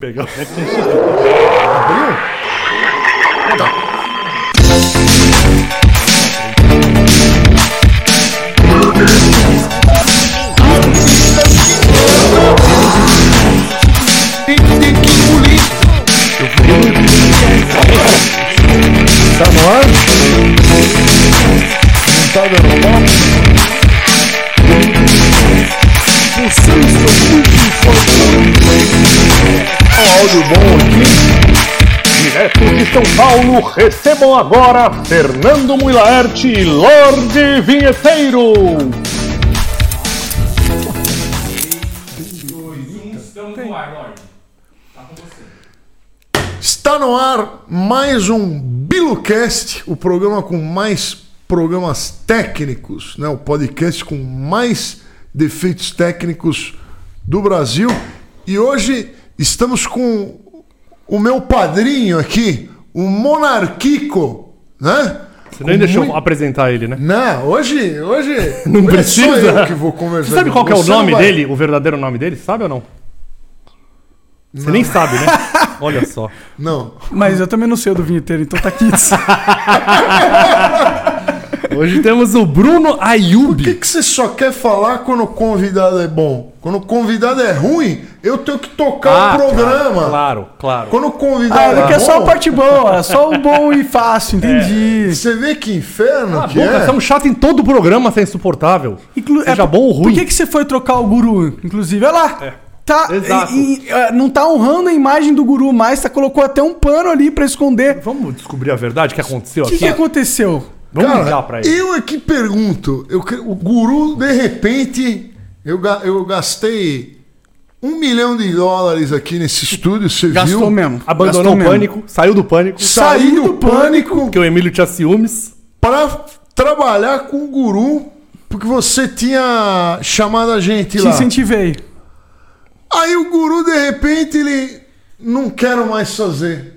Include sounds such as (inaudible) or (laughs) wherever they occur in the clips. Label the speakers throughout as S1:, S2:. S1: pegar o Tá no ar? Não tá dando pau? Vocês são muito informados. Ó, Áudio bom aqui. Direto de São Paulo, recebam agora Fernando Muilaerte e Lorde Vinheteiro.
S2: Estamos no ar, Lorde. Tá com você.
S3: Está no ar mais um Bilocast, o programa com mais programas técnicos, né? o podcast com mais defeitos técnicos do Brasil. E hoje estamos com o meu padrinho aqui, o Monarquico, né?
S1: Você nem deixou
S3: mui-
S1: apresentar ele, né?
S3: Não, hoje, hoje
S1: (laughs) Não
S3: hoje É só
S1: precisa.
S3: eu que vou conversar.
S1: Você sabe qual que é o
S3: Você não
S1: nome
S3: vai-
S1: dele? O verdadeiro nome dele? Sabe ou não? Você nem sabe, (laughs) né? Olha só.
S3: Não.
S4: Mas eu também não sei o do vinheteiro, então
S1: (laughs)
S4: tá kits.
S1: Hoje temos o Bruno
S3: Por que,
S1: Ayubi.
S3: que você só quer falar quando o convidado é bom? Quando o convidado é ruim, eu tenho que tocar
S1: Ah,
S3: é o programa.
S1: Claro, claro.
S3: Quando o
S4: Ah,
S3: convidado
S4: ele
S3: é
S4: quer
S3: bom,
S1: Tá
S4: só a parte boa, é só o bom e
S1: É.
S4: fácil, entendi.
S3: você vê que inferno
S1: Cala a
S3: que
S1: boca,
S3: é.
S1: você é um chato em todo o programa, você é insuportável.
S4: Inclu-
S1: Seja
S4: é,
S1: bom ou ruim.
S4: Por que, que você foi trocar o guru, inclusive? Olha lá. Tá,
S1: exato.
S4: e- e, é, não tá honrando a imagem do guru mais, tá, colocou até um pano ali pra esconder.
S1: Vamos descobrir a verdade que aconteceu
S4: O que,
S1: aqui?
S4: que aconteceu?
S1: Vamos
S3: Cara,
S1: ligar pra ele.
S3: Eu é que pergunto. Eu, que- o guru, de repente, eu, ga- eu gastei um milhão de dólares aqui nesse estúdio, você
S4: Gastou
S3: viu?
S4: mesmo.
S1: Abandonou
S4: Gastou
S1: o
S4: mesmo.
S1: pânico, saiu do pânico,
S3: Saí do pânico
S1: porque o Emílio tinha ciúmes.
S3: pra trabalhar com o guru, porque você tinha chamado a gente
S4: Te
S3: lá.
S4: incentivei.
S3: Aí o guru, de repente, ele não quero mais fazer.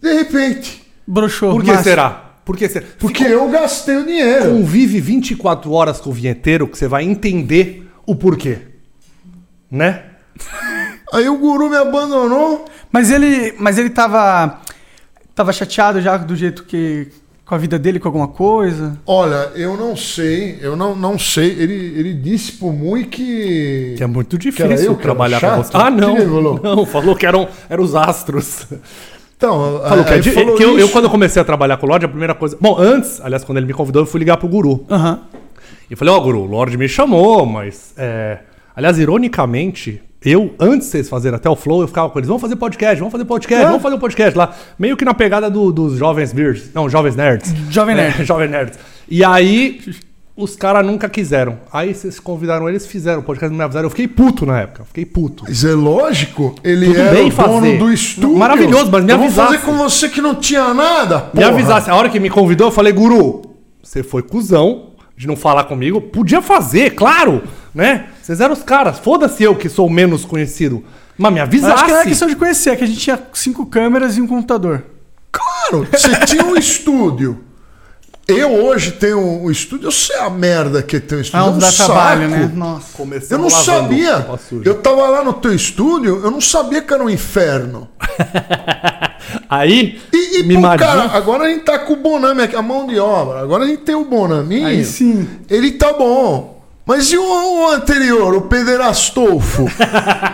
S3: De repente.
S4: Broxou.
S1: Por que
S4: massa.
S1: será? Por que será?
S3: Porque eu gastei o
S1: Você
S3: dinheiro.
S1: Convive 24 horas com o vinheteiro que você vai entender o porquê. Né?
S3: Aí o guru me abandonou.
S4: Mas ele, mas ele tava, tava chateado já do jeito que... Com a vida dele, com alguma coisa.
S3: Olha, eu não sei, eu não, não sei. Ele, ele disse pro Mui que.
S1: Que é muito
S3: Que era eu
S1: difícil
S3: que
S1: trabalhar
S3: era
S1: pra
S3: chato?
S1: você. Ah, não.
S3: Que ele falou?
S1: Não, falou que eram, eram os astros.
S3: Então,
S1: Falou que, é
S3: aí
S1: di-
S3: falou
S1: que eu, eu,
S3: isso.
S1: quando eu comecei a trabalhar com o Lorde, a primeira coisa. Bom, antes, aliás, quando ele me convidou, eu fui ligar pro Guru.
S4: Aham.
S1: E falei, ó, Guru, o Lorde me chamou, mas. é, Aliás, ironicamente, eu, antes de vocês fazerem até o Flow, eu ficava com eles, vamos fazer podcast, vamos fazer podcast, vamos fazer um podcast lá. Meio que na pegada do- dos jovens beers. Não, jovens nerds.
S4: Jovem Nerd.
S1: (laughs) É, Jovem Nerd. E aí, os caras nunca quiseram. Aí vocês convidaram eles, fizeram o podcast, não me avisaram. Eu fiquei puto na época. eu Fiquei puto.
S3: Mas é lógico, ele
S1: Tudo
S3: era
S1: bem
S3: o dono
S1: fazer.
S3: do estúdio.
S1: Maravilhoso, mas me
S3: Eu vou
S1: avisasse.
S3: fazer com você que não tinha nada. Porra.
S1: Me avisasse. A hora que me convidou, eu falei, Guru, você foi cuzão de não falar comigo. Podia fazer, claro, né? Vocês eram os caras. Foda-se eu que sou o menos conhecido. Mas me
S4: Mas acho
S1: avisasse.
S4: que não é questão de conhecer, é que a gente tinha cinco câmeras e um computador.
S3: Claro, você tinha um estúdio. Eu hoje tenho um estúdio, eu sei a merda que é ter um estúdio.
S4: Ah,
S3: é um saco.
S4: né? Nossa.
S1: Começamos
S3: Eu não
S1: tá lavando
S3: sabia.
S1: roupa suja.
S3: Eu tava lá no teu estúdio, eu não sabia que era um inferno.
S1: Aí,
S3: E, e
S1: me
S3: pô,
S1: imagina.
S3: cara, agora a gente tá com o Bonami aqui, a mão de obra. Agora a gente tem o Bonaminho.
S4: Aí sim.
S3: Ele tá bom. Mas e o, o anterior, o Pederastolfo?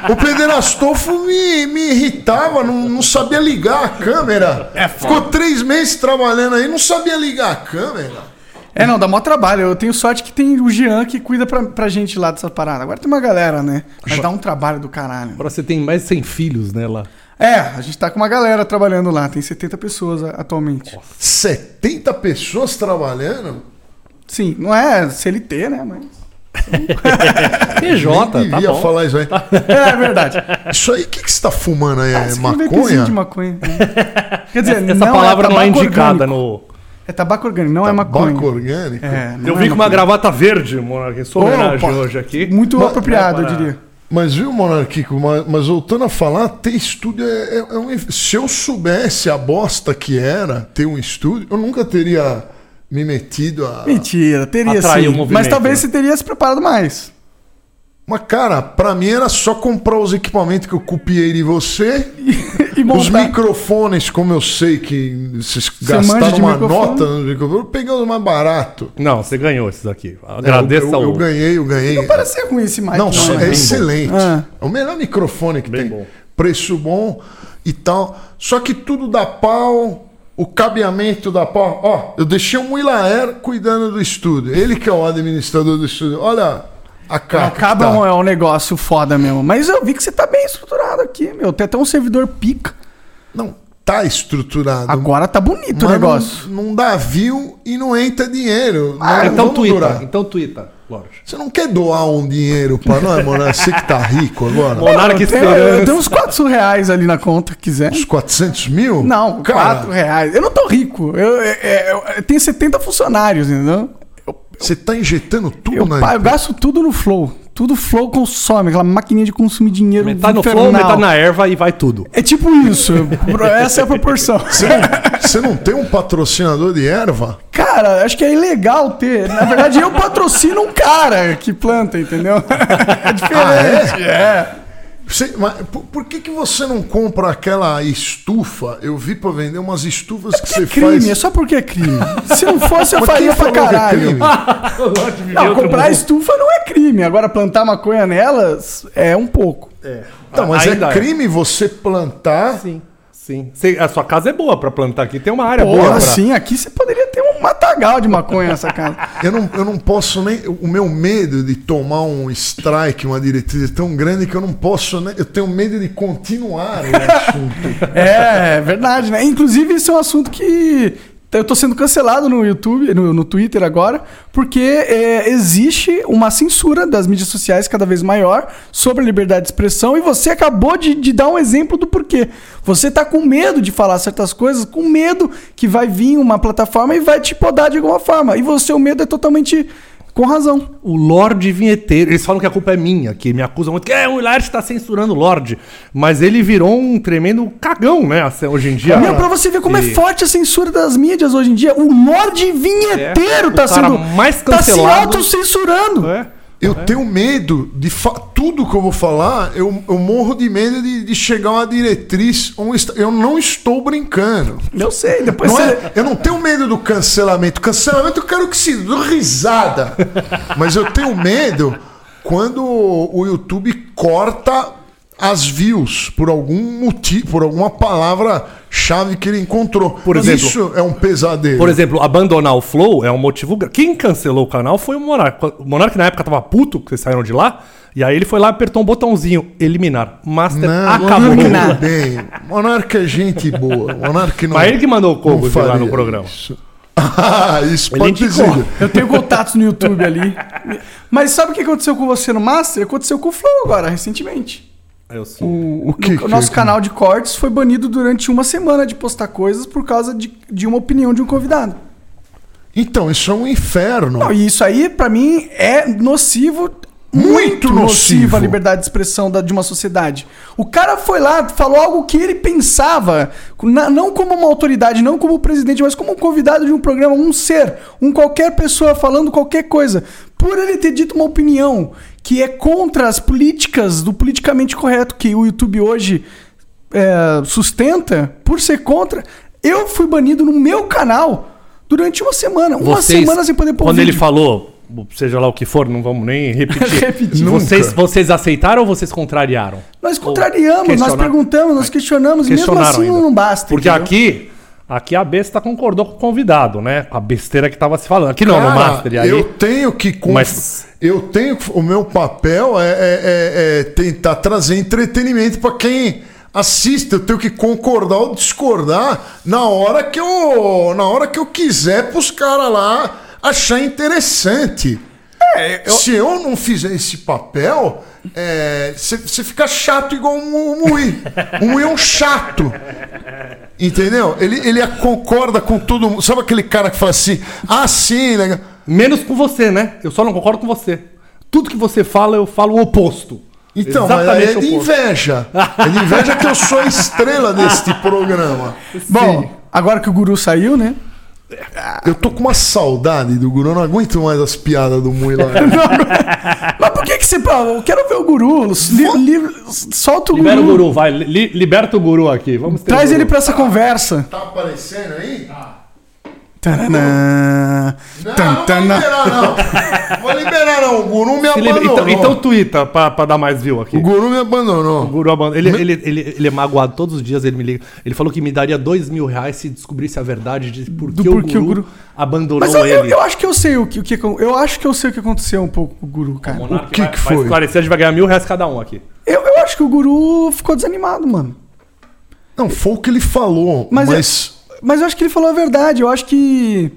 S3: o Pederastolfo me, me irritava, não, não sabia ligar a câmera.
S4: É
S3: Ficou três meses trabalhando aí, não sabia ligar a câmera.
S4: É, não, dá mó trabalho. Eu tenho sorte que tem o Jean que cuida pra, pra gente lá dessa parada. Agora tem uma galera, né? Mas dá um trabalho do caralho.
S1: Agora você tem mais de 100 filhos, né, lá.
S4: É, a gente tá com uma galera trabalhando lá. Tem 70 pessoas a- atualmente.
S3: 70 pessoas trabalhando?
S4: Sim, não é CLT, né? Mas... (laughs)
S1: PJ,
S3: Nem
S1: tá
S3: devia
S1: bom.
S3: falar isso aí.
S4: É, é verdade.
S3: Isso aí, o que, que você tá fumando aí? É
S4: Esse vapezinho
S3: maconha?
S4: de maconha. né? Quer dizer,
S1: Essa palavra não é
S4: tabaco
S1: indicada
S4: orgânico.
S1: no...
S4: É tabaco orgânico, não é maconha.
S3: Banco orgânico?
S4: É, não
S1: Eu
S4: é
S1: vim com uma
S4: maconha.
S1: gravata verde, Monark, em sua homenagem
S3: Opa.
S1: hoje aqui.
S4: Muito
S3: Mas-
S4: apropriado, eu
S1: Para-
S4: diria.
S3: Mas viu, Monarquico, mas, mas voltando a falar, ter estúdio é, é- é um. inf- Se eu soubesse a bosta que era ter um estúdio, eu nunca teria me metido a.
S4: Mentira, teria
S1: Tá. Atraiu o
S4: sim.
S1: movimento,
S4: Mas talvez
S1: né?
S4: você
S3: (laughs)
S4: teria se preparado mais.
S3: Mas, cara, pra mim era só comprar os equipamentos que eu copiei de você.
S4: E
S3: Os microfones, como eu sei que vocês
S4: manja
S3: gastaram
S4: de
S3: uma
S4: microfone?
S3: nota no microfone, eu peguei os mais barato. É,
S1: Não, você ganhou esses aqui.
S3: eu,
S1: Agradeço
S3: eu,
S1: ao.
S3: eu ganhei, eu ganhei. Não,
S4: Parece ser ruim esse mic.
S3: só-
S1: é
S3: é,
S1: bem bom.
S3: excelente.
S4: Ah.
S3: É o melhor microfone que
S1: Bem
S3: tem.
S1: bom.
S3: Preço bom e tal. Só que tudo dá pau, o cabeamento dá pau. Ó, eu deixei o Muilaer cuidando do estúdio. Ele que é o administrador do estúdio. Olha a capa. que
S4: Acaba
S3: tá.
S4: é um negócio foda mesmo. Mas eu vi que você tá bem estruturado aqui, meu. Tem até um servidor pica.
S3: Não, tá estruturado.
S4: Agora tá bonito
S3: Mas
S4: o negócio. Ah,
S3: Não, não dá view e não entra dinheiro. não,
S1: então
S3: vamos durar.
S1: tuita. Então tuita, Lorde.
S3: Você não quer doar um dinheiro pra
S4: (laughs)
S3: nós, Monark? Você que tá rico agora?
S1: Monarca
S4: eu, tenho, eu
S1: Esperança.
S4: tenho uns 4 reais ali na conta, quiser.
S3: Uns 400 mil?
S4: Não,
S3: cara.
S4: 4 reais. Eu não tô rico. Eu, é- é- eu- eu tenho 70 funcionários, entendeu?
S3: Você tá injetando tudo
S4: Eu,
S3: na
S4: pa- eu
S3: empresa.
S4: gasto tudo no Flow. Tudo Flow consome, aquela maquininha de consumir dinheiro.
S1: Metade no
S4: infernal.
S1: flow, metade na erva e vai tudo.
S4: É tipo isso. Essa é a proporção.
S3: Você não, você não tem um patrocinador de erva?
S4: Cara, acho que é ilegal ter. Na verdade, eu patrocino um cara que planta, entendeu? É diferente. é.
S3: Ah, Você- mas por, por que, que você não compra aquela estufa? Eu vi pra vender umas estufas que
S4: Porque é
S3: você
S4: crime, é
S3: faz.
S4: só porque é crime. Se não fosse, eu
S3: Mas quem
S4: faria pra
S3: falou que é
S4: caralho.
S3: crime?
S4: Não, comprar estufa não é crime. Agora, plantar maconha nelas é um pouco.
S3: Tá, mas
S1: Ainda
S3: é
S1: é.
S3: crime você plantar.
S1: Sim, sim. Você- a sua casa é boa pra plantar aqui. Tem uma área boa.
S3: né?
S4: Porra,
S1: pra-
S4: sim, aqui você poderia ter um matagal de maconha nessa casa.
S3: Eu não, eu não posso nem. O meu medo de tomar um strike, uma diretriz é tão grande que eu não posso nem. Eu tenho medo de continuar né? o
S4: (laughs)
S3: assunto.
S4: É, é verdade, né? Inclusive, esse é um assunto que eu tô sendo cancelado no YouTube, no, no Twitter agora, porque é, existe uma censura das mídias sociais cada vez maior sobre a liberdade de expressão e você acabou de, de dar um exemplo do porquê. Você tá com medo de falar certas coisas, com medo que vai vir uma plataforma e vai te podar de alguma forma. E você, o medo é totalmente com razão.
S1: O Lorde Vinheteiro. Eles falam que a culpa é minha, que me acusam muito. Que é, o Lorde tá censurando o Lorde. Mas ele virou um tremendo cagão, né? assim, Hoje em dia.
S4: Meu, pra você ver como é
S1: E-
S4: forte a censura das mídias hoje em dia, o Lorde Vinheteiro
S1: É, o
S4: tá
S1: cara
S4: sendo.
S1: mais
S4: tá se
S1: cancelado.
S4: autocensurando.
S1: É.
S3: Eu tenho medo de. fa- Tudo que eu vou falar, eu, eu morro de medo de, de chegar uma diretriz. Um est- Eu não estou brincando.
S4: Eu sei, depois
S3: Não
S4: você.
S3: é- eu não tenho medo do cancelamento. Cancelamento eu quero que se dê risada. Mas eu tenho medo quando o YouTube corta as views por algum motivo, por alguma palavra-chave que ele encontrou.
S1: Por exemplo-
S3: Isso é um pesadelo.
S1: Por exemplo, abandonar o Flow é um motivo. gra- Quem cancelou o canal foi o Monark. O Monark na época tava puto, que vocês saíram de lá. E aí ele foi lá e apertou um botãozinho. Eliminar. Master
S3: Não,
S1: acabou.
S3: Monarca tudo bem. Monarca é gente boa. Monarca não.
S1: Mas ele que mandou o Kogo
S3: não
S1: de lá
S3: faria
S1: no programa.
S3: Isso, (laughs) Ah, isso
S1: Ele
S3: pode
S1: indicou.
S3: dizer.
S4: Eu tenho contatos no YouTube ali. Mas sabe o que aconteceu com você no Master? Aconteceu com o Flow agora, recentemente.
S1: Eu sou.
S4: O,
S3: que
S4: no-
S3: que-
S4: o nosso
S1: é?
S4: canal de cortes foi banido durante uma semana de postar coisas por causa de, de uma opinião de um convidado.
S3: Então, isso é um inferno.
S4: Não, e isso aí, pra mim, é nocivo.
S3: Muito nocivo.
S4: a liberdade de expressão da- de uma sociedade. O cara foi lá, falou algo que ele pensava, na- não como uma autoridade, não como presidente, mas como um convidado de um programa, um ser, um qualquer pessoa falando qualquer coisa. Por ele ter dito uma opinião que é contra as políticas do politicamente correto que o YouTube hoje é, sustenta, por ser contra, eu fui banido no meu canal durante uma semana. Uma
S1: Vocês-
S4: semana sem poder pôr
S1: Quando ele
S4: vídeo.
S1: falou, seja lá o que for, não vamos nem repetir.
S4: (laughs) Repetir.
S1: Vocês,
S3: Nunca.
S1: vocês aceitaram ou vocês contrariaram?
S4: Nós
S1: Ou
S4: contrariamos, nós
S1: questionaram-
S4: perguntamos, nós questionamos, mesmo
S1: questionaram
S4: assim
S1: ainda.
S4: não basta.
S1: Porque
S4: entendeu?
S1: aqui, aqui a besta concordou com o convidado, né? Com a besteira que tava se falando. Aqui não, no
S3: Cara,
S1: Master. E aí,
S3: Eu tenho que. Conf...
S1: Mas-
S3: Eu tenho. que- O meu papel é, é- é- é tentar trazer entretenimento para quem assiste. Eu tenho que concordar ou discordar na hora que eu, na hora que eu quiser pros caras lá achar interessante. Se eu não fizer esse papel, é, você fica chato igual um Mui. O Mui é um chato. Entendeu? Ele, ele concorda com todo mundo. Sabe aquele cara que fala assim, ah, sim, legal.
S1: Menos com você, né? Eu só não concordo com você. Tudo que você fala, eu falo o oposto.
S3: Então, mas aí
S1: Exatamente
S3: é
S1: o
S3: de
S1: oposto.
S3: inveja. É de inveja que eu sou a estrela deste programa.
S1: (laughs)
S4: Bom, agora que o guru saiu, né?
S3: Eu tô com uma saudade do Guru, eu não aguento mais as piadas do Mui lá.
S4: Mas por que que você... pá, Eu quero ver o guru. Li- li- solta o
S1: Libera o
S4: guru.
S1: guru, vai. li- liberta o guru aqui. Vamos ter
S4: Traz
S1: o
S4: ele
S1: guru.
S4: pra essa conversa.
S3: Tá aparecendo aí?
S4: Taranã.
S3: Não,
S4: Tan, tan,
S3: não
S4: na.
S3: vou liberar, não. Vou liberar, não. O Guru me
S1: Se liber-
S3: abandonou.
S1: Então, então twitta pra, pra dar mais view aqui.
S3: O Guru me abandonou.
S1: O Guru abandona. Ele, ele, ele, ele é magoado todos os dias, ele me liga. Ele falou que me daria dois mil reais se descobrisse a verdade de por
S4: Do
S1: que o
S4: porquê
S1: guru,
S4: o guru-
S1: abandonou
S4: Mas eu, eu,
S1: um ele.
S4: eu acho que eu sei o que, o que acon- eu acho que eu sei o que aconteceu um pouco com o guru, cara.
S1: Monark
S3: o que
S1: vai-
S3: que
S1: Vai
S3: foi?
S1: esclarecer, a gente vai ganhar mil reais cada um aqui.
S4: Eu, eu acho que o guru ficou desanimado, mano.
S3: Não, foi o que ele falou,
S4: Mas é-
S3: mas...
S4: eu- Mas eu acho que ele falou a verdade. Eu acho que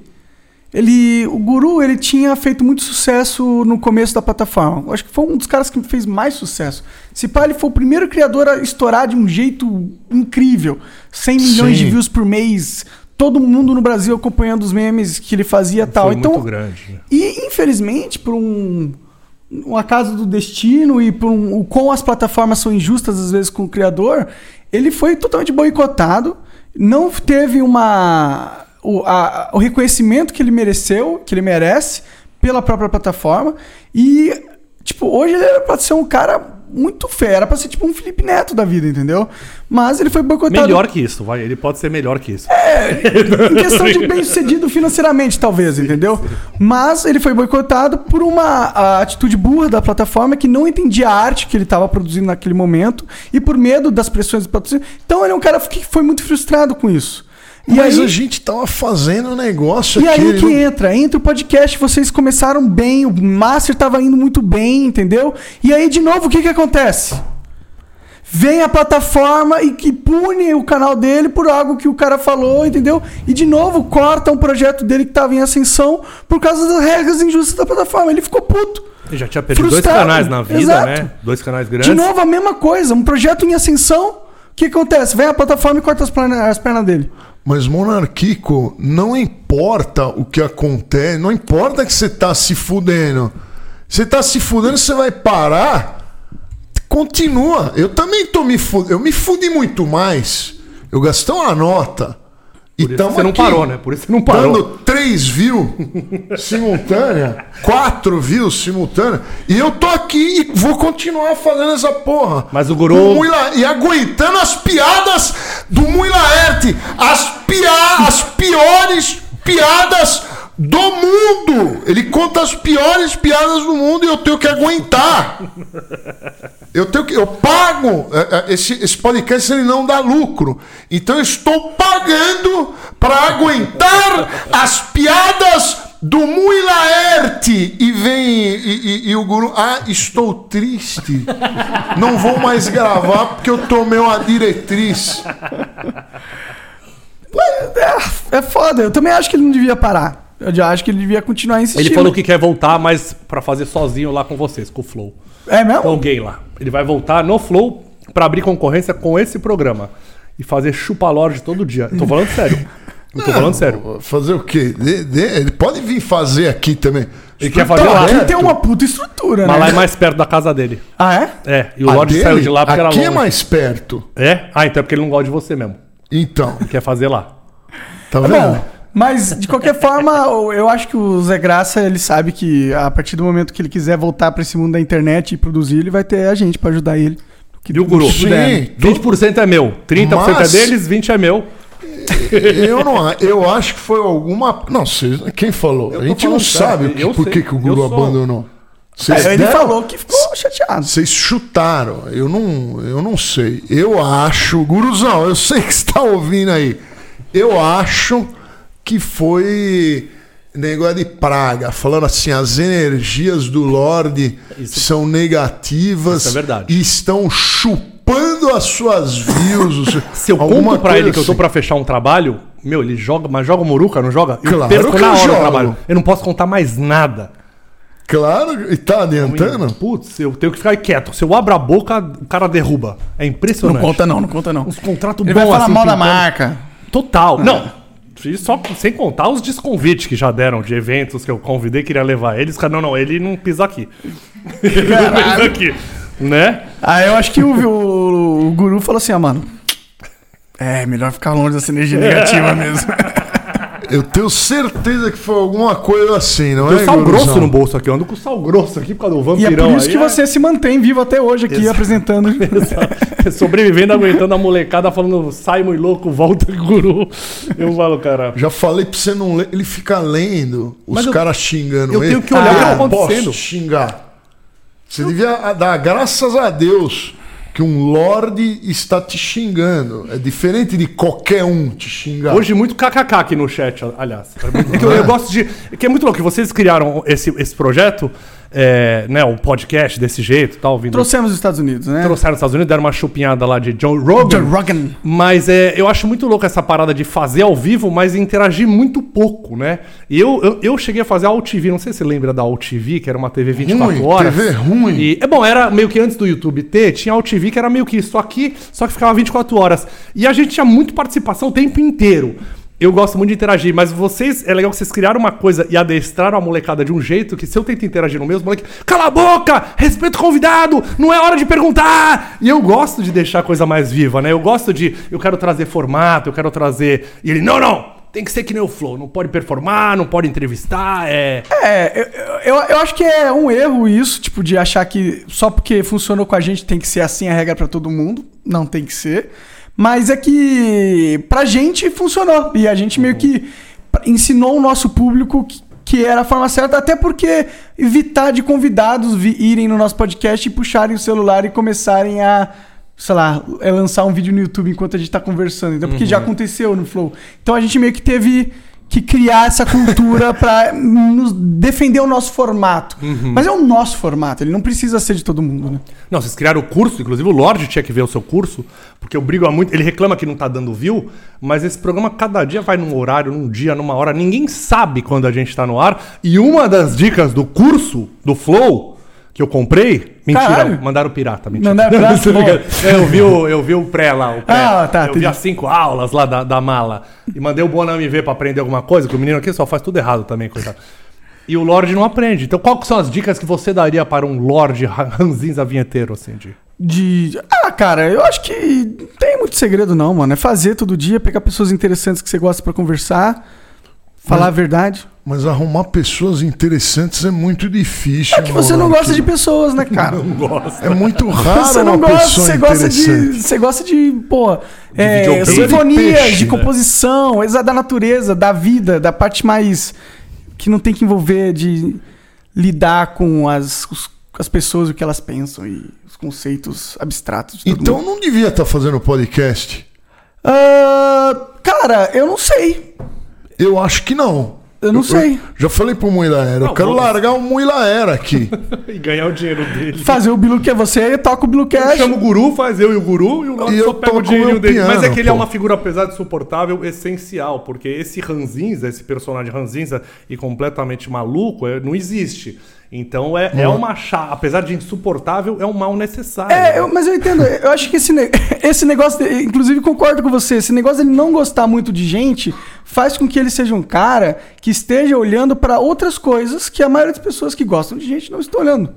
S4: ele, o guru, ele tinha feito muito sucesso no começo da plataforma. Eu acho que foi um dos caras que fez mais sucesso. Se pá, ele foi o primeiro criador a estourar de um jeito incrível, 100 milhões
S3: Sim.
S4: de views por mês. Todo mundo no Brasil acompanhando os memes que ele fazia e tal.
S1: Foi
S4: então,
S1: muito grande. né?
S4: E, infelizmente, por um, um acaso do destino e por um, o quão as plataformas são injustas às vezes com o criador, ele foi totalmente boicotado, não teve uma, o, a- o reconhecimento que ele mereceu, que ele merece, pela própria plataforma. E, tipo, hoje ele era pra ser um cara muito fera, era pra ser tipo um Felipe Neto da vida, entendeu? Mas ele foi boicotado.
S1: Melhor que isso, vai. Ele pode ser melhor que isso.
S4: Em questão de bem sucedido financeiramente, talvez, entendeu? Mas ele foi boicotado por uma a atitude burra da plataforma que não entendia a arte que ele estava produzindo naquele momento e por medo das pressões do patrocínio. Então ele é um cara que foi muito frustrado com isso. E
S3: mas
S4: aí,
S3: a gente tava fazendo um negócio
S4: e
S3: aqui.
S4: aí
S3: ele
S4: que
S3: não-
S4: entra? Entra o podcast, vocês começaram bem, o Master tava indo muito bem, entendeu? E aí, de novo, o que que acontece? Vem a plataforma e que pune o canal dele por algo que o cara falou, entendeu? E de novo corta um projeto dele que tava em ascensão por causa das regras injustas da plataforma. Ele ficou puto.
S1: Ele já tinha perdido
S4: Frustrado,
S1: dois canais na vida,
S4: exato.
S1: né? Dois canais grandes.
S4: De novo a mesma coisa, um projeto em ascensão, o que acontece? Vem a plataforma e corta as pernas, as pernas dele.
S3: Mas, Monarquico, não importa o que acontece, não importa que você tá se fudendo. Você tá se fudendo, você vai parar. Continua. Eu também tô me fudendo. Eu me fudi muito mais. Eu gastei uma nota. E
S1: Por isso
S3: tamo
S1: você não
S3: aqui.
S1: parou, né? Por isso você não parou.
S3: dando 3 views (laughs) simultânea, 4 views simultânea, e eu tô aqui e vou continuar fazendo essa porra.
S1: Mas o guru-
S3: Do Muila- e aguentando as piadas do Muilaerte, as, pia... as piores piadas do mundo. Ele conta as piores piadas do mundo e eu tenho que aguentar. Eu tenho que, eu pago eh, eh, esse, esse podcast ele não dá lucro. Então eu estou pagando para aguentar as piadas do Mui Laerte e vem e, e- e o guru, ah, estou triste. Não vou mais gravar porque eu tomei uma diretriz.
S4: É, é foda, eu também acho que ele não devia parar. Eu já acho que ele devia continuar insistindo.
S1: Ele falou que quer voltar, mas pra fazer sozinho lá com vocês, com o Flow.
S4: É mesmo?
S1: Com alguém lá. Ele vai voltar no Flow pra abrir concorrência com esse programa. E fazer chupa-lorde todo dia. Eu tô falando sério. Eu tô falando
S3: É,
S1: sério.
S3: Fazer o quê? De- de- ele pode vir fazer aqui também.
S1: Ele quer fazer lá.
S4: Então, Aqui tem uma puta estrutura,
S1: Mas
S4: né?
S1: lá é mais perto da casa dele.
S4: Ah, é?
S1: É, e o
S3: A
S1: Lorde
S3: dele,
S1: saiu de lá porque era
S3: aqui
S1: longe.
S3: é mais perto.
S1: É? Ah, então é porque ele não gosta de você mesmo.
S3: Então,
S1: Quer fazer lá.
S3: tá
S4: Tá
S3: vendo?
S4: bom. Mas, de qualquer forma, o- eu acho que o Zé Graça, ele sabe que a partir do momento que ele quiser voltar pra esse mundo da internet e produzir, ele vai ter a gente pra ajudar ele. Que
S1: E o guru?
S3: Sim,
S1: 20% é meu, 30%
S3: Mas-
S1: é deles, 20% é meu.
S3: Eu não, eu acho que foi alguma. Não, vocês- quem falou?
S1: Eu
S3: A
S1: tô
S3: gente não
S1: falando sério,
S3: sabe o
S1: eu
S3: que, por
S1: sei,
S3: que, que o
S1: eu
S3: guru
S1: sou-
S3: abandonou. Vocês
S4: É, ele
S3: deram-
S4: falou que ficou chateado.
S3: Vocês chutaram. Eu não, eu não sei. Eu acho, guruzão, eu sei que você está ouvindo aí. Eu acho que foi negócio de praga, falando assim, as energias do Lorde
S1: Isso-
S3: são negativas
S1: Isso é verdade.
S3: e estão chupando as suas views.
S1: Se eu
S3: alguma
S1: conto pra
S3: coisa
S1: ele que eu tô
S3: assim.
S1: pra fechar um trabalho, meu, ele joga, mas joga muruca, não joga? Eu
S3: Claro
S1: perco
S3: que
S1: na
S3: eu
S1: hora
S3: jogo.
S1: o trabalho. Eu não posso contar mais nada.
S3: Claro, e tá adiantando?
S1: Putz, eu tenho que ficar quieto. Se eu abro a boca, o cara derruba. É impressionante.
S4: não, não conta não.
S1: Uns contratos
S4: Ele
S1: bons
S4: vai falar
S1: assim,
S4: mal da
S1: pintando.
S4: marca. Ah.
S1: Total. Não. E Só sem contar os desconvites que já deram de eventos que eu convidei, queria levar eles. Cara, não, não, ele não pisa aqui. (laughs) ele não pisa aqui. Né?
S4: Aí eu acho que o, o- o guru falou assim, ah, mano... É, melhor ficar longe dessa energia negativa mesmo.
S3: Eu tenho certeza que foi alguma coisa assim, não
S1: Tem
S3: é?
S1: sal
S3: Igorozão?
S1: grosso no bolso aqui, eu ando com sal grosso aqui por causa do
S4: E é
S1: vampirão.
S4: por isso
S1: aí,
S4: que você se mantém vivo até hoje aqui
S1: Exato. (laughs)
S4: apresentando.
S1: Exato. (laughs) Sobrevivendo, aguentando a molecada falando Simon e louco, volta (laughs) guru. Eu falo, cara.
S3: Já falei pra você não ler. Ele fica lendo
S1: Mas
S3: os
S1: eu-
S3: caras xingando
S1: eu
S3: ele.
S1: tenho que olhar o que tá
S3: eu não
S1: acontecendo.
S3: posso xingar. Você devia dar graças a Deus que um lorde está te xingando. É diferente de qualquer um te xingar.
S1: Hoje muito kkk aqui no chat, aliás. É muito- é que eu, eu gosto de. Que é muito louco, que vocês criaram esse, esse projeto, é, né? O podcast desse jeito, tal, vindo.
S4: Trouxemos os Estados Unidos, né?
S1: Trouxeram nos Estados Unidos, deram uma chupinhada lá de John Rogan.
S4: John Rogan.
S1: Mas é, eu acho muito louco essa parada de fazer ao vivo, mas interagir muito pouco, né? E eu, eu, eu cheguei a fazer a AltV, não sei se você lembra da AltV, que era uma TV 24
S3: Ruim,
S1: horas.
S3: TV ruim.
S1: E, é bom, era meio que antes do YouTube ter, tinha a AltV que era meio que isso aqui, só que ficava 24 horas. E a gente tinha muito participação o tempo inteiro. Eu gosto muito de interagir, mas vocês, é legal que vocês criaram uma coisa e adestraram a molecada de um jeito que se eu tento interagir no mesmo, moleque, cala a boca, respeita o convidado, não é hora de perguntar. E eu gosto de deixar a coisa mais viva, né? Eu gosto de, eu quero trazer formato, eu quero trazer. E ele, não, não, tem que ser que nem o Flow, não pode performar, não pode entrevistar, é.
S4: É, eu, eu, eu acho que é um erro isso, tipo, de achar que só porque funcionou com a gente tem que ser assim a regra pra todo mundo. Não tem que ser. Mas é que pra gente funcionou. E a gente meio que ensinou o nosso público que, que era a forma certa, até porque evitar de convidados vi- irem no nosso podcast e puxarem o celular e começarem a. Sei lá, é lançar um vídeo no YouTube enquanto a gente tá conversando. Então, porque já aconteceu no Flow. Então a gente meio que teve que criar essa cultura pra nos defender o nosso formato. Mas é o nosso formato, ele não precisa ser de todo mundo, né?
S1: Não, vocês criaram o curso, inclusive o Lorde tinha que ver o seu curso, porque eu brigo há muito. Ele reclama que não tá dando view, mas esse programa cada dia vai num horário, num dia, numa hora. Ninguém sabe quando a gente tá no ar. E uma das dicas do curso, do Flow, que eu comprei. Mentira,
S4: Caralho.
S1: mandaram pirata, mentira. (laughs)
S4: Mandaram pirata,
S1: Tô
S4: bom.
S1: brincando. É, eu, vi o, eu vi o pré lá, o pré.
S4: Ah, tá,
S1: Eu vi
S4: entendi.
S1: as cinco aulas lá da, da mala. E mandei o Bonami ver pra aprender alguma coisa, que o menino aqui só faz tudo errado também, coitado. E o Lorde não aprende. Então, qual que são as dicas que você daria para um Lorde ra- ranzinza vinheteiro, assim, de...
S4: De. Ah, cara, eu acho que não tem muito segredo, não, mano. É fazer todo dia, pegar pessoas interessantes que você gosta pra conversar, falar a verdade.
S3: Mas arrumar pessoas interessantes é muito difícil.
S4: É que você não
S3: Monark.
S4: gosta de pessoas, né, cara?
S1: Gosto.
S3: É
S1: (laughs)
S3: muito raro
S4: Você não
S3: uma
S4: gosta,
S3: pessoa
S4: você gosta de.
S3: interessante.
S4: Você gosta de, pô, é,
S1: videogame.
S4: sinfonias,
S3: De
S4: de,
S3: peixe, né?
S4: composição, exa- da natureza, da vida, da parte mais. que não tem que envolver de lidar com as, os- as pessoas, o que elas pensam e os conceitos abstratos. de todo
S3: Então
S4: mundo.
S3: não devia estar fazendo podcast.
S4: Ah, cara, eu não sei.
S3: Eu acho que não.
S4: Eu não sei.
S3: Já falei pro Muilaera, eu
S1: Não,
S3: quero
S1: vamos.
S3: largar o
S4: (laughs)
S3: Muilaera aqui.
S1: E ganhar o dinheiro dele.
S4: Fazer o Bilu que é você, toca o Bilu
S1: Eu
S4: Cash.
S1: chamo o guru, faz eu e o guru, e o Lorde
S3: E
S1: só
S3: eu
S1: pega o
S3: toco
S1: dinheirinho
S3: meu
S1: dele.
S3: piano,
S1: Mas é que ele é
S3: pô.
S1: uma figura, apesar de suportável, essencial, porque esse ranzinza, esse personagem ranzinza e completamente maluco, é- não existe. Então é, é uma chá, apesar de insuportável, é um mal necessário.
S4: É, eu- mas eu entendo. Eu acho que esse, ne- (laughs) esse negócio, de- inclusive concordo com você, esse negócio dele não gostar muito de gente faz com que ele seja um cara que esteja olhando para outras coisas que a maioria das pessoas que gostam de gente não estão olhando.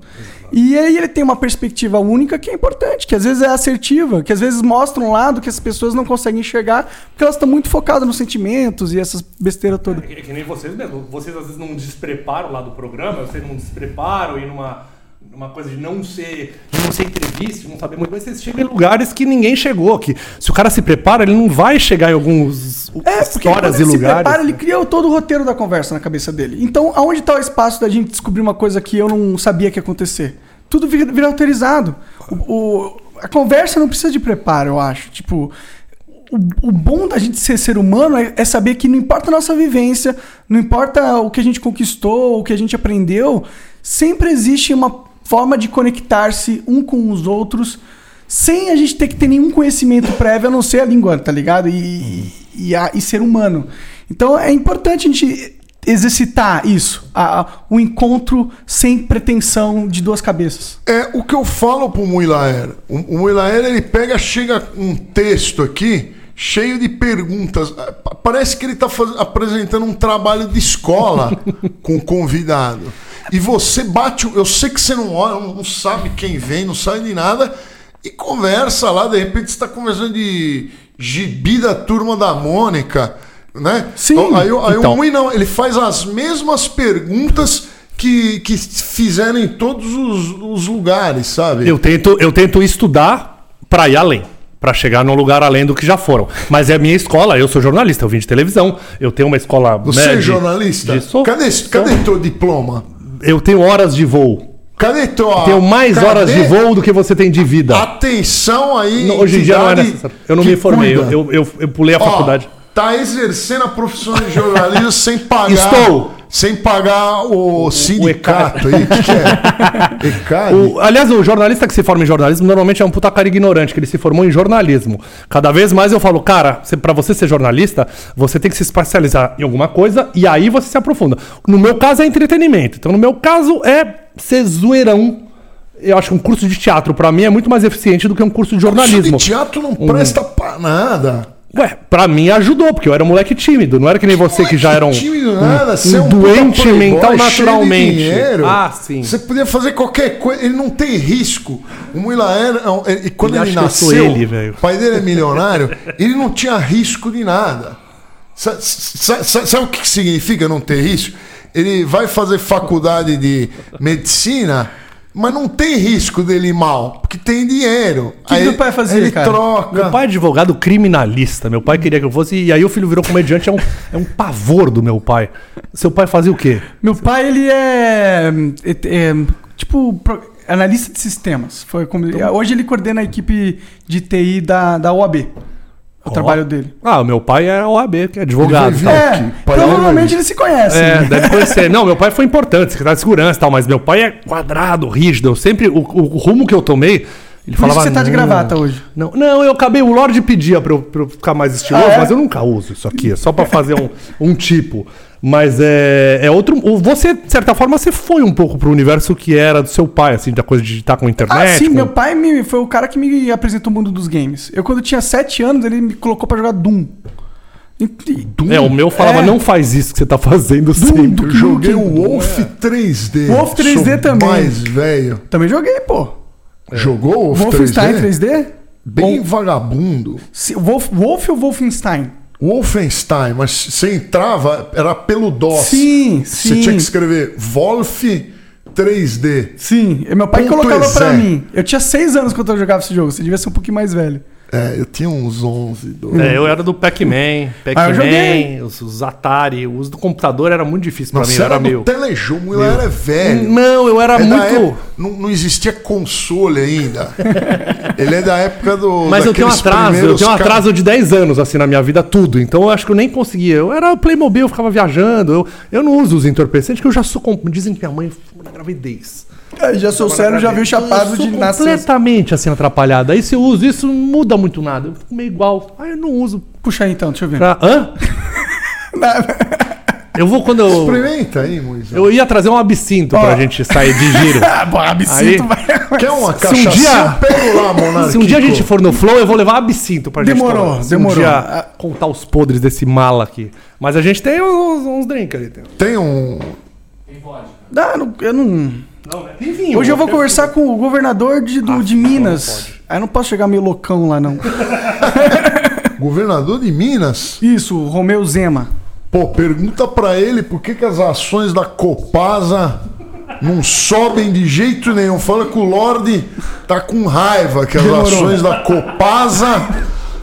S4: E aí ele tem uma perspectiva única que é importante, que às vezes é assertiva, que às vezes mostra um lado que as pessoas não conseguem enxergar porque elas estão muito focadas nos sentimentos e essas besteiras todas.
S1: É que nem vocês mesmo. Vocês às vezes não despreparam lá do programa, vocês não despreparam e numa, numa coisa de não ser, de não ser entrevista, de não saber muito, mas vocês chegam em lugares que ninguém chegou. Que se o cara se prepara, ele não vai chegar em alguns
S4: É, porque quando
S1: histórias
S4: ele
S1: e
S4: se
S1: lugares.
S4: prepara, ele cria todo o roteiro da conversa na cabeça dele. Então, aonde tá o espaço da gente descobrir uma coisa que eu não sabia que ia acontecer? Tudo vira, vira roteirizado. O- o- a conversa não precisa de preparo, eu acho. Tipo, o, o bom da gente ser ser humano é, é saber que não importa a nossa vivência, não importa o que a gente conquistou, o que a gente aprendeu, sempre existe uma forma de conectar-se um com os outros sem a gente ter que ter nenhum conhecimento prévio, a não ser a língua, tá ligado? E, e, a- e ser humano. Então é importante a gente exercitar isso, a- a- o encontro sem pretensão de duas cabeças.
S3: É o que eu falo pro Muilaera. O, o Muilaera, ele pega, chega um texto aqui cheio de perguntas. Ah, pa- Parece que ele tá faz- apresentando um trabalho de
S4: (laughs)
S3: escola com o convidado. E você bate, o- eu sei que você não olha, não sabe quem vem, não sabe de nada, e conversa lá, de repente você tá conversando de gibi da turma da Mônica. né?
S4: Sim.
S3: Então, Aí, o- aí
S1: Então.
S3: o Mui não, ele faz as mesmas perguntas que, que fizeram em todos os, os lugares, sabe?
S1: Eu tento, eu tento estudar pra ir além. pra chegar num lugar além do que já foram. Mas é a minha escola, eu sou jornalista, eu vim de televisão. Eu tenho uma escola.
S3: Você
S1: né,
S3: é
S1: de-
S3: jornalista?
S1: de- sou-
S3: cadê,
S1: sou.
S3: cadê teu diploma?
S1: Eu tenho horas de voo.
S3: Cadê tua.
S4: Ah,
S1: Tenho mais
S3: cadê-
S1: horas de voo do que você tem de vida.
S3: Atenção aí.
S1: Não, Hoje em dia não é
S3: entidade
S1: necessário. Eu não
S3: que
S1: me formei, eu,
S3: cuida.
S1: eu, eu- eu pulei a
S3: Ó,
S1: faculdade.
S3: Tá exercendo a profissão de jornalismo
S1: (laughs)
S3: sem pagar.
S1: Estou.
S3: Sem pagar o sindicato aí. O que, que é? ECAD?
S1: (laughs) O- aliás, o jornalista que se forma em jornalismo normalmente é um puta cara ignorante, que ele se formou em jornalismo. Cada vez mais eu falo, cara, você, pra você ser jornalista, você tem que se especializar em alguma coisa e aí você se aprofunda. No meu caso é entretenimento. Então, no meu caso é ser zoeirão. Eu acho que um curso de teatro, pra mim, é muito mais eficiente do que um curso de
S3: Isso de
S1: jornalismo. Um
S3: teatro não presta pra nada.
S1: Ué, pra mim ajudou, porque eu era um moleque tímido. Não era que nem você que já era um,
S3: Tímido,
S1: um-
S3: nada, você é
S1: um
S3: puta
S1: doente
S3: playboy,
S1: mental
S3: cheio de
S1: naturalmente.
S3: dinheiro.
S1: Ah, sim.
S3: Você podia fazer qualquer coisa, ele não tem risco. O Muila era. é um- E quando
S1: Ele
S3: ele,
S1: acha que eu sou
S3: nasceu,
S1: ele, velho.
S3: o pai dele é milionário, ele não tinha risco de nada. Sa- sa- sa- Sabe, o que que significa não ter risco? Ele vai fazer faculdade de medicina, mas não tem risco dele ir mal, porque tem dinheiro.
S4: que meu pai fazia,
S3: ele
S4: cara?
S3: troca.
S1: Meu pai é advogado criminalista. Meu pai queria que eu fosse. E aí o filho virou comediante. É um, é um pavor do meu pai. Seu pai fazia o quê?
S4: Meu pai, ele é, é- é, tipo pro- analista de sistemas. Foi como,
S1: Então-
S4: Hoje ele coordena a equipe de TI da, da OAB. O
S1: Ó.
S4: trabalho dele.
S1: Ah, o meu pai é OAB, que é advogado. e
S3: Ele
S1: tal.
S3: vai vir.
S4: é,
S1: É,
S3: que pai
S4: provavelmente eles se conhecem.
S1: deve conhecer. Não, meu pai foi importante, secretário de segurança e tal, mas meu pai é quadrado, rígido. Eu sempre. O, o rumo que eu tomei. Ele
S4: Por isso
S1: falava,
S4: que você tá de
S1: "Não,
S4: gravata hoje.
S1: Não, não, eu acabei. O Lorde pedia pra eu, pra eu ficar mais estiloso,
S4: Ah, é?
S1: mas eu nunca uso isso aqui. É só pra fazer um, um tipo. Mas é, é outro. o- Você, de certa forma, você foi um pouco pro universo que era do seu pai, assim, da coisa de estar com a
S4: Ah,
S1: internet.
S4: sim,
S1: com-
S4: meu pai me, foi o cara que me apresentou o mundo dos games. Eu, quando tinha 7 anos, ele me colocou pra jogar Doom. Doom?
S1: É, o meu falava,
S4: É.
S1: não faz isso que você tá fazendo sempre.
S3: Eu joguei o Wolf
S1: é.
S3: 3D.
S4: Wolf 3D
S3: Sou
S4: também.
S3: Mais velho.
S4: Também joguei, pô.
S1: É.
S3: Jogou o Wolf 3D?
S4: Wolfenstein 3D?
S3: Bem
S4: Bom,
S3: vagabundo.
S4: se- Wolf, Wolf ou Wolfenstein?
S3: Wolfenstein, mas você entrava, era pelo DOS.
S4: Sim,
S3: Você
S4: sim.
S3: tinha que escrever Wolf 3D.
S4: Sim, e meu pai
S3: Ponto
S4: colocava
S3: exe.
S4: pra mim. Eu tinha 6 anos quando eu jogava esse jogo, você devia ser um pouquinho mais velho.
S3: É, eu tinha uns 11, 12.
S1: É, eu era do Pac-Man,
S4: Ah, eu joguei.
S1: Pac-Man, os, os Atari, o uso do computador era muito difícil pra
S3: Nossa,
S1: mim, eu
S3: era,
S1: era
S3: do
S1: meio.
S3: telejogo, eu era velho.
S1: Não, eu era
S3: É da
S1: muito.
S3: época- não, não existia console
S1: (laughs)
S3: ainda. Ele é da época do.
S1: Mas eu tenho um
S3: daqueles
S1: atraso, eu
S3: primeiros
S1: tenho um
S3: ca-
S1: atraso de 10 anos, assim, na minha vida, tudo. Então eu acho que eu nem conseguia. Eu era Playmobil, eu ficava viajando. Eu, eu não uso os entorpecentes, que eu já sou. com- Dizem que minha mãe ficou na gravidez.
S4: É, já seu cérebro já
S1: é
S4: veio chapado
S1: eu sou
S4: de nascença.
S1: completamente assim atrapalhada. Aí se eu uso isso, não muda muito nada. Eu fico meio igual. Aí eu não uso.
S4: Puxa aí então, deixa eu ver. (laughs)
S1: Pra... Hã? Eu vou quando eu.
S3: Experimenta aí, Moisés.
S1: Eu ia trazer um absinto pra
S4: Ó.
S1: gente sair de giro.
S4: Ah, bom, absinto,
S1: Aí.
S4: vai.
S3: Quer uma
S1: Se um
S3: cachaça?
S1: dia-
S3: Pega lá, monarca.
S1: (laughs) Se um dia a gente for no Flow, eu vou levar absinto pra gente.
S4: Demorou,
S1: tomar. Se
S4: demorou.
S1: Um
S4: Ah.
S1: dia contar os podres desse mala aqui. Mas a gente tem uns, uns drinks ali. Tem.
S3: Tem um.
S2: Tem vodka.
S4: Ah, (laughs) não- eu não.
S1: Não, né? Tem vinho.
S4: Hoje eu vou conversar com o governador de, do- de Minas. Aí eu não posso chegar meio loucão lá, não.
S3: Governador de Minas.
S4: Isso, o Romeu Zema.
S3: Pô, pergunta pra ele por que, que as ações da Copasa não sobem de jeito nenhum. Fala que o Lorde tá com raiva que as
S4: Demorou.
S3: ações da Copasa.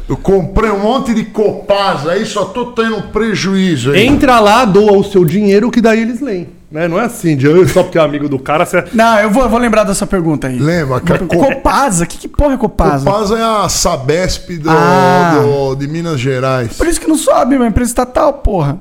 S3: Eu comprei um monte de Copasa aí, só tô tendo prejuízo aí.
S1: Entra lá, doa o seu dinheiro, que daí eles leem. Né? Não é assim, de, "Ah, só porque é amigo do cara, você...
S4: Não, eu vou, eu vou lembrar dessa pergunta aí.
S3: Lembra que a Co-
S4: Copasa? Que, que porra é Copasa?
S3: Copasa é a Sabesp do,
S4: Ah.
S3: do- de Minas Gerais.
S4: Por isso que não sobe, uma empresa estatal, porra.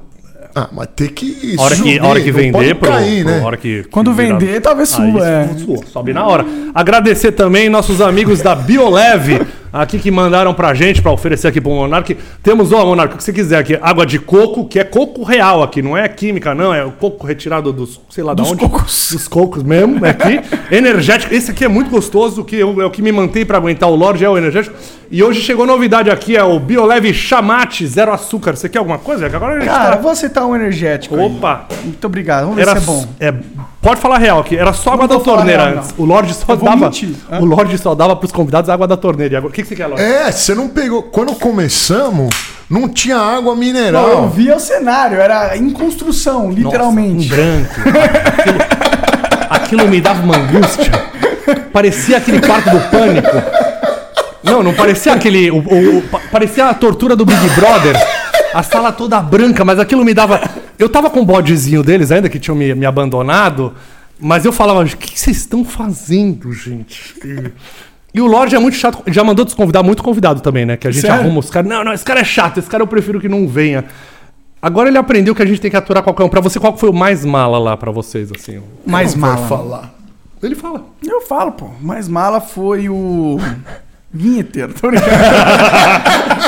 S3: Ah, mas tem que
S1: A hora que,
S3: subir,
S1: a hora que
S3: não pode
S1: vender, pro,
S3: cair,
S1: pro-
S3: né?
S1: a hora que... que
S4: Quando
S1: virar-
S4: vender, talvez
S1: Aí
S4: suba. é.
S1: suou, sobe na hora. Agradecer também nossos amigos da Bioleve, aqui que mandaram pra gente, pra oferecer aqui pro Monark. Temos, ó, Monark, o que você quiser aqui. Água de coco, que é coco real aqui, não é química, não. É o coco retirado dos, sei lá
S4: Dos
S1: de onde.
S4: cocos.
S1: Dos cocos mesmo,
S4: (laughs)
S1: é aqui. energético. Esse aqui é muito gostoso, que eu- é o que me mantém pra aguentar o Lorde, é o energético. E hoje chegou novidade aqui, é o Bioleve Chamate, zero açúcar. Você quer alguma coisa? Que Agora a gente
S4: Cara,
S1: tá...
S4: vou aceitar um energético. aí.
S1: Opa!
S4: Muito obrigado. Vamos ver
S1: Era,
S4: se é bom.
S1: é, pode falar real aqui. Era só água
S4: Não
S1: da
S4: vou falar
S1: torneira
S4: real,
S1: antes. O Lorde só
S4: Eu vou
S1: dava.
S4: mentir, é. hã?
S1: O Lorde só dava pros convidados água da torneira. E agora- O que, que você quer, Lorde?
S3: É, você não pegou. Quando começamos, Não tinha água
S4: Não, eu
S3: mineral.
S4: via o cenário, era em construção, literalmente.
S1: Nossa, um branco. Aquilo, aquilo me dava uma angústia. Parecia aquele quarto do pânico. Não, não parecia aquele. o- o- o- pa- parecia a tortura do Big Brother. A sala toda branca, mas aquilo me dava. Eu tava com o bodezinho deles ainda, que tinham me, me abandonado. Mas eu falava, o que que vocês estão fazendo, gente? E- E o Lorde é muito chato. Já mandou desconvidar muito convidado também, né? Que a gente
S4: Sério?
S1: arruma os caras. Não, não, esse cara é chato, esse cara eu prefiro que não venha. Agora ele aprendeu que a gente tem que aturar qualquer um. Pra você, qual que foi o mais mala lá pra vocês, assim?
S4: Mais
S3: Não vai
S4: mala.
S3: falar.
S1: Ele fala.
S4: Eu falo, pô. Mais mala foi o. Vinheteiro, tô brincando.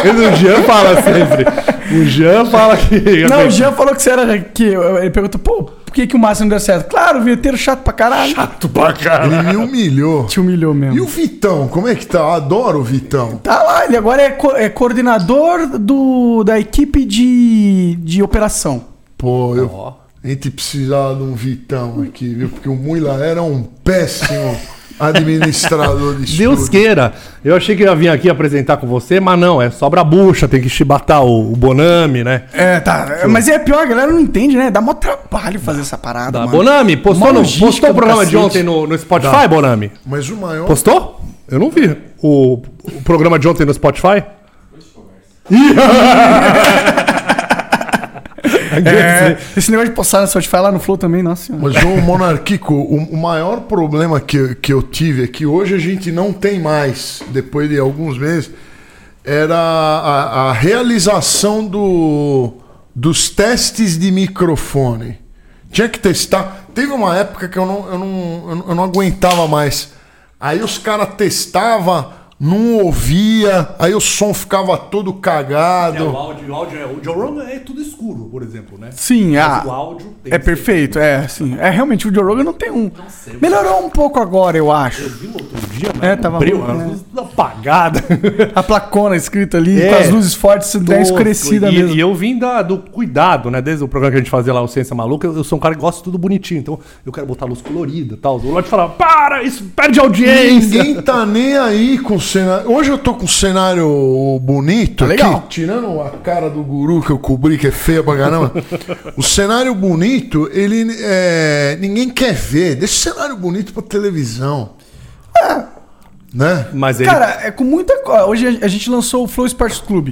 S1: Ele, o Jean fala sempre. O Jean (laughs) fala que.
S4: Não, o Jean falou que você era. Que, ele perguntou, pô, por que, que o Márcio não deu certo? Claro, o vinheteiro é chato pra caralho.
S1: Chato pra caralho.
S3: Ele me humilhou.
S4: Te humilhou mesmo.
S3: E o Vitão, como é que tá? Eu adoro o Vitão.
S4: Tá lá, ele agora é, co- é coordenador do, da equipe de, de operação.
S3: Pô, eu, a gente precisava de um Vitão aqui, viu? Porque o Muila era um péssimo administrador de estúdio.
S1: Deus queira. Eu achei que eu ia vir aqui apresentar com você, mas não, é sobra bucha, tem que chibatar o, o Bonami, né?
S4: É, tá. Mas é pior, a galera não entende, né? Dá mó trabalho fazer essa parada.
S1: Tá,
S4: mano.
S1: Bonami, postou,
S4: Uma
S1: no,
S4: logística
S1: postou o
S4: do
S1: programa de
S4: cacete.
S1: ontem no, no Spotify, Bonami?
S3: Mas o maior.
S1: Tá. Postou? Eu não vi o, o programa de ontem no Spotify. (laughs)
S4: É, esse negócio de postar no Spotify lá no Flow também, nossa senhora.
S3: Mas o Monarquico, o, o maior problema que, que eu tive é que hoje a gente não tem mais, depois de alguns meses, era a, a realização do, dos testes de microfone. Tinha que testar. Teve uma época que eu não, eu não, eu não- eu não aguentava mais. Aí os caras testavam, não ouvia, aí o som ficava todo cagado.
S1: áudio, o áudio é. O Joe Rogan é tudo escuro, por exemplo, né?
S4: Sim, ah,
S1: áudio tem
S4: é perfeito, é, sim. É realmente o Joe Rogan não tem um. Melhorou um pouco agora, eu acho.
S1: vi outro dia, Tá
S4: É, tava
S1: abriu,
S4: ruim,
S1: as
S4: né?
S1: luzes
S4: (laughs)
S1: tudo apagada.
S4: A placona escrita ali,
S1: É.
S4: com as luzes fortes, dá Tá escurecida
S1: e,
S4: mesmo.
S1: E eu vim da- do cuidado, né? Desde o programa que a gente fazia lá, o Ciência Maluca, eu, eu sou um cara que gosta de tudo bonitinho. Então, eu quero botar luz colorida e tal. O Lorde falava, para, isso perde audiência.
S3: Ninguém tá nem aí com o cenário. Hoje eu tô com um cenário bonito
S4: Tá legal.
S3: aqui, tirando a cara do guru que eu cobri, que é feia pra caramba. o cenário bonito, ele é, ninguém quer ver. Deixa o cenário bonito pra televisão. Né?
S1: Mas ele...
S4: Cara, é com muita coisa. Hoje a a gente lançou o Flow Sports Club,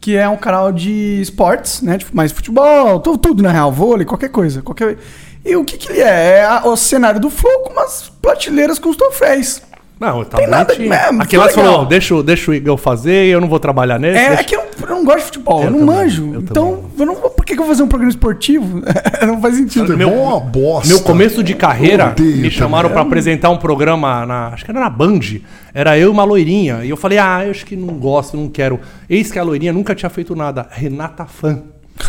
S4: que é um canal de esportes, né? Tipo, mais futebol, tu- tudo na real, vôlei, qualquer coisa. Qualquer... E o que, que ele é? É a- o cenário do Flow com umas prateleiras com os troféus.
S1: não, tá
S4: tem nada
S1: bonitinho.
S4: de- é,
S1: Aqui lá
S4: tá
S1: você falou,
S4: legal.
S1: deixa, o- deixa o Igor fazer e eu não vou trabalhar nesse.
S4: É,
S1: deixa-
S4: é que eu, eu não gosto de futebol, eu,
S1: Eu
S4: não
S1: também,
S4: manjo.
S1: eu
S4: então, eu não, vou- por que, que eu vou fazer um programa esportivo? (laughs) não faz sentido.
S3: Tudo
S1: meu-
S3: é bom uma bosta.
S1: Meu começo de carreira,
S3: Odeio
S1: me
S3: também.
S1: chamaram pra apresentar um programa na, acho que era na Band. Era eu e uma loirinha. E eu falei: "Ah, eu acho que não gosto, não quero". Eis que a loirinha nunca tinha feito nada. Renata Fan.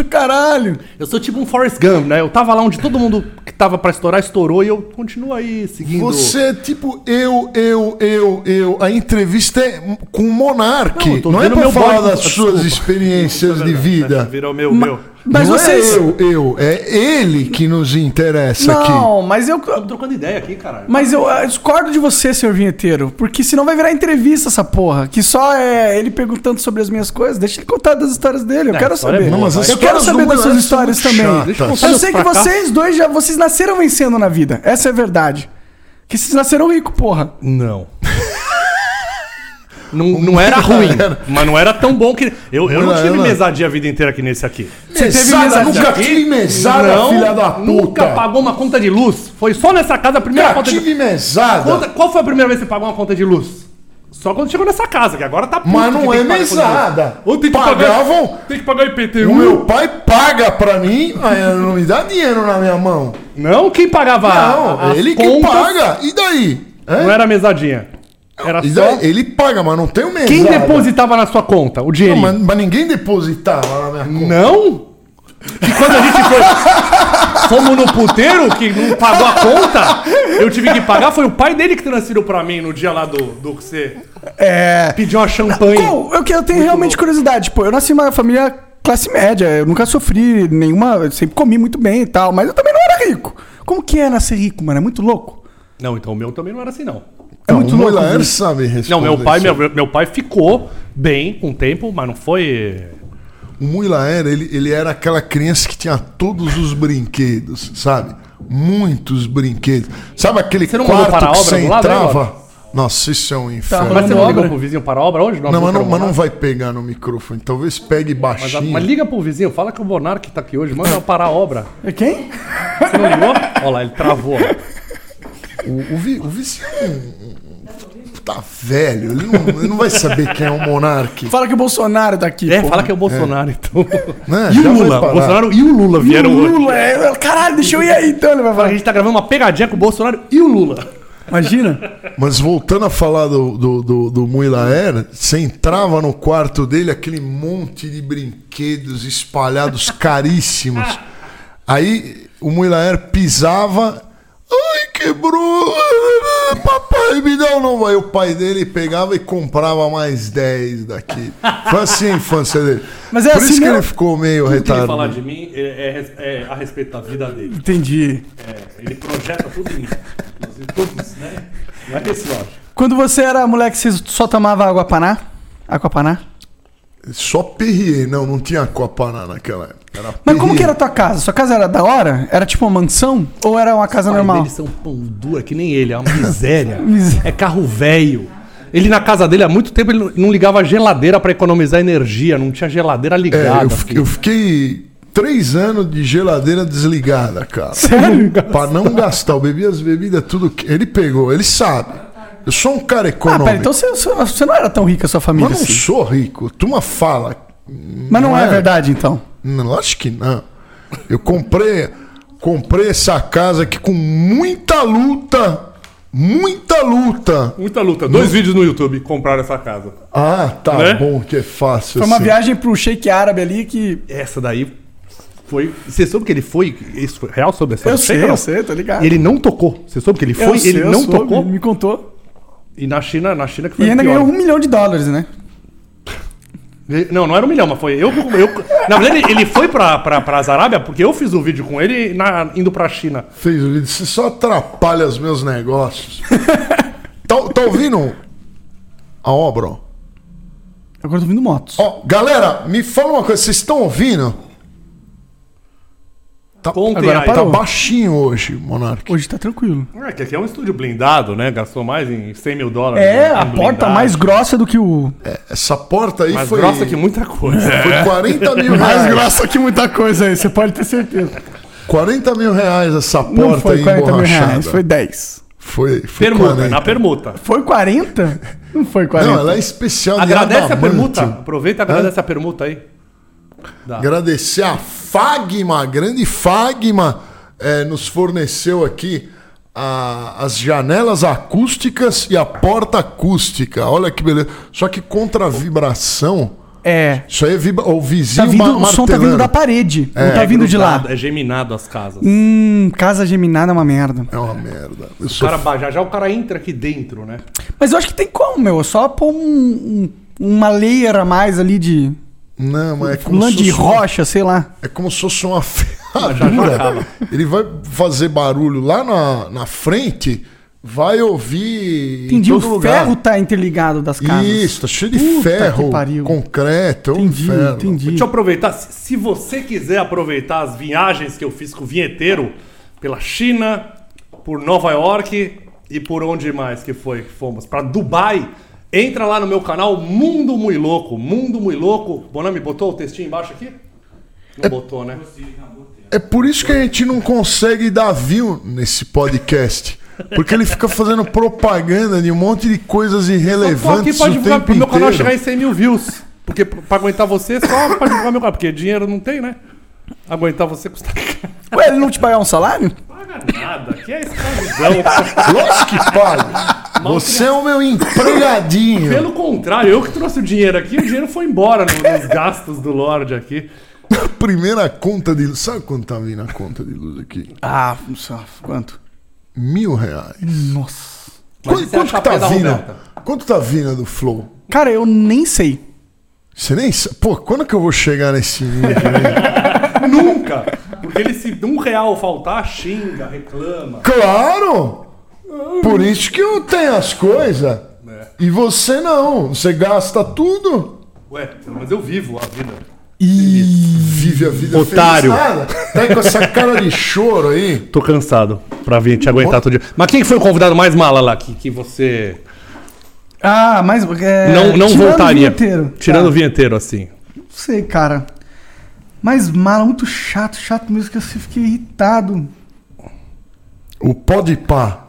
S4: Caralho.
S1: Eu sou tipo um Forrest Gump, né? Eu tava lá onde todo mundo que tava pra estourar estourou e eu continuo aí seguindo.
S3: Você é tipo eu, eu, eu, eu. A entrevista é com o
S1: Não,
S3: Monark.
S1: eu tô
S3: Não, é
S1: vendo
S3: pra
S1: meu
S3: falar
S1: bode-
S3: das suas
S1: Desculpa.
S3: experiências de vida.
S1: Virou meu, meu.
S4: Mas
S3: não
S4: vocês.
S3: é eu, eu, é ele que nos interessa aqui.
S4: Não, mas eu.
S1: Tô trocando ideia aqui, caralho.
S4: Mas eu, eh, discordo de você, senhor vinheteiro, porque senão vai virar entrevista essa porra, que só é ele perguntando sobre as minhas coisas. Deixa ele contar das histórias dele, eu
S1: Não,
S4: quero
S1: história é
S4: saber.
S1: boa, Não, mas
S3: as
S4: eu quero
S3: histórias
S4: saber
S3: do
S4: das suas
S3: Mulan são
S4: histórias
S3: muito
S4: também.
S3: chatas.
S1: Deixa
S4: Eu
S1: Seus
S4: sei que
S1: fracassos.
S4: vocês dois já vocês nasceram vencendo na vida. Essa é a verdade. Que vocês nasceram rico, porra.
S1: Não. não, não era ruim, mas não era tão bom que. Eu, eu não
S3: Ela-
S1: tive
S3: ela-
S1: mesadinha a vida inteira aqui nesse aqui.
S4: Você teve
S3: Mesada,
S4: mesadinha
S3: nunca
S4: aqui?
S3: tive mesada, filha da puta.
S1: Nunca pagou uma conta de luz. Foi só nessa casa a primeira
S3: Nunca
S1: conta de
S3: tive mesada.
S1: Conta- Qual foi a primeira vez que você pagou uma conta de luz? Só quando chegou nessa casa, que agora tá puto
S3: Mas não
S1: que tem
S3: é
S1: que pagar conta de luz.
S3: mesada.
S1: Ou tem que
S3: Pagavam. um
S1: pagar. Tem que pagar IPTU.
S3: O meu pai paga pra mim, aí ela não me dá dinheiro na minha mão.
S1: Não quem pagava.
S4: Ah,
S3: Não,
S1: as
S3: ele que
S1: contas,
S3: paga. né? E daí? É?
S1: Não era mesadinha. Era
S3: E
S1: só.
S3: daí? Ele paga, mas não tem o mesada.
S1: Quem depositava na sua conta o
S3: Não,
S1: dinheiro?
S3: mas, mas ninguém depositava na minha conta.
S1: Não? Que quando a gente foi. Fomos no puteiro que não pagou a conta, eu tive que pagar. Foi o pai dele que transferiu pra mim no dia lá do, do que você
S4: É.
S1: pediu uma champanhe.
S4: Bom, eu, que- eu tenho realmente curiosidade. Pô, eu nasci numa família classe média. Eu nunca sofri nenhuma. Eu sempre comi muito bem e tal. Mas eu também não era rico. Como que é nascer rico, mano? É muito louco.
S1: Não, então o meu também não era assim, não.
S4: É muito
S3: o
S4: louco.
S3: Mulaer
S4: isso.
S3: sabe responder.
S1: Não, meu pai,
S3: isso.
S1: meu, meu pai ficou bem com o tempo, mas não foi.
S3: O Muila era, ele, ele era aquela criança que tinha todos os brinquedos, sabe? Muitos brinquedos. Sabe aquele
S1: Você não mudou
S3: quarto
S1: para a
S3: que
S1: obra
S3: você
S1: do lado aí,
S3: entrava?
S1: Laura?
S3: Nossa, isso é um inferno.
S1: Mas você não
S4: Obra.
S1: ligou pro vizinho para a obra hoje?
S3: não, mas
S1: açúcar,
S3: não, mas não
S1: Monark?
S3: vai pegar no microfone. Talvez pegue
S1: Mas,
S3: baixinho.
S1: mas liga pro vizinho, fala que o Monark tá aqui hoje, manda ela parar a obra.
S4: É quem?
S1: Você não ligou? Olha lá, ele travou.
S3: O, o, Vi- o Vici é um. Tá velho, ele não, ele não vai saber quem é o Monark.
S4: Fala que o Bolsonaro tá aqui.
S1: É,
S4: porra.
S1: fala que é o Bolsonaro, então.
S3: Né?
S1: E
S3: Já
S1: o
S3: vai
S1: Lula?
S3: parar.
S1: O Bolsonaro e um o Lula
S4: E
S1: vieram
S4: o
S1: hoje.
S4: Lula, é, caralho, deixa eu ir aí então, ele vai
S1: A
S4: falar.
S1: gente tá gravando uma pegadinha com o Bolsonaro e o Lula.
S4: Imagina.
S3: Mas voltando a falar do, do, do, do Muilaer, você entrava no quarto dele, aquele monte de
S4: (laughs)
S3: brinquedos espalhados caríssimos. Aí o Muilaer pisava. Ai, quebrou! Papai, me dá um novo. Aí o pai dele pegava e comprava mais 10 daqui. Foi assim a infância dele.
S4: Mas é
S3: Por
S4: assim
S3: isso que
S4: mesmo?
S3: ele ficou meio
S1: que ele falar
S3: retardado.
S1: de mim é, é- é a respeito da vida dele.
S4: Entendi.
S1: É, ele projeta tudo em mim. Inclusive todos, né? Não é esse lógico.
S4: Quando você era moleque, você só tomava água paná? Água paná?
S3: Só Perrier, não, não tinha Copaná naquela época. Era
S4: Mas como
S3: Perrier.
S4: que era a tua casa? Sua casa era da hora? Era tipo uma mansão? Ou era uma casa normal?
S1: Eles são pão dura que nem ele, é uma miséria.
S4: (laughs) Miséria.
S1: é carro velho. Ele na casa dele há muito tempo ele não- não ligava a geladeira pra economizar energia, não tinha geladeira
S3: É,
S1: ligada.
S3: eu, fi-
S1: filho.
S3: eu fiquei três anos de geladeira desligada, cara.
S4: Sério?
S3: Pra não gastar. Eu bebi as bebidas, tudo que. Ele pegou, ele sabe. Eu sou um
S4: Ah,
S3: cara econômico.
S4: pera, então você, você não era tão rica a sua família
S3: Mas não
S4: assim.
S3: sou rico. Tu uma fala.
S4: Mas não, é,
S3: era.
S4: verdade, então.
S3: Não, acho que não. Eu comprei, comprei essa casa aqui com muita luta. Muita luta.
S1: Muita luta. Dois vídeos no YouTube compraram essa casa.
S3: Ah, tá
S1: Né?
S3: bom que é fácil.
S4: Foi uma
S3: assim.
S4: viagem pro shake árabe ali que.
S1: Essa daí foi. Você soube que ele foi? Isso foi real sobre essa
S4: Eu
S1: Sei
S4: sei,
S1: que não.
S4: eu sei, tá ligado?
S1: E ele não tocou. Você soube que ele
S4: Eu
S1: foi,
S4: sei,
S1: ele
S4: eu
S1: não
S4: soube,
S1: tocou.
S4: Me contou.
S1: E na China, na China que foi
S4: E ainda
S1: pior.
S4: ganhou um milhão de dólares, né?
S1: Não, não era um milhão, mas foi eu. eu na verdade, ele- ele foi pra, pra, pra Arábia porque eu fiz um vídeo com ele na- indo pra China.
S3: fez o vídeo. Você só atrapalha os
S4: (laughs)
S3: meus negócios. tá, tá ouvindo a obra? ó?
S4: Agora eu tô vindo motos.
S3: Ó, galera, me fala uma coisa. Vocês estão ouvindo? Tá,
S1: Contem
S4: Agora
S1: aí.
S3: tá
S4: parou.
S3: baixinho hoje, Monark.
S4: Hoje tá tranquilo.
S1: É, que aqui é um estúdio blindado, né? Gastou mais em 100 mil dólares.
S4: É,
S1: em
S4: a
S1: blindagem.
S4: porta mais grossa do que o.
S3: Essa porta aí
S1: Mais
S3: foi...
S1: grossa que
S4: (laughs)
S1: muita coisa. É.
S3: Foi 40 mil reais.
S4: Mais grossa que muita coisa é aí, você pode ter certeza.
S3: 40 mil reais essa
S4: Não
S3: porta
S4: foi
S3: aí
S4: 40 mil
S3: emborrachada.
S4: reais, foi 10.
S3: Foi, foi
S1: Permuta,
S3: 40.
S1: na permuta.
S4: Foi 40? Não foi 40.
S3: Não, ela é especial. de
S1: Agradece a
S3: adamante.
S1: permuta. Aproveita e agradece a permuta aí.
S3: Agradecer a Fagma, a grande Fagma, eh, nos forneceu aqui a- as janelas acústicas e a porta acústica. Olha que beleza. Só que contra a vibração,
S4: É.
S3: isso aí é vibra, o vizinho
S4: Tá vindo,
S3: ma-
S4: o som tá vindo
S3: martelando.
S4: da parede, não tá
S1: É
S4: vindo de lá.
S1: grudado, É geminado as casas.
S4: Hum, casa geminada é uma merda.
S3: É uma merda. Eu
S1: O
S3: sou
S1: cara, ba- já, já o cara entra aqui dentro, né?
S4: Mas eu acho que tem como, meu. É só pôr um- um- uma layer a mais ali de.
S3: Não, mas é como,
S4: Lã
S3: se
S4: de
S3: fosse uma-
S4: rocha, sei lá.
S3: é como se fosse uma (laughs)
S1: Ah, já acaba.
S3: ferradura. Ele vai fazer barulho lá na, na frente, vai ouvir. em
S4: Entendi, o
S3: todo lugar.
S4: ferro tá interligado das casas.
S3: Isso, tá cheio de
S4: Puta que
S3: ferro,
S4: pariu.
S3: concreto, é um
S4: Entendi,
S3: inferno.
S4: entendi.
S1: Deixa eu aproveitar. Se se você quiser aproveitar as viagens que eu fiz com o vinheteiro pela China, por Nova York e por onde mais que foi que fomos? Pra Dubai. Entra lá no meu canal Mundo Mui Louco. Mundo Mui Louco. Bonami, botou o textinho embaixo aqui? Não botou, né?
S3: É por isso que a gente não consegue dar view nesse podcast. Porque ele fica fazendo propaganda de um monte de coisas
S1: Eu Então, tô aqui
S3: irrelevantes
S1: pra
S3: o
S1: divulgar
S3: tempo
S1: pro meu canal chegar em
S3: inteiro.
S1: 100 mil views. Porque pra aguentar você, é só pra divulgar meu canal. Porque dinheiro não tem, né? Aguentar você custa (laughs) caro.
S4: Ué, ele não te pagar um salário?
S1: Paga nada. Que é escravidão.
S3: Lógico que paga. Você é o meu empregadinho.
S1: Pelo contrário, eu que trouxe o dinheiro aqui, o dinheiro foi embora no- (laughs) nos gastos do Lorde aqui.
S3: (laughs) Primeira conta de luz. Sabe quanto tá vindo a conta de luz aqui?
S4: Ah, não sei quanto.
S3: Mil reais.
S4: Nossa.
S3: Quanto,
S1: isso é a
S3: quanto que tá
S1: chapéu da
S3: vindo?
S1: Roberta.
S3: Quanto tá vindo do Flow?
S4: Cara, eu nem sei.
S3: Você nem sabe. Pô, quando que eu vou chegar nesse nível?
S1: Nunca! Porque ele, se um real faltar, xinga, reclama.
S3: Claro! Por isso que eu tenho as coisas.
S1: É.
S3: E você não. Você gasta tudo.
S1: Ué, mas eu vivo a vida.
S4: E
S3: Vive a vida
S1: Otário.
S3: feliz. Nada. Tá aí com essa cara de choro aí.
S1: Tô cansado pra vir te aguentar todo dia. Mas quem foi o convidado mais mala lá que, que você
S4: ah, mas é,
S1: não, não
S4: tirando
S1: voltaria?
S4: o vinheteiro.
S1: Tirando
S4: Tá.
S1: o vinheteiro, assim.
S4: Não sei, cara. Mas mala, muito chato, chato mesmo que eu fiquei irritado.
S3: O pó de pá.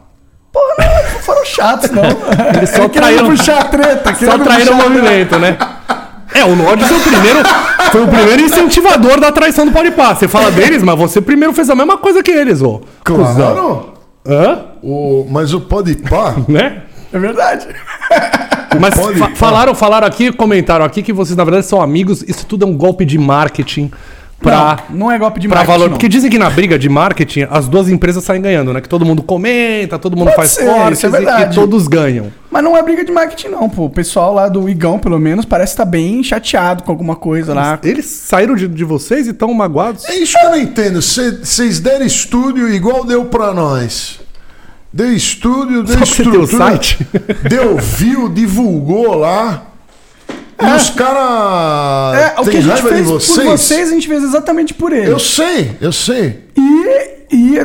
S4: Não foram chatos,
S1: (laughs)
S4: não.
S1: Eles só
S4: Querendo
S1: traíram,
S4: puxar a treta,
S1: só
S4: querendo
S1: traíram o
S4: puxar a treta.
S1: movimento, né? É, o Lorde foi o primeiro, foi o primeiro incentivador da traição do Podpah. Você fala deles, mas você primeiro fez a mesma coisa que eles, ô. Cuzão.
S3: Claro.
S1: Hã?
S3: O, mas o pó de pá.
S1: Né?
S4: É verdade.
S1: Mas
S3: Pode
S1: fa-
S3: ir,
S1: falaram, falaram aqui, comentaram aqui que vocês, na verdade, são amigos. Isso tudo é um golpe de marketing pra,
S4: Não, não é golpe de
S1: Tá. pra
S4: marketing,
S1: valor.
S4: não.
S1: Porque dizem que na briga de marketing as duas empresas saem ganhando, né? Que todo mundo comenta, todo mundo
S4: Pode
S1: faz
S4: ser,
S1: cortes
S4: isso é
S1: e- e,
S4: verdade.
S1: todos ganham.
S4: Mas não é briga de marketing, não, pô. O pessoal lá do Igão, pelo menos, parece estar bem chateado com alguma coisa lá.
S1: Eles saíram de, de vocês e estão magoados.
S3: É isso que eu não entendo. Vocês deram estúdio igual deu pra nós. Deu estúdio, deu
S1: Só porque
S3: estrutura.
S1: tem o site.
S3: (laughs) Deu view, divulgou lá. E os caras.
S4: É, o que a gente fez por vocês, a gente fez exatamente por
S3: Eu
S4: eles.
S3: sei, eu sei.
S4: E, e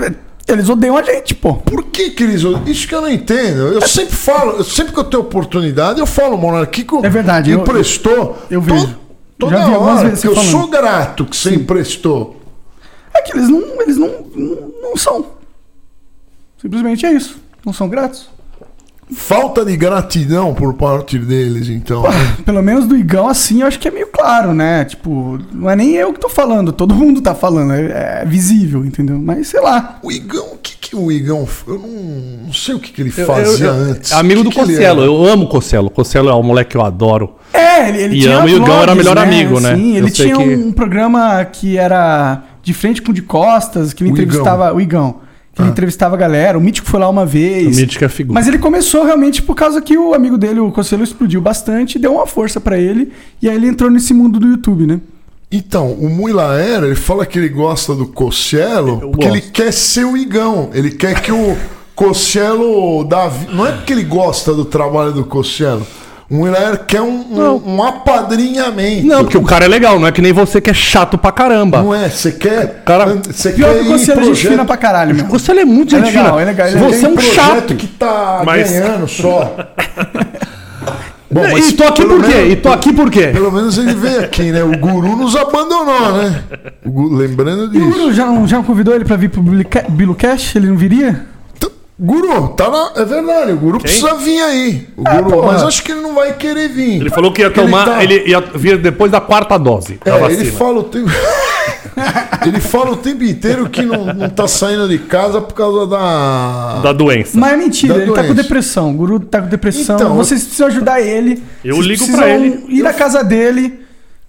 S4: eles odeiam a gente, pô.
S3: Por que, que eles. Isso que eu não entendo.
S4: É.
S3: Eu sempre falo, eu- sempre que eu tenho oportunidade, eu falo, Monarquico.
S4: É verdade, eu-
S3: Emprestou.
S4: eu
S3: to-
S4: vejo.
S3: Toda
S4: Já vi algumas
S3: hora.
S4: vezes
S3: que
S4: você
S3: eu
S4: falando.
S3: sou grato que você emprestou.
S4: É que eles não. Eles não, não, não são. Simplesmente é isso. Não são gratos.
S3: Falta de gratidão por parte
S4: (laughs)
S3: deles, então.
S4: Pelo menos do Igão, assim, eu acho que é meio claro, né? Tipo, não é nem eu que tô falando, todo mundo tá falando. É, é visível, entendeu? Mas sei lá.
S3: O Igão, o que, que o Igão. Eu não, não sei o que, que ele
S1: Eu-
S3: fazia
S1: eu- eu-
S3: antes.
S1: Amigo
S3: O
S1: do
S3: que que ele
S1: Cocielo,
S3: era?
S1: eu amo o Cocielo. O Cocielo é um moleque que eu adoro.
S4: É, ele, ele
S1: E
S4: tinha.
S1: amo, e o Igão era melhor amigo, né?
S4: Sim,
S1: Eu
S4: ele
S1: sei
S4: tinha
S1: que-
S4: um programa que era de frente com o de costas, que ele
S3: O Igão.
S4: entrevistava. O Ah. Igão. Que ele entrevistava a galera. O Mítico foi lá uma
S1: O
S4: vez.
S1: Mítico é figura.
S4: Mas ele começou realmente por causa que o amigo dele, o Conselho, explodiu bastante, deu uma força pra ele. E aí ele entrou nesse mundo do YouTube, né?
S3: Então, o Muila Era, ele fala que ele gosta do Cocielo
S1: Eu
S3: porque ele
S1: gosto.
S3: quer ser o Igão. Ele quer que o Cocielo. Dá... vi- Não é porque ele gosta do trabalho do Cocielo. O Muila Era quer um, um, um apadrinhamento.
S1: Não, porque o cara é legal, não é que nem você que é chato pra caramba.
S3: Não é? Você quer.
S1: Cara,
S3: você
S4: Pior
S3: quer
S4: que o
S3: ir em
S4: Conselho é gente
S3: projeto-
S4: fina pra caralho,
S1: O
S4: meu.
S1: Cocielo é muito
S4: É
S1: gente
S4: legal,
S1: fina.
S4: é legal, ele é
S1: Você é
S3: tem
S1: um
S3: projeto
S1: chato.
S3: que tá
S1: Mas-
S3: ganhando só. Bom, mas
S1: e tô aqui
S3: pelo
S1: por quê?
S3: menos-
S1: E tô aqui por quê?
S3: Pelo menos ele veio aqui, né? O guru nos abandonou, né? O gu-
S4: E
S3: Lembrando
S4: o
S3: disso.
S4: Guru já não, já não convidou ele pra vir pro Bilica- Bilucast? Ele não viria?
S3: T- Então, Guru, tá na... é verdade, o guru precisa vir aí. O guru,
S4: porra.
S3: mas acho que ele não vai querer vir.
S1: Ah, Ele falou que ia
S3: Porque
S1: tomar,
S3: tá-
S1: ele, ia vir depois da quarta dose da
S3: É,
S1: vacina.
S3: ele fala o tempo. (laughs) ele fala o tempo inteiro que não, não tá saindo de casa por causa da.
S1: Da doença.
S4: Mas é mentira,
S3: Da
S4: ele tá
S3: doença.
S4: com depressão. O guru tá com depressão.
S3: Então,
S4: Vocês precisam ajudar ele.
S1: Eu
S4: Vocês
S1: ligo
S4: precisam
S1: pra ele.
S4: ir na casa dele,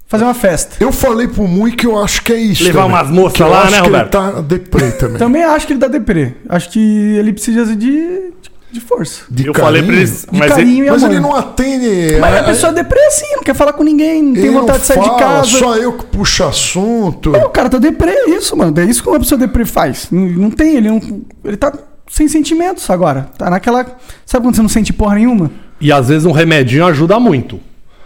S4: fazer uma festa.
S3: Eu falei pro Mui que eu acho que é isso.
S1: Levar umas moças
S3: Que eu
S1: lá,
S3: acho
S1: né,
S3: que
S1: Roberto? Então,
S3: Ele tá deprê também.
S4: Também acho que ele dá deprê. Acho que ele precisa de, de força.
S3: De
S1: eu falei pra
S3: carinho.
S1: eles,
S4: De
S1: mas
S4: carinho
S1: ele,
S4: e
S3: Mas
S4: amor.
S3: ele não atende.
S4: Mas
S3: é,
S4: a pessoa é deprê assim, não quer falar com ninguém, não tem
S3: ele não
S4: vontade de sair
S3: fala,
S4: de casa.
S3: Só eu que puxo assunto.
S4: Não, o cara tá deprê, é isso, mano. É isso que uma pessoa deprê faz. Não, não tem, ele não. Ele tá sem sentimentos agora. Tá naquela. Sabe quando você não sente porra nenhuma?
S1: e às vezes um remedinho ajuda muito.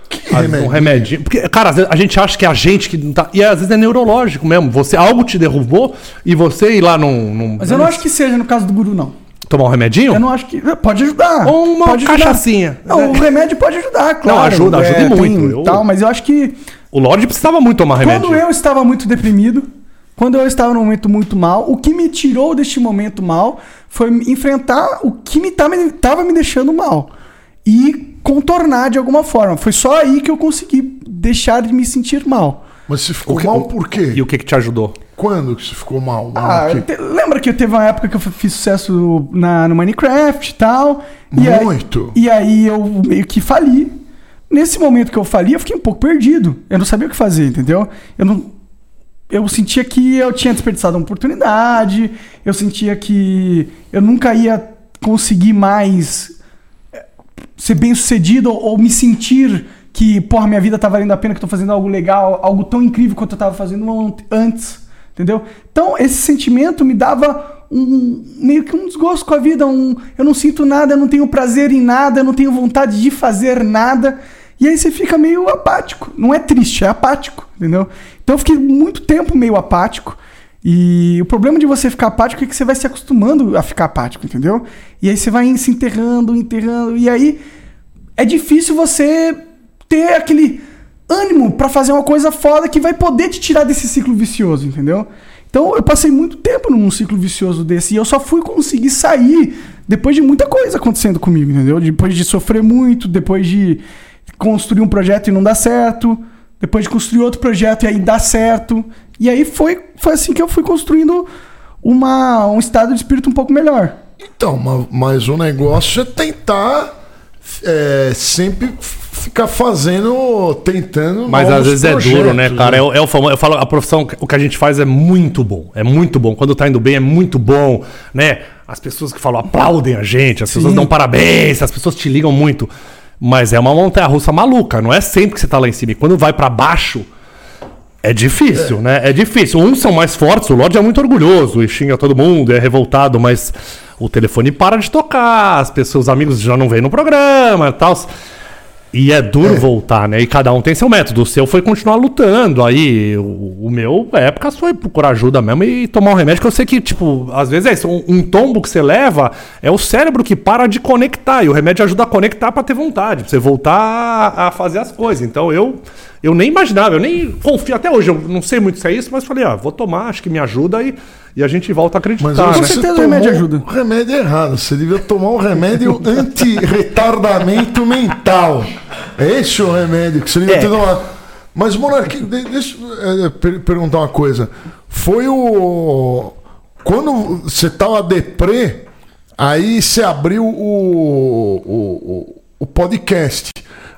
S3: Que
S1: Às vezes Um remedinho. Porque, cara, às vezes a gente acha que é a gente que não tá. E às vezes é neurológico mesmo. Você, algo te derrubou e você ir lá num. num-
S4: Mas eu
S3: É.
S4: não acho que seja no caso do guru, não.
S1: Tomar um remedinho?
S4: Eu não acho que. Pode ajudar.
S1: Ou uma
S4: pode
S1: cachaçinha.
S4: Ajudar. Não, o remédio pode ajudar, claro. É,
S1: ajuda, ajuda e
S4: tem
S1: muito. Eu-
S4: Tal, mas eu acho que
S1: O Lorde precisava muito tomar
S4: quando
S1: remedinho.
S4: eu estava muito deprimido, quando eu estava num momento muito mal, o que me tirou deste momento mal foi me enfrentar o que me tava, tava me deixando mal. E contornar de alguma forma. Foi só aí que eu consegui deixar de me sentir mal.
S3: Mas você ficou
S1: O que-
S3: mal por quê?
S1: E o que que te ajudou?
S3: Quando que você ficou mal?
S4: Ah,
S3: Mano, que-
S4: te- lembra que teve uma época que eu fiz sucesso na, no Minecraft e tal? E aí-
S3: Muito.
S4: e aí eu meio que fali. Nesse momento que eu fali, eu fiquei um pouco perdido. Eu não sabia o que fazer, entendeu? Eu não. Eu sentia que eu tinha desperdiçado uma oportunidade, eu sentia que eu nunca ia conseguir mais eh, ser bem sucedido ou, ou me sentir que, porra, minha vida tá valendo a pena, que eu tô fazendo algo legal, algo tão incrível quanto eu tava fazendo ont- antes, entendeu? Então, esse sentimento me dava um meio que um desgosto com a vida, um eu não sinto nada, eu não tenho prazer em nada, eu não tenho vontade de fazer nada. E aí você fica meio apático. Não é triste, é apático, entendeu? Então eu fiquei muito tempo meio apático. E o problema de você ficar apático é que você vai se acostumando a ficar apático, entendeu? E aí você vai se enterrando, enterrando, e aí é difícil você ter aquele ânimo pra fazer uma coisa foda que vai poder te tirar desse ciclo vicioso, entendeu? Então eu passei muito tempo num ciclo vicioso desse e eu só fui conseguir sair depois de muita coisa acontecendo comigo, entendeu? Depois de sofrer muito, depois de construir um projeto e não dar certo, depois de construir outro projeto e aí dar certo. E aí foi, foi assim que eu fui construindo uma, um estado de espírito um pouco melhor.
S3: Então, ma- mas o negócio é tentar é, sempre f- ficar fazendo, tentando.
S1: Mas às
S3: novos
S1: vezes é duro,
S3: projetos,
S1: né, cara? É, o- é o famoso, eu falo, a profissão, o que a gente faz é muito bom. É muito bom. Quando tá indo bem, é muito bom, né? As pessoas que falam aplaudem a gente, as pessoas dão parabéns, as pessoas te ligam muito. Mas é uma montanha russa maluca, não é sempre que você tá lá em cima. E quando vai pra baixo, é difícil, né? É difícil. Uns são mais fortes, o Lorde é muito orgulhoso e xinga todo mundo, é revoltado, mas o telefone para de tocar, as pessoas, os amigos já não vêm no programa e tal. E é duro voltar, né? E cada um tem seu método. O seu foi continuar lutando. Aí o, o meu, a época, foi procurar ajuda mesmo e tomar um remédio. Que eu sei que, tipo, às vezes é isso. Um, um tombo que você leva é o cérebro que para de conectar. E o remédio ajuda a conectar pra ter vontade, pra você voltar a, a fazer as coisas. Então eu eu nem imaginava, eu nem confio até hoje. Eu não sei muito se é isso, mas falei, ah, vou tomar, acho que me ajuda e, e a gente volta a acreditar.
S3: Mas
S1: né?
S3: você
S4: Tá, certeza o
S3: tomou
S4: remédio ajuda.
S3: O remédio errado. Você devia tomar
S4: (laughs)
S3: um remédio anti-retardamento mental. Esse é o remédio que você devia
S1: É.
S3: ter tomado. Mas, Monarque, de- deixa eu é, per- perguntar uma coisa. Foi o. Quando você tava deprê, aí você abriu o, o, o, o podcast.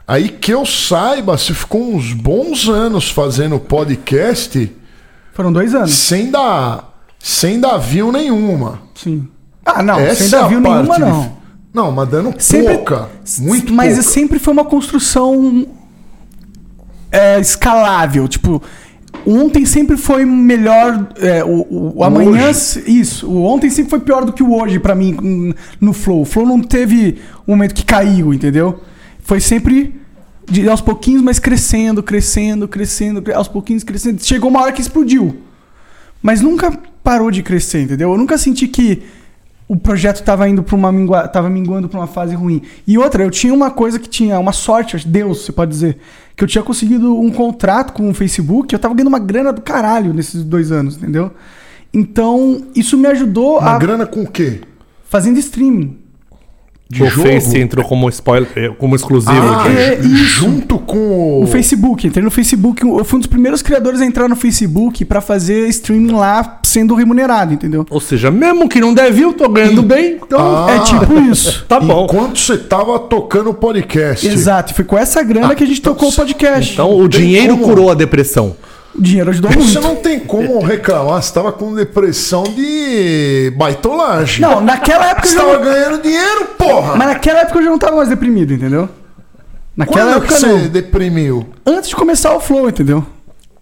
S3: Aí que eu saiba, você ficou uns bons anos fazendo podcast
S4: Foram dois anos.
S3: sem dar, sem dar view nenhuma.
S4: Sim. Ah, não,
S3: Essa
S4: sem
S3: é
S4: dar
S3: a
S4: view nenhuma,
S3: parte
S4: não.
S3: dif- Não, mas dando
S4: Sempre-
S3: pouca.
S4: s-
S3: Muito
S4: Mas assim,
S3: pouca.
S4: sempre foi uma construção é, escalável. Tipo, o ontem sempre foi melhor. é, o, o- o amanhã. se- Isso. O ontem sempre foi pior do que o hoje pra mim n- no Flow. O Flow não teve um momento que caiu, entendeu? Foi sempre. De, aos pouquinhos, mas crescendo, crescendo, crescendo, cre- aos pouquinhos crescendo. Chegou uma hora que explodiu. Mas nunca parou de crescer, entendeu? Eu nunca senti que o projeto tava indo para uma mingua, tava minguando para uma fase ruim. E outra, eu tinha uma coisa que tinha uma sorte, acho- Deus, você pode dizer, que eu tinha conseguido um contrato com o Facebook, eu tava ganhando uma grana do caralho nesses dois anos, entendeu? Então, isso me ajudou
S3: Uma
S4: a
S3: grana com o quê?
S4: fazendo streaming.
S1: o Face entrou como spoiler, eh, como exclusivo.
S3: Ah,
S1: aqui.
S4: é
S3: ju-
S4: isso.
S3: junto com o...
S4: O Facebook, entrei no Facebook, eu fui um dos primeiros criadores a entrar no Facebook para fazer streaming lá sendo remunerado, entendeu?
S1: Ou seja, mesmo que não der view, tô ganhando bem, então
S3: Ah.
S4: É tipo isso.
S1: tá bom.
S3: Enquanto você tava tocando podcast.
S4: Exato, foi com essa grana
S3: Ah,
S4: que a gente
S3: então
S4: tocou o
S3: se-
S4: podcast.
S1: Então o
S3: Tem
S1: dinheiro
S3: como.
S1: curou a depressão.
S4: o dinheiro ajudou
S3: Você
S4: muito.
S3: não tem como reclamar, você tava com depressão de baitolagem.
S4: Não, naquela época eu
S3: Você tá
S4: já
S3: tava
S4: não-
S3: ganhando dinheiro, porra!
S4: Mas naquela época eu já não tava mais deprimido, entendeu? Naquela
S3: Quando é que
S4: época
S3: você
S4: não.
S3: deprimiu?
S4: Antes de começar o Flow, entendeu?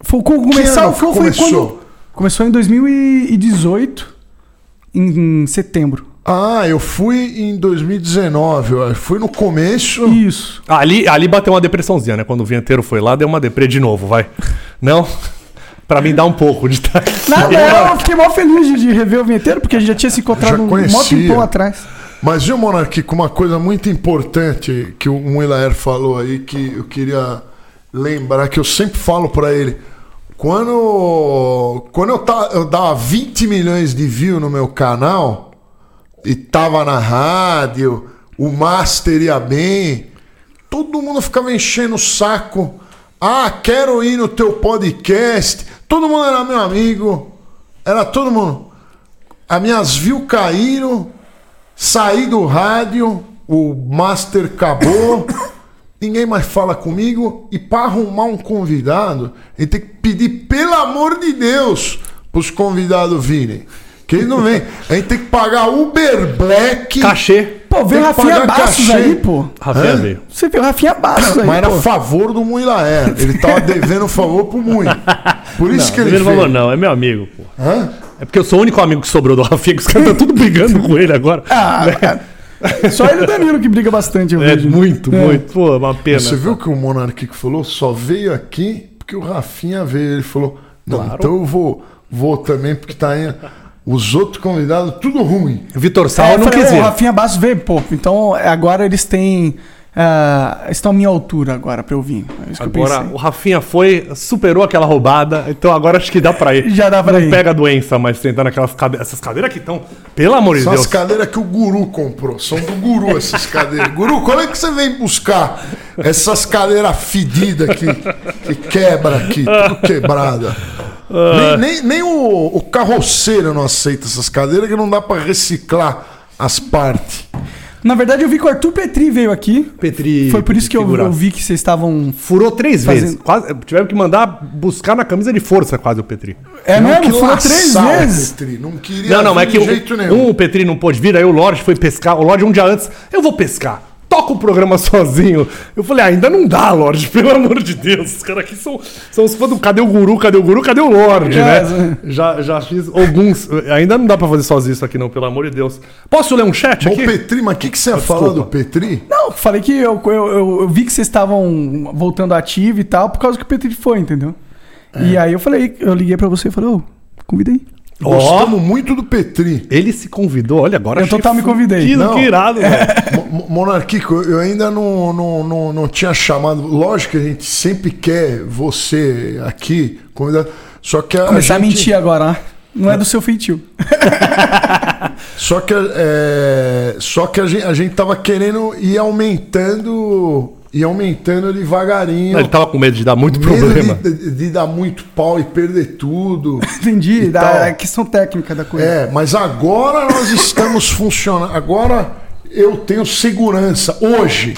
S4: Foi, co- começar
S3: ano
S4: o Flow
S3: que
S4: foi
S3: começou?
S4: quando. Começou em 2018, em, em setembro.
S3: Ah, eu fui em 2019, eu acho. fui no começo.
S4: Isso.
S1: Ah, Ali, ali bateu uma depressãozinha, né? Quando o vinheteiro foi lá, deu uma deprê de novo, vai. Não? (laughs) Pra mim dá um pouco de estar aqui. (laughs)
S4: Nada, eu fiquei mal feliz de- de rever o vinheteiro, porque a gente já tinha se
S3: Já
S4: encontrado um mó
S3: conhecia.
S4: tempão atrás.
S3: Mas viu, Monark, com uma coisa muito importante que o Muilaer falou aí, que eu queria lembrar, que eu sempre falo pra ele. Quando, quando eu, ta- eu dava 20 milhões de views no meu canal e tava na rádio, o Master ia bem, todo mundo ficava enchendo o saco. Ah, quero ir no teu podcast. Todo mundo era meu amigo. Era todo mundo. As minhas views caíram. Saí do rádio, o master acabou, (coughs) ninguém mais fala comigo. E para arrumar um convidado, ele tem que pedir, pelo amor de Deus, pros convidados virem. Que ele não vem. A gente tem que pagar Uber Black.
S1: Cachê.
S4: Pô, veio o
S3: Tem que
S4: Rafinha
S3: pagar
S4: Bastos
S3: cachê.
S4: aí, pô.
S1: Rafinha
S3: Hã?
S1: veio.
S4: Você viu o Rafinha Bastos aí.
S3: Mas era
S4: pô.
S3: a favor do Muilaer. Ele tava devendo favor pro Mui. Por isso que ele
S1: Primeiro
S3: fez.
S1: falou, não, é meu amigo, pô.
S3: Hã?
S1: É porque eu sou o único amigo que sobrou do Rafinha, que os caras estão tudo brigando com ele agora.
S4: Ah,
S3: né?
S4: Só ele e o Danilo que briga bastante, eu
S1: É
S4: vejo.
S1: muito, muito. Pô, uma pena.
S3: Você viu o que o Monarque falou? Só veio aqui porque que o Rafinha veio. Ele falou: Não,
S1: Claro.
S3: então eu vou, vou também, porque tá aí os outros convidados, tudo ruim.
S1: Vitor Sal
S4: É, eu
S1: não
S4: falei,
S1: quis
S4: "Ô,
S1: ir.
S4: O Rafinha Bastos veio, pô. Então é, agora eles têm. ah, estão à minha altura agora pra eu vir. É isso que eu
S1: Agora,
S4: pensei.
S1: o Rafinha foi, superou aquela roubada, então agora acho que dá pra ir.
S4: Já dá pra
S1: não
S4: ir.
S1: pega a doença, mas sentar naquelas cadeiras. Essas cadeiras que estão, pelo amor de
S3: São
S1: Deus.
S3: as cadeiras que o guru comprou. São do guru essas cadeiras. Guru, quando é que você vem buscar essas cadeiras fedidas que, que quebra aqui, tudo quebrada?
S1: Ah.
S3: Nem, nem- nem o, o carroceiro não aceita essas cadeiras que não dá pra reciclar as partes.
S4: Na verdade, eu vi que o Arthur Petri veio aqui.
S1: Petri.
S4: Foi por isso que eu,
S1: figuraça.
S4: eu vi que vocês estavam.
S1: Furou três
S4: Fazendo-
S1: vezes. Quase, tiveram que mandar buscar na camisa de força quase o Petri.
S4: É mesmo? Foram
S3: laçar
S4: três
S3: o
S4: vezes.
S3: Petri, Não queria
S1: Não, não,
S3: vir
S1: é que
S3: assim, de
S1: o-
S3: jeito nenhum.
S1: um, o Petri não pôde vir, aí o Lorde foi pescar. O Lorde um dia antes, eu vou pescar. Toca o programa (laughs) sozinho. Eu falei, ah, ainda não dá, Lorde, (laughs) pelo amor de Deus. Os caras aqui são, são os fãs do cadê o guru, cadê o guru, cadê o Lorde,
S4: É,
S1: né? Já, já fiz alguns. Ainda não dá pra fazer sozinho isso aqui, não, pelo amor de Deus. Posso ler um chat
S3: Bom,
S1: aqui?
S3: Petri, mas o que, que você ia falar do Petri?
S4: Não, falei que eu, eu, eu, eu vi que vocês estavam voltando ativo e tal, por causa que o Petri foi, entendeu? E aí eu falei, eu liguei pra você e falei, ô, convida aí.
S1: Ó.
S3: Gostamos muito do Petri.
S1: Ele se convidou, olha agora.
S4: Eu
S1: achei
S4: total me convidei. É.
S1: fudido,
S3: Não.
S1: Que irado, velho.
S3: Mo- Mo- Monarquico, eu ainda não, não, não, não tinha chamado. Lógico que a gente sempre quer você aqui convidado. Só que a,
S4: Começar a,
S3: gente-
S4: mentir agora, né? Não é do seu feitio.
S3: Só que, é, só que a, gente, a gente tava querendo ir aumentando e aumentando devagarinho.
S1: Ele tava com medo de dar muito
S3: Medo
S1: problema.
S3: De, de- de dar muito pau e perder tudo.
S4: (laughs) Entendi,
S3: E
S4: da
S3: tal.
S4: a questão técnica da coisa.
S3: É, mas agora
S1: (coughs)
S3: nós estamos funcionando. Agora eu tenho segurança. Hoje,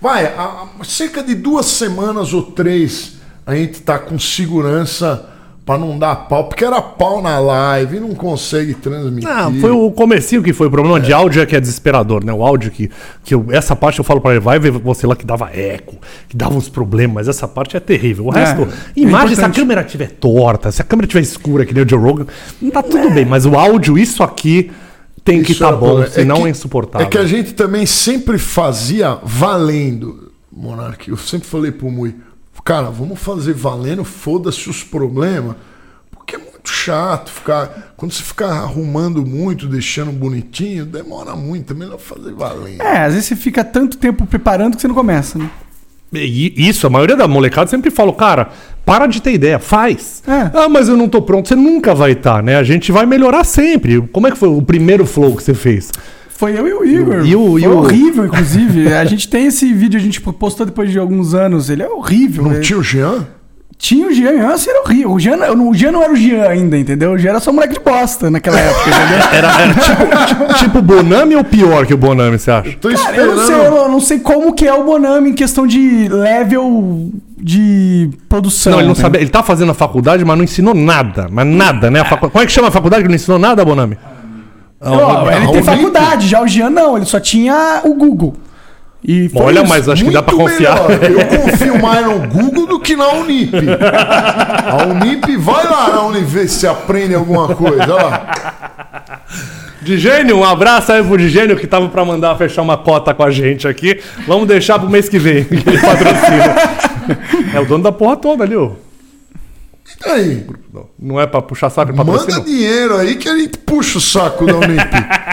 S3: vai, há há cerca de duas semanas ou três, a gente tá com segurança pra não dar pau, porque era pau na live, não consegue transmitir.
S1: Ah, foi o comecinho que foi. O problema de áudio é que é desesperador, né? O áudio que. que eu- essa parte eu falo pra ele, vai ver você lá que dava eco, que dava uns problemas. Essa parte é terrível. O
S4: É,
S1: resto,
S4: é
S1: imagem, se a
S4: importante.
S1: câmera tiver torta, se a câmera tiver escura, que nem o Joe Rogan, não tá tudo bem. Mas o áudio, isso aqui, tem
S3: É.
S1: que
S3: Isso
S1: tá
S3: era
S1: bom,
S3: problema.
S1: senão é,
S3: que-
S1: insuportável.
S3: né? É que a gente também sempre fazia valendo, Monark. Eu sempre falei pro Mui, cara, vamos fazer valendo, foda-se os problemas. Porque é muito chato ficar. Quando você ficar arrumando muito, deixando bonitinho, demora muito. É melhor fazer valendo.
S4: É, às vezes você fica tanto tempo preparando que você não começa, né?
S1: E isso, a maioria da molecada sempre fala, cara, para de ter ideia, faz.
S4: É.
S1: Ah, mas eu não tô pronto. Você nunca vai estar, né? A gente vai melhorar sempre. Como é que foi o primeiro flow que você (laughs) fez?
S4: Foi eu e o Igor.
S1: E o-
S4: Foi
S1: e o-
S4: horrível, inclusive. (laughs) A gente tem esse vídeo, a gente tipo, postou depois de alguns anos. Ele é horrível.
S3: Não
S4: Ele-
S3: tinha o Jean?
S4: Tinha o Jean, o Jean assim, era horrível. O Jean, eu não- o Jean não era o Jean ainda, entendeu? O Jean era só moleque de bosta naquela época,
S1: (laughs)
S4: entendeu?
S1: Era, era tipo, tipo Bonami ou pior que o Bonami, você acha?
S3: Tô
S4: Cara, eu não, sei, eu não- eu não sei como que é o Bonami em questão de level de produção.
S1: Não, ele não
S4: entendeu?
S1: sabia. Ele tá fazendo a faculdade, mas não ensinou nada. Mas nada, né? A facu... Como é que chama a faculdade que não ensinou nada, Bonami?
S4: Ó,
S3: Ah,
S4: ele tem
S3: o
S4: faculdade, já o Jean não, ele só tinha o Google. E foi
S1: Olha,
S4: isso.
S1: mas acho que dá pra
S3: Muito
S1: confiar.
S3: melhor. Eu confio mais no Google do que na Unip. A Unip, vai lá na Unip ver se aprende alguma coisa. Olha lá.
S1: Digênio, um abraço aí pro Digênio que tava pra mandar fechar uma cota com a gente aqui. Vamos deixar pro mês que vem. (laughs) que Ele (laughs) patrocina. é o dono da porra toda ali, ô.
S3: E aí?
S1: Não é pra puxar saco, ele patrocina.
S3: Manda dinheiro aí que a gente puxa o saco da
S1: (laughs)
S3: Unip.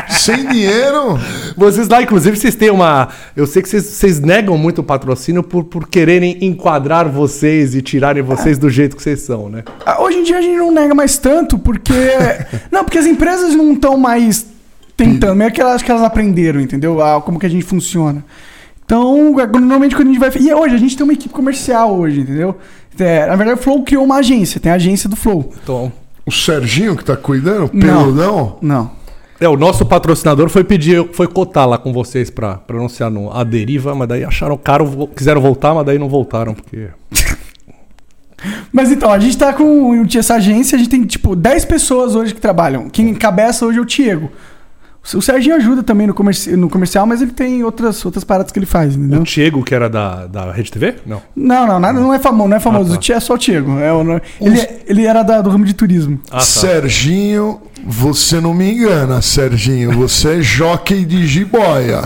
S3: Sem dinheiro.
S1: Vocês lá, inclusive, vocês têm uma. Eu sei que vocês, vocês negam muito o patrocínio por, por quererem enquadrar vocês e tirarem vocês do jeito que vocês são, né?
S4: Ah, Hoje em dia a gente não nega mais tanto, porque. é não, porque as empresas não estão mais tentando. Meio que elas, que elas aprenderam, entendeu? Ah, como que a gente funciona. Então, é, normalmente quando a gente vai. E é hoje, a gente tem uma equipe comercial hoje, entendeu? É, na verdade, o Flow criou uma agência, tem a agência do Flow.
S1: Então.
S3: O Serginho que tá cuidando, o
S4: Não.
S3: peludão.
S4: Não.
S1: É, o nosso patrocinador foi pedir, foi cotar lá com vocês pra pronunciar no A Deriva, mas daí acharam caro, vo- quiseram voltar, mas daí não voltaram, porque.
S4: Mas então, a gente tá com essa agência, a gente tem tipo 10 pessoas hoje que trabalham. Quem encabeça hoje é o Diego. O Serginho ajuda também no, comerci no comercial, mas ele tem outras, outras paradas que ele faz, entendeu?
S1: O Diego, que era da, da Rede TV? Não.
S4: Hum? Não, não, nada, não é famoso, não é famoso.
S1: Ah, tá.
S4: O Tia é só o Tiago. É o nome. ele, ele era da- do ramo de turismo.
S1: Ah, tá.
S3: Serginho, você não me engana, Serginho. Você é jockey de jiboia.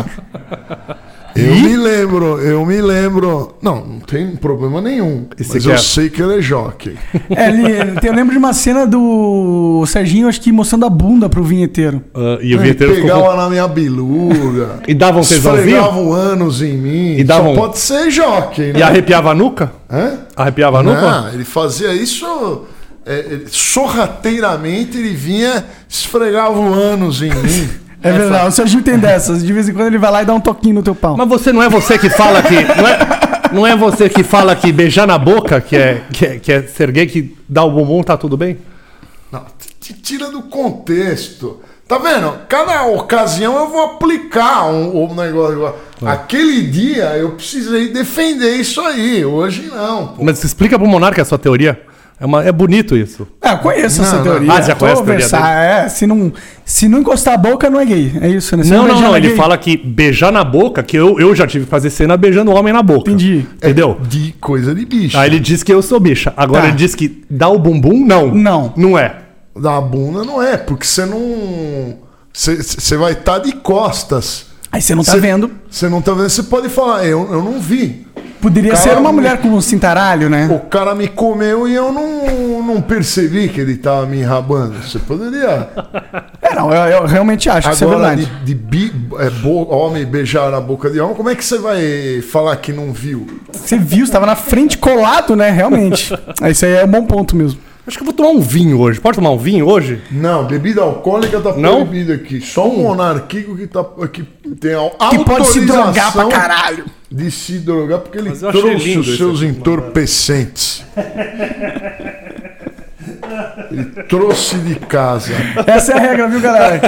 S3: Eu me lembro, eu me lembro. Não, não tem problema nenhum.
S1: Esse
S3: mas
S1: aqui
S3: eu
S1: é-
S3: sei que ele é jockey.
S4: É,
S1: (laughs)
S4: ele- tem- eu lembro de uma cena do Serginho, acho que mostrando a bunda pro vinheteiro.
S1: Ah, e
S3: Ele
S1: o vinheteiro
S3: pegava
S1: ficou.
S3: na minha biluga.
S1: E dava um tesãozinho?
S3: esfregavam anos em mim.
S1: E dava
S3: Só
S1: um-
S3: pode ser jockey, né?
S1: E arrepiava a nuca?
S3: Hã?
S1: Arrepiava a nuca?
S3: Não, ele fazia isso é, ele- sorrateiramente, ele vinha, esfregava anos em
S1: (laughs)
S3: mim.
S4: É, verdade, o Serginho tem dessas. De vez em quando ele vai lá e dá um toquinho no teu pau.
S1: Mas você não é você que fala que. Não é, não é você que fala que beijar na boca, que é, que é, que é ser gay, que dá o bumbum, tá tudo bem?
S3: Não, t- te tira do contexto. Tá vendo? Cada ocasião eu vou aplicar um, um negócio. igual.
S1: Tá.
S3: Aquele dia eu precisei defender isso aí. Hoje não. pô.
S1: Mas explica pro Monarca a sua teoria. É, uma, é bonito isso.
S4: Ah, eu conheço essa
S3: Não, não.
S4: teoria.
S1: Ah, já conhece a teoria
S4: Conversar, é, se não, se não encostar a boca, não é gay. É isso, né? Se
S1: Não, não,
S4: beijar,
S1: não.
S4: é
S1: Ele
S4: gay.
S1: fala que beijar na boca, que eu, eu já tive que fazer cena beijando o homem na boca.
S4: Entendi. É.
S1: Entendeu?
S3: É De coisa de bicho.
S1: Aí ele diz que eu sou bicha. Agora
S4: Tá.
S1: ele diz que dá o bumbum? Não.
S4: Não.
S1: Não é.
S3: Da bunda não é, porque você não. Você você vai estar de costas.
S4: Aí você não tá
S3: Você-
S4: vendo.
S3: Você não tá vendo, você pode falar, eu, eu não vi.
S4: Poderia
S3: Calma.
S4: ser uma mulher com um cintaralho, né?
S3: O cara me comeu e eu não, não percebi que ele tava me enrabando. Você poderia.
S4: É, não, eu, eu realmente acho que isso é
S3: Agora,
S4: verdade.
S3: de, de bi- é, bo- homem beijar na boca de homem, como é que você vai falar que não viu?
S4: Você viu, você tava na frente colado, né?
S1: (laughs)
S4: Realmente. Aí Isso aí é um bom ponto mesmo.
S1: Acho que eu vou tomar um vinho hoje. Pode tomar um vinho hoje?
S3: Não, bebida alcoólica tá
S1: Não?
S3: proibida aqui. Só um monarquico que, tá, que tem a
S4: Que pode se drogar pra
S3: autorização
S4: caralho.
S3: De se drogar, porque ele
S1: Mas eu achei
S3: trouxe
S1: lindo
S3: os
S1: esse tipo
S3: seus
S1: aqui, (laughs)
S3: entorpecentes. ele trouxe de casa.
S4: Essa é a regra, viu, galera?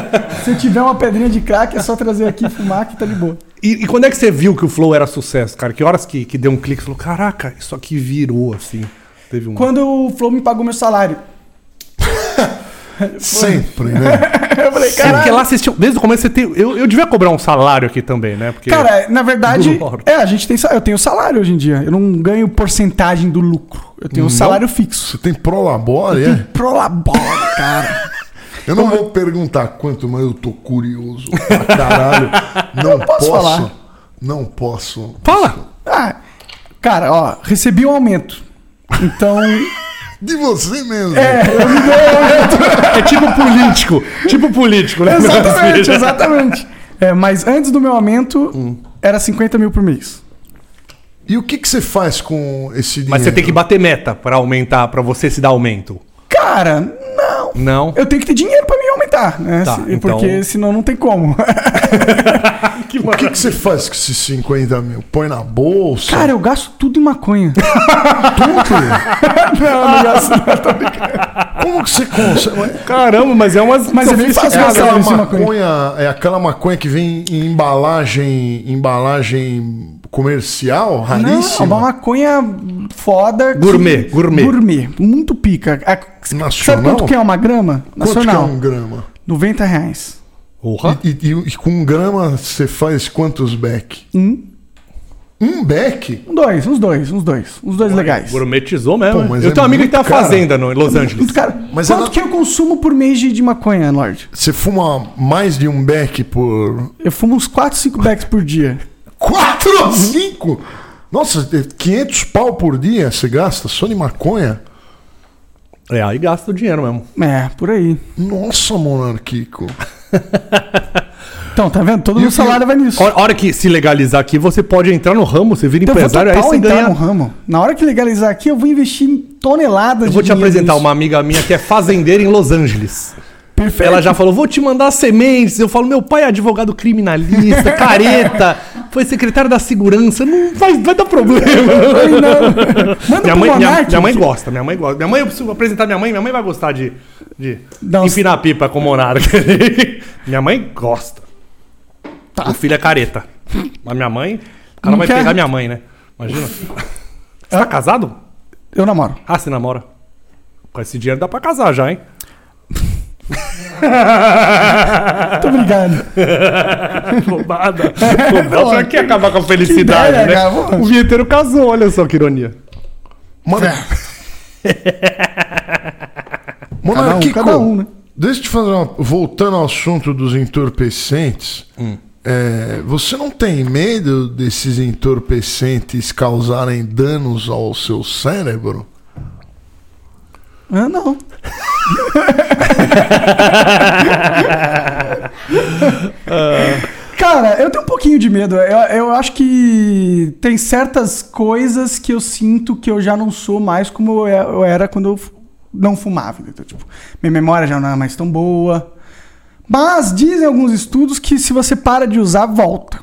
S4: Se tiver uma pedrinha de crack, é só trazer aqui, fumar, que tá de boa.
S1: E, e quando é que você viu que o Flow era sucesso, cara? Que horas que, que deu um clique e falou, caraca, isso aqui virou, assim. Teve um...
S4: Quando o Flow me pagou meu salário.
S3: Sempre, né?
S4: Eu falei,
S1: É porque
S4: caralho.
S1: lá vocês tinham... Desde o começo você tem... Eu, eu devia cobrar um salário aqui também, né? Porque...
S4: Cara, na verdade,
S1: Do lucro.
S4: é, a gente tem sa- eu tenho salário hoje em dia. Eu não ganho porcentagem do lucro. Eu tenho um salário fixo.
S3: Você tem prolabore, é?
S4: Prolabora, cara.
S3: Eu não vou perguntar quanto, mas eu tô curioso pra caralho. Não
S4: posso
S3: posso.
S4: falar.
S3: Não posso.
S1: Fala!
S4: Ah, cara, ó, recebi um aumento. Então, (laughs)
S3: De você mesmo.
S4: É.
S1: É tipo político. tipo político, né?
S4: exatamente, exatamente. É, mas antes do meu aumento, era 50 mil por mês.
S3: E o que, que você faz com esse dinheiro?
S1: Mas você tem que bater meta pra aumentar, pra você se dar aumento.
S4: Cara, não.
S1: Não?
S4: Eu tenho que ter dinheiro pra me aumentar, né?
S1: Tá,
S4: Se-
S1: então-
S4: Porque senão não tem como.
S3: O que, que você faz com esses 50 mil? Põe na bolsa?
S4: (laughs) Cara, eu gasto (laughs) tudo em maconha.
S3: tudo?
S4: não, não gasto.
S3: Como que você consegue? Mas
S1: Caramba, mas é umas...
S4: Mas é bem fácil
S3: É
S4: gastar
S3: aquela,
S4: isso em
S3: maconha, é aquela maconha que vem em embalagem, embalagem comercial,
S4: Não, é uma
S3: raríssima.
S4: maconha foda. que-
S1: Gourmet, gourmet.
S4: Gourmet. Muito pica. A- Sabe
S3: Nacional?
S4: quanto que é uma grama?
S3: Quanto que é
S4: Nacional.
S3: um grama?
S4: 90 reais.
S1: Porra.
S3: E, e- e com um grama você faz quantos beck?
S4: Um,
S3: Um beck?
S4: dois, uns dois, uns dois. Uns dois legais.
S1: Gourmetizou mesmo.
S3: Pô, mas
S1: eu
S3: é
S1: tenho um amigo que
S3: muito
S1: tem uma
S3: caro.
S1: fazenda no, em Los Angeles.
S4: Cara,
S3: Mas é
S4: quanto
S3: ela-
S4: que eu consumo por mês de, de maconha, Lorde?
S3: Você fuma mais de um beck por
S4: Eu fumo uns 4, 5 bags por dia.
S3: Quatro ou cinco? Nossa, 500 pau por dia você gasta só de maconha?
S1: É, aí gasta o dinheiro mesmo.
S4: É, por aí.
S3: Nossa, monarquico.
S4: Então, tá vendo? Todo
S3: E
S4: meu
S3: o que-
S4: salário vai nisso.
S1: A hora que se legalizar aqui, você pode entrar no ramo, você vira
S4: Então, eu vou
S1: empresário, aí
S4: total
S1: você
S4: entrar
S1: ganha. um
S4: no ramo. Na hora que legalizar aqui, eu vou investir em toneladas
S1: Eu vou te
S4: dinheiro
S1: apresentar
S4: nisso.
S1: uma amiga minha que é fazendeira em Los Angeles.
S4: Perfeito.
S1: Ela já falou, vou te mandar sementes. Eu falo, meu pai é advogado criminalista, careta, foi secretário da segurança, não vai, vai dar problema.
S4: Ai, (laughs) não. Manda
S1: (laughs) Minha
S4: pro
S1: mãe, minha,
S4: Monark.
S1: minha mãe gosta, minha mãe gosta. Minha mãe, eu preciso apresentar minha mãe, minha mãe vai gostar de, de
S4: Dá uns-
S1: empinar a pipa com o monarca. (laughs) minha mãe gosta. O filho é careta. Mas minha mãe, o
S4: Tá.
S1: cara
S4: Não
S1: vai
S4: quer.
S1: pegar minha mãe, né?
S4: (laughs)
S1: Imagina. Você tá casado?
S4: Eu namoro.
S1: Ah, você namora. Com esse dinheiro dá pra casar já, hein?
S4: Muito obrigado.
S1: Roubada. Roubada. Pra que acabar com a felicidade,
S4: ideia,
S1: né?
S4: cara, pô.
S1: O vinheteiro casou, olha só que ironia.
S3: Mano... (laughs) monarquico,
S4: É. cada um, né? Hum.
S3: deixa eu te fazer uma... Voltando ao assunto dos entorpecentes, É, você não tem medo desses entorpecentes causarem danos ao seu cérebro?
S4: Ah, não. Cara, eu tenho um pouquinho de medo. Eu, eu acho que tem certas coisas que eu sinto que eu já não sou mais como eu é- eu era quando eu fu- não fumava. Então, tipo, minha memória já não é mais tão boa. Mas dizem alguns estudos que se você para de usar, volta.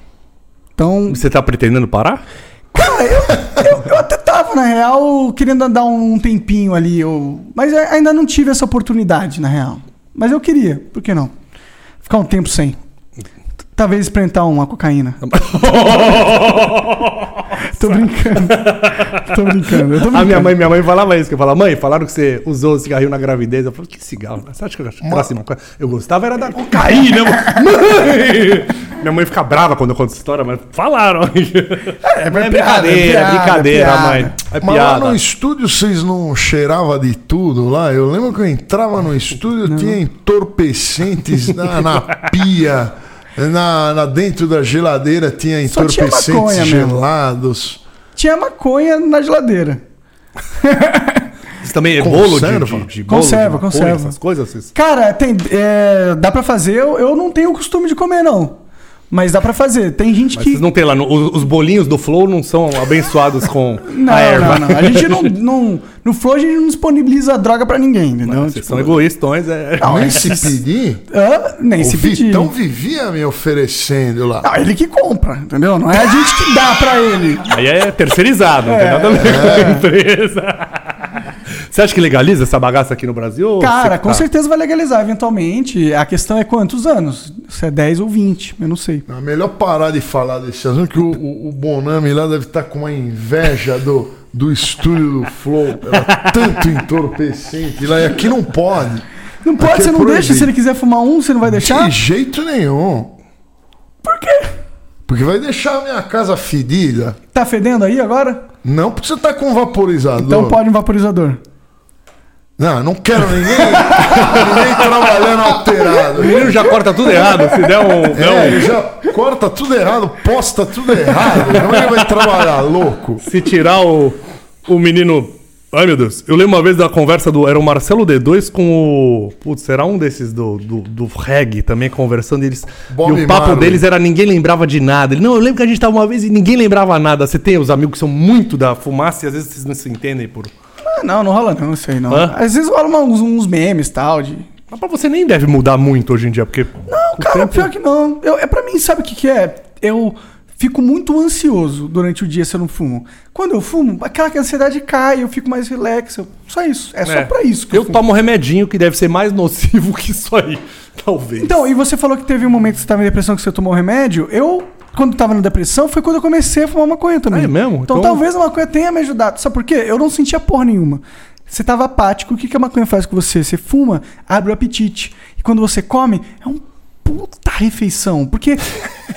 S4: Então,
S1: Você tá pretendendo parar?
S4: Cara, eu, eu- eu até tava, na real, querendo dar um tempinho ali. Eu... Mas a- ainda não tive essa oportunidade, na real. Mas eu queria, por que não? Ficar um tempo sem. T- Talvez experimentar uma cocaína. (laughs) tô brincando. tô brincando. Eu tô brincando.
S1: (laughs) A minha mãe, minha mãe falava isso, que eu falava, mãe, falaram que você usou o cigarrinho na gravidez. Eu falei, que cigarro? Você acha que eu acho graça em uma coisa? Eu gostava era da cocaína. eu- mãe! Minha mãe fica brava quando eu conto essa história, mas falaram. É,
S4: piada, é
S1: brincadeira,
S4: piada,
S1: é brincadeira,
S4: piada.
S1: mãe. É
S3: Mas lá
S1: piada.
S3: no estúdio vocês não cheiravam de tudo lá? Eu lembro que eu entrava no estúdio, tinha entorpecentes na,
S1: (laughs)
S3: na pia, na, na- dentro da geladeira tinha
S4: Só tinha
S3: entorpecentes
S4: maconha mesmo.
S3: gelados.
S4: Tinha maconha na geladeira.
S1: Isso também é bolo de-
S3: Conserva?
S1: de, de bolo de
S4: Conserva,
S1: maconha,
S4: conserva.
S1: Essas coisas, vocês-
S4: Cara, tem, é, dá pra fazer. Eu, eu não tenho o costume de comer, não. Mas dá pra fazer. Tem gente
S1: Mas
S4: que.
S1: vocês não tem lá. no- os, os bolinhos do Flow não são abençoados com
S4: (laughs) Não,
S1: a erva.
S4: não, é não. A gente não, não. No Flow a gente não disponibiliza droga pra ninguém, entendeu?
S1: Vocês
S4: Tipo,
S1: são egoístas, é.
S4: (laughs)
S3: Nem se pedir,
S4: hã? nem se
S3: o
S4: pedir.
S3: Vitão vivia me oferecendo lá.
S4: Não, ele que compra, entendeu? Não é a gente que dá pra ele.
S1: Aí é terceirizado, não tem nada a ver com a empresa. (laughs) Você acha que legaliza essa bagaça aqui no Brasil? ou você
S4: Cara,
S1: que
S4: com
S1: tá-
S4: certeza vai legalizar eventualmente. A questão é quantos anos? Se é 10 ou 20, eu não sei.
S3: É melhor parar de falar desse assunto, é que o, o- o Bonami lá deve estar com uma inveja do, do estúdio do Flow. Era tanto entorpecente lá. E aqui não pode.
S4: Não pode,
S3: Aqui é
S4: você não
S3: proibido.
S4: deixa. Se ele quiser fumar um, você não vai deixar?
S3: De jeito nenhum.
S4: Por quê?
S3: Porque vai deixar a minha casa fedida.
S4: Tá fedendo aí agora?
S3: Não, porque você tá com um vaporizador.
S4: Então pode um vaporizador.
S3: Não, não quero ninguém, (laughs) ninguém trabalhando alterado.
S1: O menino já corta tudo errado. Se der um.
S3: É,
S1: der um-
S3: ele já corta tudo errado, posta tudo errado. Como é que vai trabalhar, louco?
S1: se tirar o, o menino. Ai, meu Deus. Eu lembro uma vez da conversa do. Era o Marcelo D2 com o. Putz, era um desses do, do, do reggae também conversando. e Eles,
S3: Bob
S1: e o papo
S3: Marley.
S1: deles era ninguém lembrava de nada. Ele, não, eu lembro que a gente tava uma vez e ninguém lembrava nada. Você tem os amigos que são muito da fumaça e às vezes vocês não se entendem por.
S4: Ah, não, não rola não, isso aí não.
S1: Hã?
S4: Às vezes rola uns, uns memes e tal, de
S1: Mas pra você nem deve mudar muito hoje em dia, porque.
S4: Não, cara, pior que não. Eu, é pra mim, sabe o que, que é? Eu fico muito ansioso durante o dia se eu não fumo. Quando eu fumo, aquela ansiedade cai, eu fico mais relax. eu- Só isso. É só
S1: É.
S4: pra isso que eu,
S1: Eu
S4: fumo.
S1: tomo remedinho que deve ser mais nocivo (laughs) que isso aí. Talvez.
S4: Então, e você falou que teve um momento que você tava em depressão que você tomou remédio. Eu, quando tava na depressão, foi quando eu comecei a fumar maconha também.
S1: É mesmo?
S4: Então,
S1: Então-
S4: talvez a maconha tenha me ajudado. Sabe por quê? Eu não sentia porra nenhuma. Você tava apático. O que, que a maconha faz com você? Você fuma, abre o apetite. E quando você come, é um puta refeição. Porque,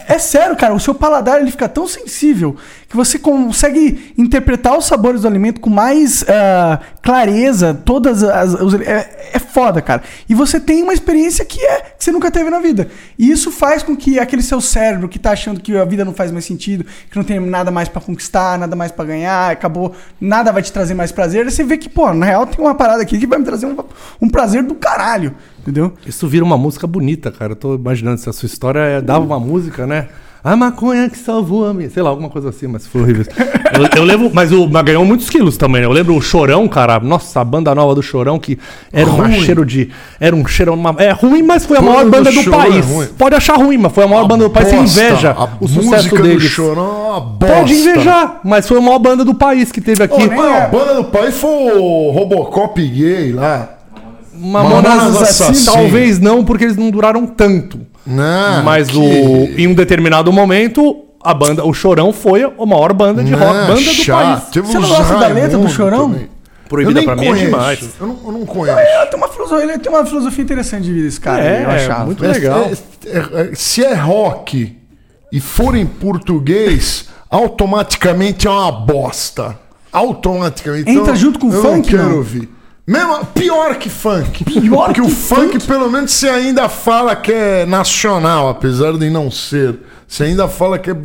S4: é sério, cara, o seu paladar ele fica tão sensível que você consegue interpretar os sabores do alimento com mais ah, clareza. Todas as. os- é, é foda, cara. E você tem uma experiência que é que você nunca teve na vida. E isso faz com que aquele seu cérebro que tá achando que a vida não faz mais sentido, que não tem nada mais pra conquistar, nada mais pra ganhar, acabou, nada vai te trazer mais prazer. Aí você vê que, pô, na real tem uma parada aqui que vai me trazer um, um prazer do caralho. Entendeu?
S1: Isso vira uma música bonita, cara. Eu tô imaginando se a sua história é- dava uma música, né? A maconha que salvou a minha. Sei lá, alguma coisa assim, mas
S3: (laughs)
S1: foi horrível. Eu, eu lembro, mas o mas ganhou muitos quilos também. né? Eu lembro o Chorão, cara. Nossa, a banda nova do Chorão, que era um
S3: Ruim.
S1: cheiro de. Era um cheiro. Uma, é ruim, mas foi a
S3: Banda
S1: maior
S3: do
S1: banda do,
S3: Chorão é
S1: país.
S3: ruim.
S1: Pode achar ruim, mas foi a maior banda do país. Você
S3: Bosta.
S1: inveja
S3: A
S1: o sucesso
S3: música do
S1: deles.
S3: Chorão é uma bosta.
S1: Pode invejar, mas foi a maior banda do país que teve aqui.
S4: Oh, nem
S3: Mano,
S4: é.
S3: a banda do pai foi o Robocop gay lá.
S1: Mamonas
S3: Mamonas
S1: Assassinas,
S3: Assassinas.
S1: assim, talvez não, porque eles não duraram tanto.
S3: Não,
S1: Mas
S3: Né? que-
S1: o, em um determinado momento, a banda, o Chorão foi a maior banda de
S3: Não,
S1: rock, banda do
S3: Ah, chato.
S1: país.
S3: Teve
S4: Você não
S3: uns
S4: gosta da letra do
S3: Raimundo
S4: Chorão?
S3: também.
S1: Proibida
S3: eu nem
S1: pra mim é
S3: conheço.
S1: demais.
S3: Eu não, eu não conheço.
S4: Ela tem uma filosofia, ele tem uma filosofia interessante de vida, esse cara.
S1: É,
S4: eu achava.
S1: muito-
S3: É,
S1: Legal.
S3: é, é, se é rock e for em português, automaticamente é uma bosta. Automaticamente.
S4: Entra
S3: Então,
S4: junto com
S3: eu
S4: funk,
S3: Não quero
S4: não?
S3: ouvir. Mesmo, pior que funk.
S4: Pior
S3: Porque
S4: que
S3: o funk, pelo menos, você ainda fala que é nacional, apesar de não ser Você ainda fala que é,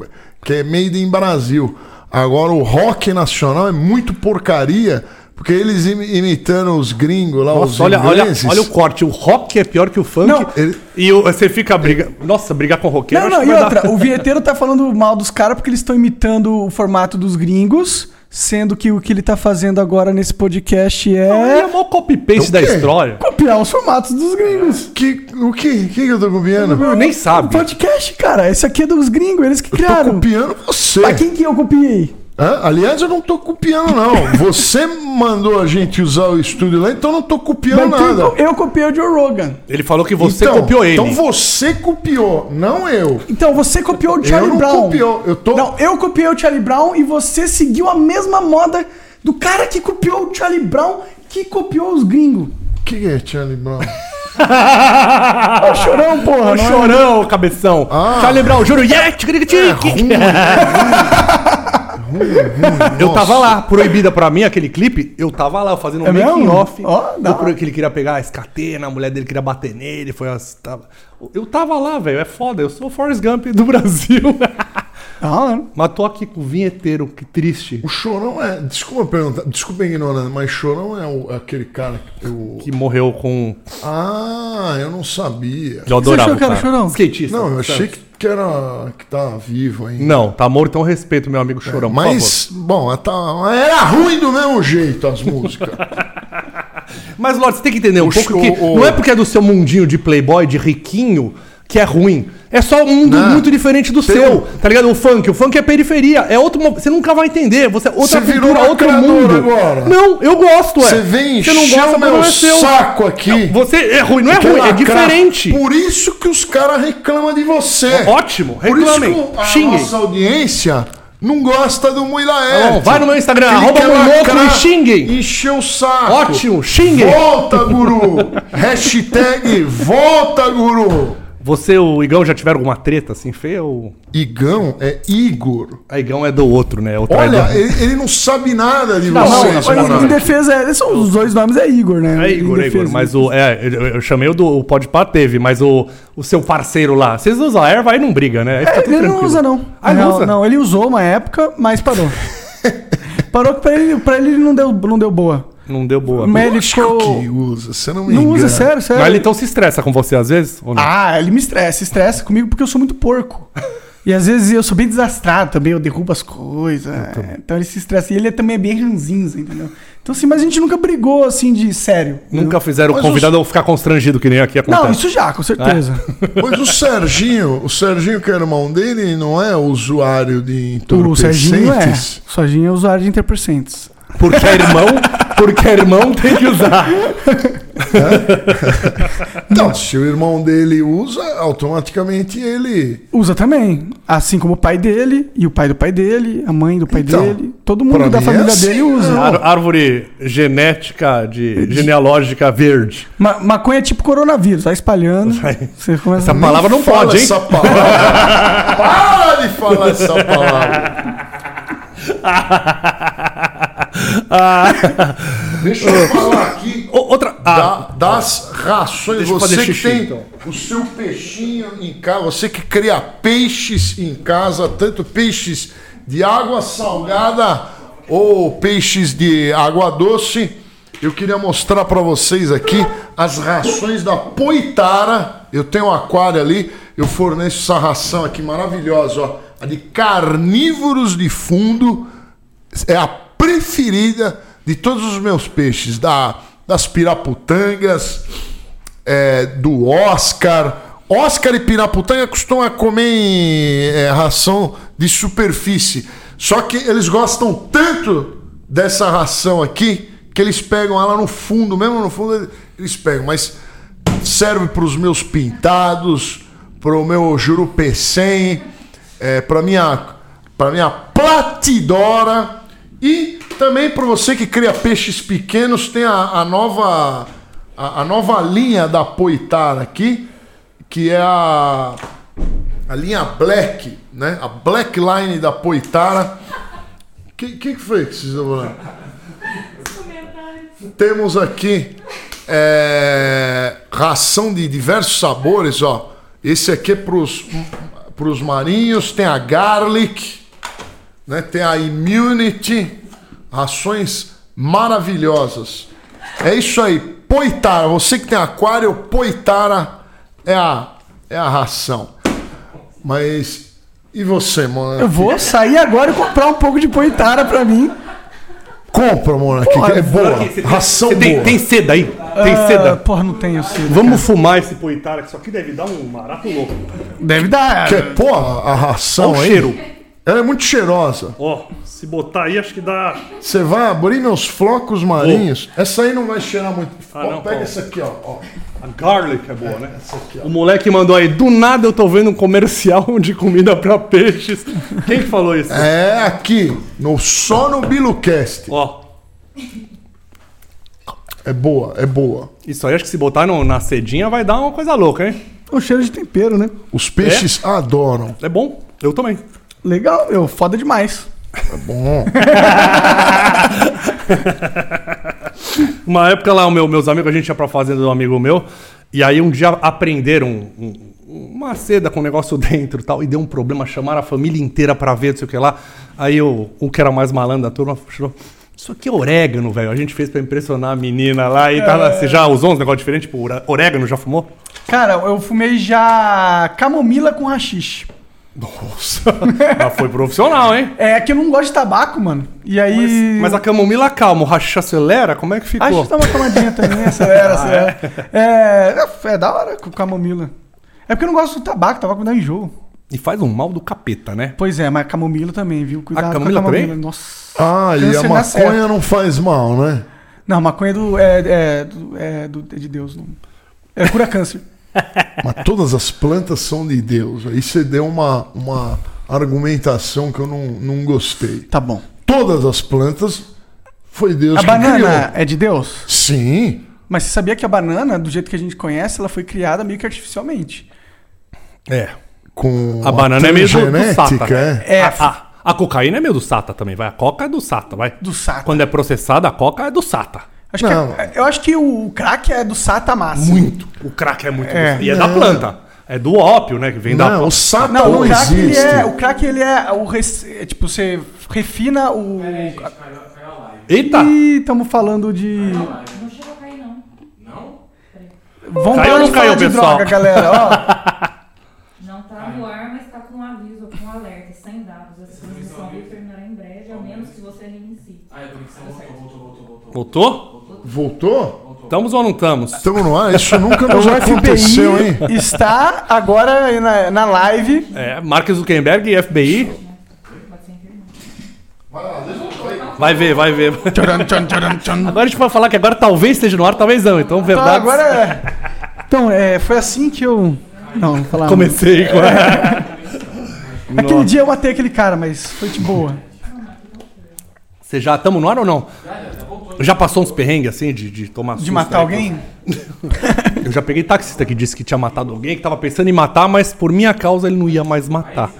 S3: que é made in Brasil. Agora o rock nacional é muito porcaria, porque eles im- imitando os gringos lá, os
S1: Nossa, olha, olha,
S3: ingleses.
S1: olha o corte. O rock é pior que o funk.
S4: Não,
S3: ele-
S1: E o- você fica briga. Nossa, brigar com roqueiro.
S4: Não, não,
S1: acho que
S4: e
S1: vai dar-
S4: outra, o vinheteiro tá falando mal dos caras porque eles estão imitando o formato dos gringos, sendo que o que ele tá fazendo agora nesse podcast
S1: (laughs) É
S4: é
S1: o maior copy-paste
S3: O
S1: da
S3: quê?
S1: história.
S4: copiar os formatos dos gringos.
S3: Que, o que? O que que eu tô copiando?
S1: Eu nem
S4: O
S1: sabe.
S4: podcast, cara, esse aqui é dos gringos, eles que
S3: Tô
S4: criaram.
S3: copiando você.
S4: Pra quem que eu copiei?
S3: Hã? Aliás, eu não tô copiando, não. Você mandou a gente usar o estúdio lá, então eu não tô copiando
S4: Mas quem
S3: nada.
S4: co- eu copiei o Joe Rogan.
S1: Ele falou que você
S3: Então-
S1: copiou ele.
S3: Então você copiou, não eu.
S4: Então, você copiou o Charlie
S3: eu não
S4: Brown.
S3: copiou, eu tô...
S4: Não, eu copiei o Charlie Brown e você seguiu a mesma moda do cara que copiou o Charlie Brown que copiou os gringos.
S3: O que que é Charlie Brown?
S4: É o chorão, porra. não
S1: Ô,
S4: é?
S1: chorão, cabeção.
S3: Ah.
S1: Charlie Brown, juro. Yeah,
S3: É ruim,
S1: (laughs) eu tava lá, proibida pra mim aquele clipe. Eu tava lá fazendo um
S4: É mesmo?
S1: making off.
S4: Ó, dá.
S1: que ele queria pegar a escatena, a mulher dele queria bater nele. Foi as- tava- Eu tava lá, velho. É foda. Eu sou o Forrest Gump do (laughs) Brasil.
S4: Ah, né?
S1: Matou aqui com o vinheteiro, que triste.
S3: O Chorão é... Desculpa perguntar, desculpa ignorando, mas Chorão é o- aquele cara que eu...
S1: Que morreu com.
S3: Ah, eu não sabia.
S1: Eu
S4: achou que era chorão?
S1: Skatista.
S3: Não, eu achei que, que era... que tava vivo ainda.
S1: Não, tá morto, então respeito, meu amigo chorão. por favor.
S3: É, Mas, bom, tá- era ruim do mesmo jeito as músicas.
S1: Mas, Lorde, você tem que entender um
S3: O
S1: pouco
S3: show-
S1: que
S3: o-
S1: não é porque é do seu mundinho de playboy, de riquinho, que é ruim. É só um mundo
S3: Não.
S1: muito diferente do
S3: Tem
S1: seu,
S3: um-
S1: tá ligado? O funk, o funk é periferia, é outro, mo- você nunca vai entender, você é outra
S3: Você virou
S1: cultura, outro
S3: lacrador
S1: mundo.
S3: agora.
S1: Não, eu gosto, é.
S3: Você vem
S1: você não
S3: encher
S1: gosta,
S3: o
S1: mas não
S3: meu
S1: é seu.
S3: saco aqui.
S1: Você é ruim, não é
S3: Quer
S1: ruim, é
S3: lacrar.
S1: diferente.
S3: Por isso que os caras reclamam de você.
S1: Ótimo,
S3: Por isso
S1: reclamem,
S3: que a
S1: xinguem.
S3: nossa audiência não gosta do
S1: Tá
S3: Muilaé.
S1: bom, vai no meu Instagram, arroba Muloco e xinguem.
S3: Encher o saco.
S1: Ótimo, xinguem.
S3: Volta, guru.
S1: (laughs)
S3: Hashtag volta, guru.
S1: Você e o Igão já tiveram alguma treta assim feia ou...
S3: Igão é Igor.
S1: A Igão é do outro, né? É o traidor.
S3: Olha, ele, ele não sabe nada de
S1: Não, não,
S3: vocês.
S1: não,
S4: Mas
S1: não,
S3: mano.
S1: não.
S4: em defesa, é- são os dois nomes é Igor, né?
S1: É Igor,
S4: Em
S1: é Igor,
S4: defesa.
S1: mas o. É, eu, eu chamei o do. O Podpah teve, mas o, o seu parceiro lá. Vocês usam a erva aí não briga, né? Aí fica
S4: É,
S1: tudo
S4: ele não
S1: tranquilo.
S4: usa, não.
S1: Ah, não,
S4: não,
S1: usa?
S4: não, ele usou uma época, mas parou.
S1: (laughs)
S4: parou que pra ele, pra ele não, deu, não deu boa.
S1: Não deu boa.
S4: Mas ele
S1: é
S3: Lógico
S4: ficou.
S3: que usa, você não me
S4: Não usa,
S3: engana.
S4: sério, sério.
S1: Mas ele então se estressa com você às vezes? Ou não?
S4: Ah, ele me estressa, estressa comigo porque eu sou muito porco. E às vezes eu sou bem desastrado também, eu derrubo as coisas. Então ele se estressa. E ele também é bem ranzinza, entendeu? Então assim, mas a gente nunca brigou assim de sério.
S1: Nunca fizeram o
S3: Mas
S1: convidado ficar constrangido que nem aqui acontece. É.
S4: Não, isso já, com certeza.
S3: Pois o Serginho, o Serginho que é irmão dele, não é usuário de
S4: O Serginho não é. O
S3: entorpecentes.
S4: Serginho é usuário de entorpecentes.
S1: Porque é irmão, porque é irmão tem que usar.
S3: Então, se o irmão dele usa, automaticamente ele.
S4: Usa também. Assim como o pai dele, e o pai do pai dele, a mãe do pai
S3: Então,
S4: dele. Todo
S3: pra
S4: mundo da
S3: mim é
S4: família
S3: assim,
S4: dele usa.
S3: não.
S1: Ar- árvore genética de genealógica verde.
S4: Ma- maconha é tipo coronavírus, vai espalhando. Você começa
S3: Tá
S1: Essa palavra não
S3: Fala
S1: pode, hein?
S3: essa palavra.
S1: (laughs)
S3: Para de falar essa palavra. Deixa eu falar aqui
S1: O- outra. Ah,
S3: da- das rações.
S1: Deixa eu
S3: você
S1: fazer
S3: que
S1: xixi,
S3: tem
S1: então.
S3: o seu peixinho em casa, você que cria peixes em casa, tanto peixes de água salgada ou peixes de água doce. Eu queria mostrar para vocês aqui as rações da Poitara. Eu tenho um aquário ali, eu forneço essa ração aqui maravilhosa, ó. A de carnívoros de fundo é a preferida de todos os meus peixes, da, das piraputangas, é, do Oscar. Oscar e piraputanga costumam comer em, é, ração de superfície. Só que eles gostam tanto dessa ração aqui que eles pegam ela no fundo, mesmo no fundo eles pegam. Mas serve para os meus pintados, para o meu jurupecém, é, para minha para minha platidora e também para você que cria peixes pequenos tem a, a nova a, a nova linha da Poitara aqui que é a a linha Black, né? A Black Line da Poitara. O que, que que foi que vocês estão falando? Temos aqui é, ração de diversos sabores, ó. Esse aqui é pros, Pros marinhos, tem a Garlic, né? tem a Immunity. Ações maravilhosas. É isso aí. Poitara. Você que tem aquário, Poitara é a, é a ração. Mas. E você, mano?
S4: Eu vou sair agora e comprar um pouco de poitara pra mim.
S3: Compra, Monark.
S4: Porra,
S3: É boa.
S1: Aqui, você tem-
S3: Ração
S1: você tem,
S3: boa.
S1: tem seda aí? Tem
S4: Ah,
S1: seda?
S4: Porra, não tenho seda.
S1: Vamos fumar esse poitara, que isso aqui deve dar um marato louco.
S4: Deve dar.
S3: Que é, porra, a ração
S1: Olha o
S3: aí.
S1: um cheiro.
S3: Ela é muito cheirosa.
S1: Ó, se botar aí, acho que dá.
S3: Você vai abrir meus flocos marinhos. Essa aí não vai cheirar muito.
S1: Ah,
S3: Ó,
S1: não,
S3: pega
S1: Paulo.
S3: essa aqui, ó. ó.
S1: A garlic é boa, né? O moleque mandou aí, do nada eu tô vendo um comercial (laughs) de comida pra peixes. Quem que falou isso?
S3: É aqui, no, só no Bilocast.
S1: Ó,
S3: É boa, é boa.
S1: isso aí acho que se botar no- na cedinha vai dar uma coisa louca, hein?
S4: O cheiro de tempero, né?
S3: Os peixes adoram.
S1: É bom, eu também.
S4: Legal, meu. Foda demais.
S3: É
S1: (laughs)
S3: bom.
S1: Uma época lá, o meu, meus amigos, a gente ia pra fazenda de um amigo meu, e aí um dia aprenderam um- um- uma seda com um negócio (laughs) dentro e tal, e deu um problema, chamaram a família inteira pra ver, não sei o que lá. Aí o, o que era mais malandro da turma falou, isso aqui é orégano, velho, a gente fez pra impressionar a menina lá, e tá lá, você já usou uns negócios diferentes, tipo ora- orégano, já fumou?
S4: Cara, eu fumei já camomila com rachixe.
S1: Nossa, mas foi profissional, hein?
S4: É que eu não gosto de tabaco, mano. E aí.
S1: Mas a camomila calma, o racha acelera, como é que ficou?
S4: Acho que dá uma
S3: (laughs)
S4: camadinha também,
S3: Ah,
S4: acelera, acelera. É, é, da hora com camomila. É porque eu não gosto do tabaco, tabaco me dá enjoo.
S1: E faz um mal do capeta, né?
S4: Pois é, mas camomila também, viu? Cuidado
S1: camomila
S4: com a camomila.
S1: também?
S4: Nossa.
S3: Ah, e a
S4: Câncer
S1: Então
S4: dá
S3: maconha
S4: certo.
S3: não faz mal, né?
S4: Não, maconha é do. É, é, do- é do- é de Deus. Não. É cura câncer.
S3: Mas todas as plantas são de Deus. Aí você deu uma, uma argumentação que eu não, não gostei.
S4: Tá bom.
S3: Todas as plantas foi Deus
S4: A
S3: que
S4: banana
S3: criou.
S4: é de Deus?
S3: Sim.
S4: Mas você sabia que a banana, do jeito que a gente conhece, ela foi criada meio que artificialmente.
S1: É.
S3: Com
S1: A banana é meio do- né? do
S3: genética,
S1: Sata.
S3: é.
S4: É,
S1: A, a- a cocaína é meio do Sata também, vai. A coca é do Sata, vai.
S4: do saco.
S1: Quando é processada, a coca é do Sata.
S4: Acho que
S3: Não.
S4: é- eu acho que o crack é do Sata Massa.
S1: O crack é muito
S4: É.
S1: do E é da
S3: Não.
S1: planta. É do ópio, né? Que vem da.
S3: Não, o sata
S4: Não,
S3: não,
S4: o crack ele
S3: existe.
S4: é. O crack ele é. O rec- é, Tipo, você refina o.
S2: Peraí, gente, caiu, caiu a live.
S1: Eita!
S4: Ih, estamos falando de.
S2: Caiu a live.
S5: Não chegou a cair, não.
S2: Não?
S4: Vamos
S1: Caiu ou
S4: parar
S1: não
S4: de falar
S1: caiu,
S4: de
S1: pessoal?
S4: droga, galera.
S1: (laughs)
S4: Ó,
S5: Não tá no ar, mas tá com um aviso, com um alerta, sem dados. Essa
S2: é
S5: transmissão vai terminar em breve, a menos que você reinicie.
S2: um Ah, a conexão voltou, voltou, voltou, voltou.
S1: Voltou?
S3: Voltou?
S1: Estamos ou não estamos?
S3: Estamos no ar? Isso
S4: (laughs)
S3: nunca nos
S4: É o
S3: aconteceu, hein?
S4: FBI (laughs) está agora aí na, na live.
S1: É, Mark Zuckerberg e FBI.
S5: Pode ser internet.
S1: Vai ver, vai ver. Agora a gente vai falar que agora talvez esteja no ar, talvez não. Então,
S4: Então,
S1: verdade.
S4: agora é. Então, é, foi assim que eu. Não, não
S1: é-
S4: falar.
S1: comecei com
S4: Aquele dia eu matei aquele cara, mas foi de boa.
S1: Você já estamos no ar ou não? Já passou uns perrengues assim de, de tomar
S4: De
S1: susto
S4: matar
S1: aí?
S4: alguém?
S1: Eu já peguei taxista que disse que tinha matado alguém, que tava pensando em matar, mas por minha causa ele não ia mais matar.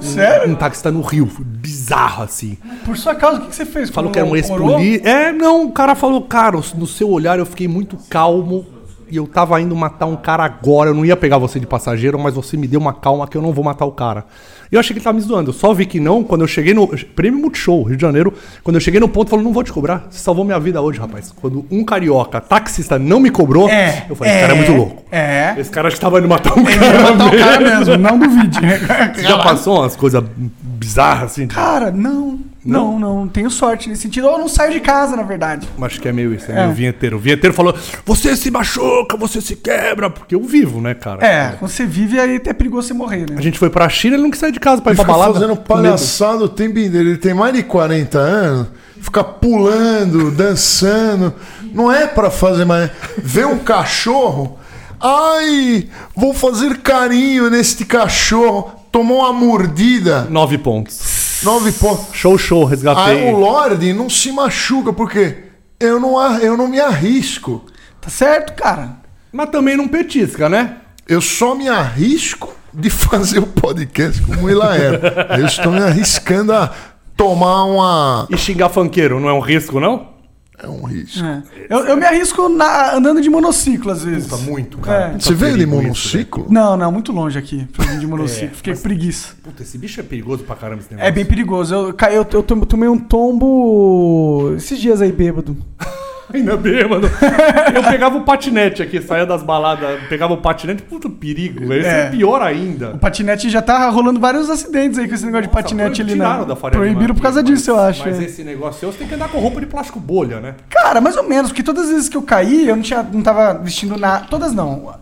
S4: Sério?
S1: Um taxista no Rio, foi bizarro assim.
S4: Por sua causa, o que que você fez?
S1: Falou que era um
S4: Orou?
S1: ex-polícia. É, não, o cara falou, cara, no seu olhar eu fiquei muito calmo e eu tava indo matar um cara agora. Eu não ia pegar você de passageiro, mas você me deu uma calma que eu não vou matar o cara. E eu achei que ele tava me zoando. Eu só vi que não quando eu cheguei no. Prêmio Multishow, Rio de Janeiro. Quando eu cheguei no ponto, falou, não vou te cobrar. Você salvou minha vida hoje, rapaz. Quando um carioca taxista não me cobrou,
S4: É.
S1: eu falei, esse cara é muito louco.
S4: É.
S1: Esse cara acho que tava indo matar um (laughs)
S4: Ele ia
S1: cara.
S4: matar o cara
S1: mesmo.
S4: mesmo, não duvide.
S1: (laughs) Já passou umas coisas bizarras assim? de-
S4: Cara, não, não, não, Tenho sorte nesse sentido. Ou eu não saio de casa, na verdade.
S1: Acho que é meio isso, é,
S4: É.
S1: meio vinheteiro. O vinheteiro falou: você se machuca, você se quebra, porque eu vivo, né, cara?
S4: É, quando você vive, aí até é perigoso você morrer, né?
S1: A gente foi pra China, ele não quis sair de casa pra ir
S3: Ele
S1: pra
S3: fica
S1: balada.
S3: fazendo
S1: com medo.
S3: palhaçada o tempo inteiro. Ele tem mais de 40 anos, fica pulando, dançando. Não é pra fazer mais. Vê um cachorro, ai, vou fazer carinho neste cachorro. Tomou uma mordida,
S1: Nove pontos.
S3: nove pontos.
S1: Show, show, resgatei.
S3: Aí
S4: Ah,
S3: o Lorde não se machuca, porque eu não, ar- eu não me arrisco.
S4: Tá certo, cara?
S1: Mas também não petisca, né?
S3: Eu só me arrisco de (laughs) fazer o podcast como ela era. Eu estou me arriscando a tomar uma.
S1: E xingar funkeiro não é um risco, não?
S3: É um risco.
S4: É. Eu, eu me arrisco na- andando de monociclo, às vezes.
S1: Puta, muito, cara.
S4: É.
S1: Puta,
S3: Você vê ele em
S1: perigo isso, né?
S3: monociclo?
S4: Não, não, muito longe aqui. pra mim De monociclo.
S1: (laughs) É,
S4: Fiquei
S1: mas-
S4: com preguiça.
S1: velho. Puta, esse bicho é perigoso pra caramba esse negócio.
S4: É bem perigoso. Eu, caí, eu, eu tom- tomei um tombo esses dias aí, bêbado.
S1: Ainda bem, mano. Eu pegava o patinete aqui, saía das baladas, pegava o patinete, puta perigo, velho. Isso é
S4: É.
S1: pior
S4: O
S1: ainda.
S4: patinete já tá rolando vários acidentes aí com esse negócio de patinete ali,
S1: Tiraram
S4: né?
S1: da Faria Lima
S4: Proibiram por causa
S1: aqui,
S4: disso, eu
S1: mas-
S4: acho.
S1: Mas
S4: é.
S1: esse negócio seu, você tem que andar com roupa de plástico bolha, né?
S4: Cara, mais ou menos, porque todas as vezes que eu caí, eu não, tinha, não tava vestindo nada. Todas não.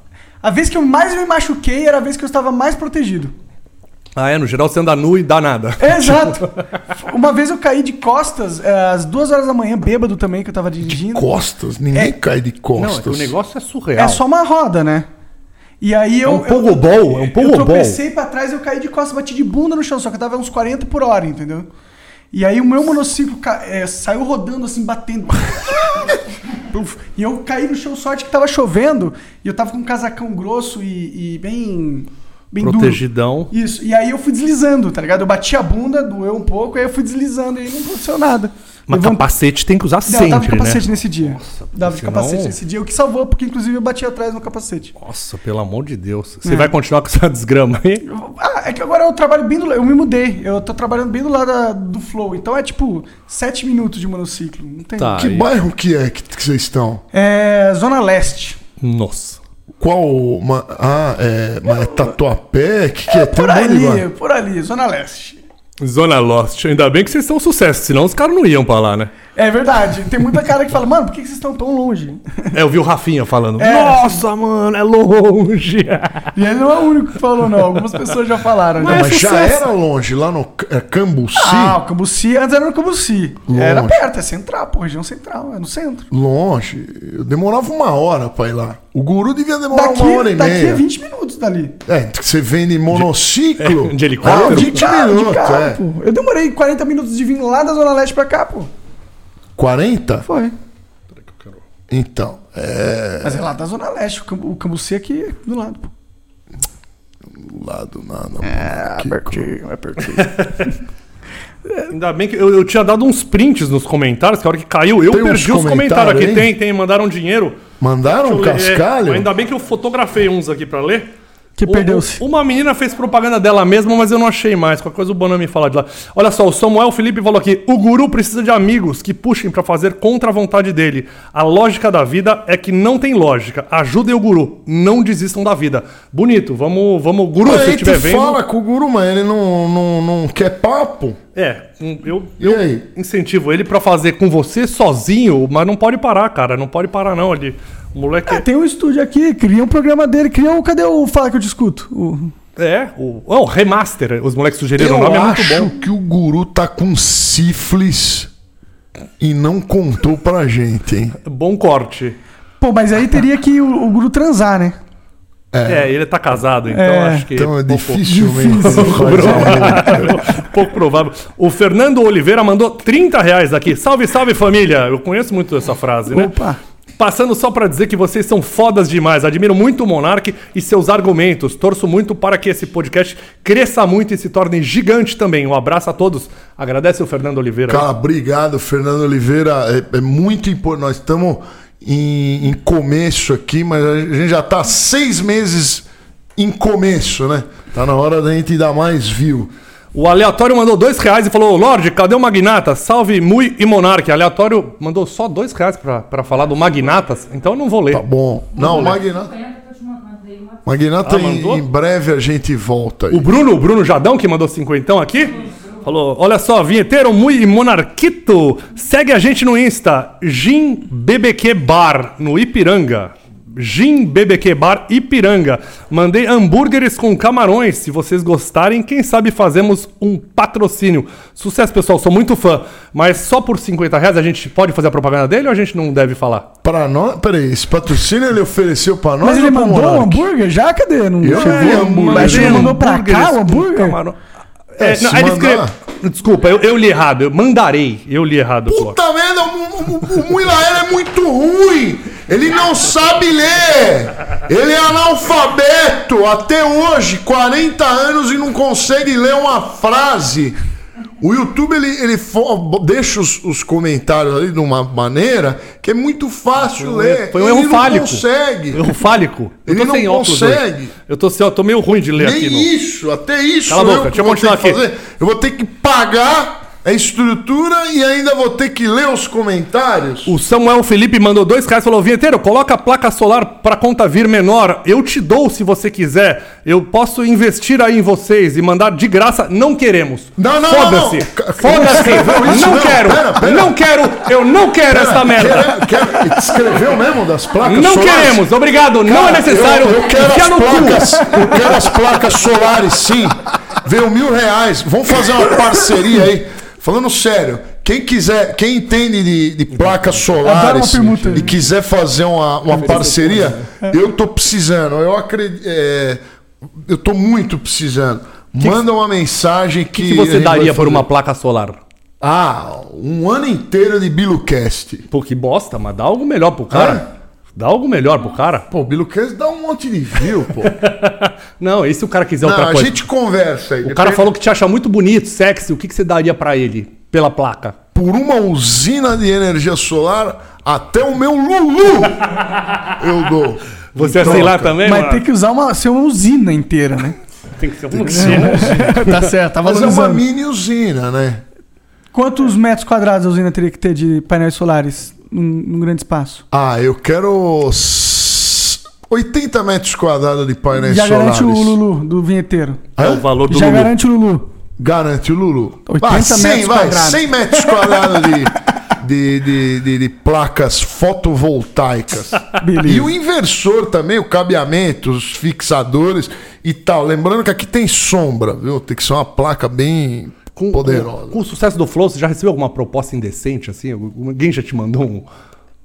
S4: A vez que eu mais me machuquei era a vez que eu estava mais protegido.
S1: Ah, é, no geral você anda nu e dá nada.
S4: É, Exato. Uma vez eu caí de costas, é, às duas horas da manhã, bêbado também, que eu tava dirigindo.
S3: Costas? Ninguém
S4: É.
S3: cai de
S1: Não, é
S3: costas.
S1: que o negócio é surreal.
S4: É só uma roda, né? E aí eu.
S1: um pogobol, é um
S4: Eu
S1: pogobol.
S4: tropecei pra trás, eu caí de costas, bati de bunda no chão, só que eu tava uns 40 por hora, entendeu? E aí o meu monociclo ca- é, saiu rodando assim, batendo. (laughs) Puf. e eu caí no chão, sorte que tava chovendo, e eu tava com um casacão grosso e, e bem. bem duro.
S1: Protegidão.
S4: Isso, e aí eu fui deslizando, tá ligado? Eu bati a bunda, doeu um pouco, aí eu fui deslizando e aí não aconteceu nada.
S1: Mas
S4: Levantei-
S1: capacete tem que usar
S4: não,
S1: sempre,
S4: eu tava de capacete
S1: né?
S4: nesse dia. dava de
S1: senão-
S4: capacete nesse dia, o que salvou, porque inclusive eu bati atrás no capacete.
S1: Nossa, pelo amor de Deus.
S4: É.
S1: Você vai continuar com essa (laughs) desgrama aí?
S4: Eu- Ah, é que agora eu trabalho bem do lado. Eu me mudei. Eu tô trabalhando bem do lado da- do Flow. Então é tipo 7 minutos de monociclo. Não tem.
S1: Tá.
S3: Que
S1: Aí.
S3: bairro que é que que vocês estão?
S4: É. Zona Leste.
S1: Nossa.
S3: Qual. ma- ah, é. Mas é Tatuapé? Que que é? Tem
S4: Por
S3: um monte de
S4: ali,
S3: bairro.
S4: por ali, Zona Leste.
S1: Zona Lost. Ainda bem que vocês são um sucesso, senão os caras não iam pra lá, né?
S4: É verdade. Tem muita cara que fala, mano, por que que vocês estão tão longe?
S1: É, eu vi o Rafinha falando.
S4: É.
S1: Nossa, mano, é longe.
S4: E ele não é o único que falou, não. Algumas pessoas já falaram.
S3: Não,
S4: já.
S3: Ah, mas já
S1: sucesso.
S3: era longe, lá no C- é, Cambuci.
S4: Ah, o Cambuci, antes era no Cambuci. Era
S3: Longe.
S4: perto, é central, pô, região central, é no centro.
S3: Longe. Eu demorava uma hora pra ir lá. O guru devia demorar
S4: Daqui,
S3: uma hora e
S4: daqui
S3: meia.
S4: é 20 minutos dali.
S3: É, que você vem de monociclo.
S1: De- (laughs) é, de helicóptero?
S3: Ah, 20
S4: Carro,
S3: minutos,
S4: de carro,
S3: é.
S4: pô. Eu demorei 40 minutos de vir lá da Zona Leste pra cá, pô.
S3: 40?
S4: Foi.
S3: Então, é.
S4: Mas é lá da Zona Leste, o, Cambu, o Cambuci aqui é do lado, pô.
S3: Lá do nada. É,
S4: é pertinho.
S1: Ainda bem que eu, eu tinha dado uns prints nos comentários, que a hora que caiu, eu
S3: Tem uns
S1: perdi os comentários
S3: comentários,
S1: aqui.
S3: hein?
S1: Tem, tem, mandaram dinheiro.
S3: Mandaram um
S1: Deixa eu ler.
S3: cascalho?
S1: É, ainda bem que eu fotografei uns aqui pra ler.
S4: Que
S1: O-
S4: perdeu-se.
S1: o- Uma menina fez propaganda dela mesma, mas eu não achei mais. Qualquer coisa o Bonan me fala de lá. Olha só, o Samuel Felipe falou aqui: o guru precisa de amigos que puxem pra fazer contra a vontade dele. A lógica da vida é que não tem lógica. Ajudem o guru, não desistam da vida. Bonito, vamos, vamos, guru,
S3: Mas
S1: se
S3: aí
S1: estiver
S3: tu
S1: vendo.
S3: fala com o guru, mas ele não, não, não quer papo.
S1: É, um- eu
S3: E aí?
S1: incentivo ele pra fazer com você sozinho, mas não pode parar, cara. Não pode parar, não. Ele, o moleque.
S4: Ah, tem um estúdio aqui, cria um programa dele, cria o. Cadê o Fala que eu te escuto? O-
S1: É, o. Oh, remaster. Os moleques sugeriram
S3: Eu
S1: o nome,
S3: acho
S1: é muito bom.
S3: que o guru tá com sífilis e não contou pra gente,
S1: (laughs)
S3: hein?
S1: Bom corte.
S4: Pô, mas aí teria que o, o guru transar, né?
S1: É, ele tá casado, então
S4: É.
S1: acho que.
S3: Então é
S1: pouco-
S3: dificilmente.
S1: (laughs)
S3: fazer
S1: Pouco provável. O Fernando Oliveira mandou 30 reais aqui. Salve, salve família! Eu conheço muito essa frase, né?
S4: Opa.
S1: Passando só pra dizer que vocês são fodas demais. Admiro muito o Monark e seus argumentos. Torço muito para que esse podcast cresça muito e se torne gigante também. Um abraço a todos. Agradece o Fernando Oliveira.
S3: Cara, obrigado, Fernando Oliveira. É, é muito importante. Nós estamos em, em começo aqui, mas a gente já está seis meses em começo, né? Tá na hora da gente dar mais view.
S1: O aleatório mandou dois reais e falou: Lorde, cadê o Magnata? Salve Mui e Monark. Aleatório mandou só dois reais pra, pra falar do Magnatas, então eu não vou ler.
S3: Tá bom. Não, o Magnata.
S5: 50 que eu te mandei uma
S3: Magnata,
S1: Ah,
S3: em,
S1: mandou?
S3: em breve a gente volta aí.
S1: O Bruno, o Bruno Jadão, que mandou cinquentão aqui, falou: Olha só, vinheteiro Mui e Monarquito, segue a gente no Insta, Gin BBQ Bar, no Ipiranga. Gin BBQ Bar Ipiranga. Mandei hambúrgueres com camarões. Se vocês gostarem, quem sabe fazemos um patrocínio. Sucesso, pessoal. Sou muito fã. Mas só por 50 reais a gente pode fazer a propaganda dele ou a gente não deve falar?
S3: Pra nós. Peraí, esse patrocínio ele ofereceu pra nós?
S4: Mas ele
S3: ou pro
S4: mandou o
S3: Monark?
S4: hambúrguer já? Cadê? Não
S3: Eu
S4: chegou.
S3: mandei hambúrguer.
S4: Mas ele
S1: Mandei
S4: mandou pra cá
S1: hambúrgueres
S4: o
S1: com
S4: hambúrguer?
S1: camarão. É,
S3: se
S1: não, aí ele
S3: mandar-
S1: escreveu- Desculpa, eu, eu li errado. Eu mandarei. Eu li errado. Clock.
S3: Puta merda, o, o, o Muilaera é muito ruim. Ele não sabe ler. Ele é analfabeto até hoje, 40 anos e não consegue ler uma frase. O YouTube ele, ele fo- deixa os, os comentários ali de uma maneira que é muito fácil
S1: Foi um erro-
S3: ler.
S1: foi um
S3: ele
S1: erro
S3: não
S1: fálico.
S3: consegue.
S1: Eu fálico. Eu
S3: Ele
S1: tô
S3: não
S1: sem óculos
S3: consegue.
S1: hoje. Eu tô, sem- eu tô meio ruim de ler
S3: Nem
S1: aqui. no-
S3: isso, até isso.
S1: Cala a boca,
S3: que
S1: deixa eu
S3: vou ter
S1: continuar
S3: que
S1: aqui.
S3: fazer. Eu vou ter que pagar a estrutura e ainda vou ter que ler os comentários.
S1: O Samuel Felipe mandou dois reais e falou: Vinheteiro, coloca a placa solar pra conta vir menor. Eu te dou se você quiser. Eu posso investir aí em vocês e mandar de graça. Não queremos.
S3: Não, não,
S1: Foda-se.
S3: não, não.
S1: Foda-se.
S3: Não, isso
S1: Não,
S3: não.
S1: quero.
S3: Pera, pera.
S1: Não quero. Eu não quero essa merda.
S3: É, Quer, quer, escreveu mesmo das placas
S1: Não
S3: solares?
S1: queremos. Obrigado. não é necessário.
S3: Eu, eu quero
S1: Enfia
S3: as
S1: no cu.
S3: placas. Eu quero as placas solares, sim. Veio mil reais. Vamos fazer uma parceria aí. Falando sério, quem quiser, quem entende de, de placas solares
S4: Adoro uma permuta.
S3: e quiser fazer uma, uma parceria,
S4: né? É.
S3: eu tô precisando. Eu acredito. eu tô muito precisando. Manda uma mensagem que.
S1: O que
S3: a
S1: você
S3: gente vai
S1: daria por
S3: fazer.
S1: uma placa solar?
S3: Ah, um ano inteiro de Bilucast.
S1: Pô, que bosta, mas dá algo melhor pro cara.
S3: É?
S1: Dá algo melhor pro cara.
S3: Pô, o Bilucast dá um monte de view,
S1: (laughs)
S3: pô.
S1: Não, e se o cara quiser
S3: Não,
S1: Então, outra
S3: a
S1: coisa?
S3: gente conversa aí.
S1: O cara falou que te acha muito bonito, sexy. O que, que você daria pra ele pela placa?
S3: Por uma usina de energia solar, até o meu Lulu eu dou. Então,
S1: Você é
S3: Em
S1: sei lá
S3: troca.
S1: também,
S4: Mas
S1: mano?
S4: tem que usar uma, ser uma usina inteira, né?
S1: Tem que ser um ensino.
S4: tá certo, tá
S3: Mas é uma
S4: valorizando.
S3: mini usina, né? É.
S4: Quantos metros quadrados a usina teria que ter de painéis solares num, num grande espaço?
S3: Ah, eu quero s- 80 metros quadrados de painéis
S4: Já
S3: solares.
S4: garante o Lulu do vinheteiro.
S1: É o valor do
S4: Já
S1: Lulu.
S4: garante o
S3: (laughs)
S4: Lulu.
S3: Garante o Lulu.
S4: 80
S3: Vai, 100,
S4: metros
S3: vai,
S4: quadrados.
S3: 100 metros quadrados de, de, de, de- de placas fotovoltaicas.
S1: (laughs)
S4: Beleza.
S3: E o inversor também, o cabeamento, os fixadores e tal. Lembrando que aqui tem sombra, viu? Tem que ser uma placa bem poderosa.
S1: Um, Com o sucesso do Flow, você já recebeu alguma proposta indecente, assim? Alguém já te mandou um...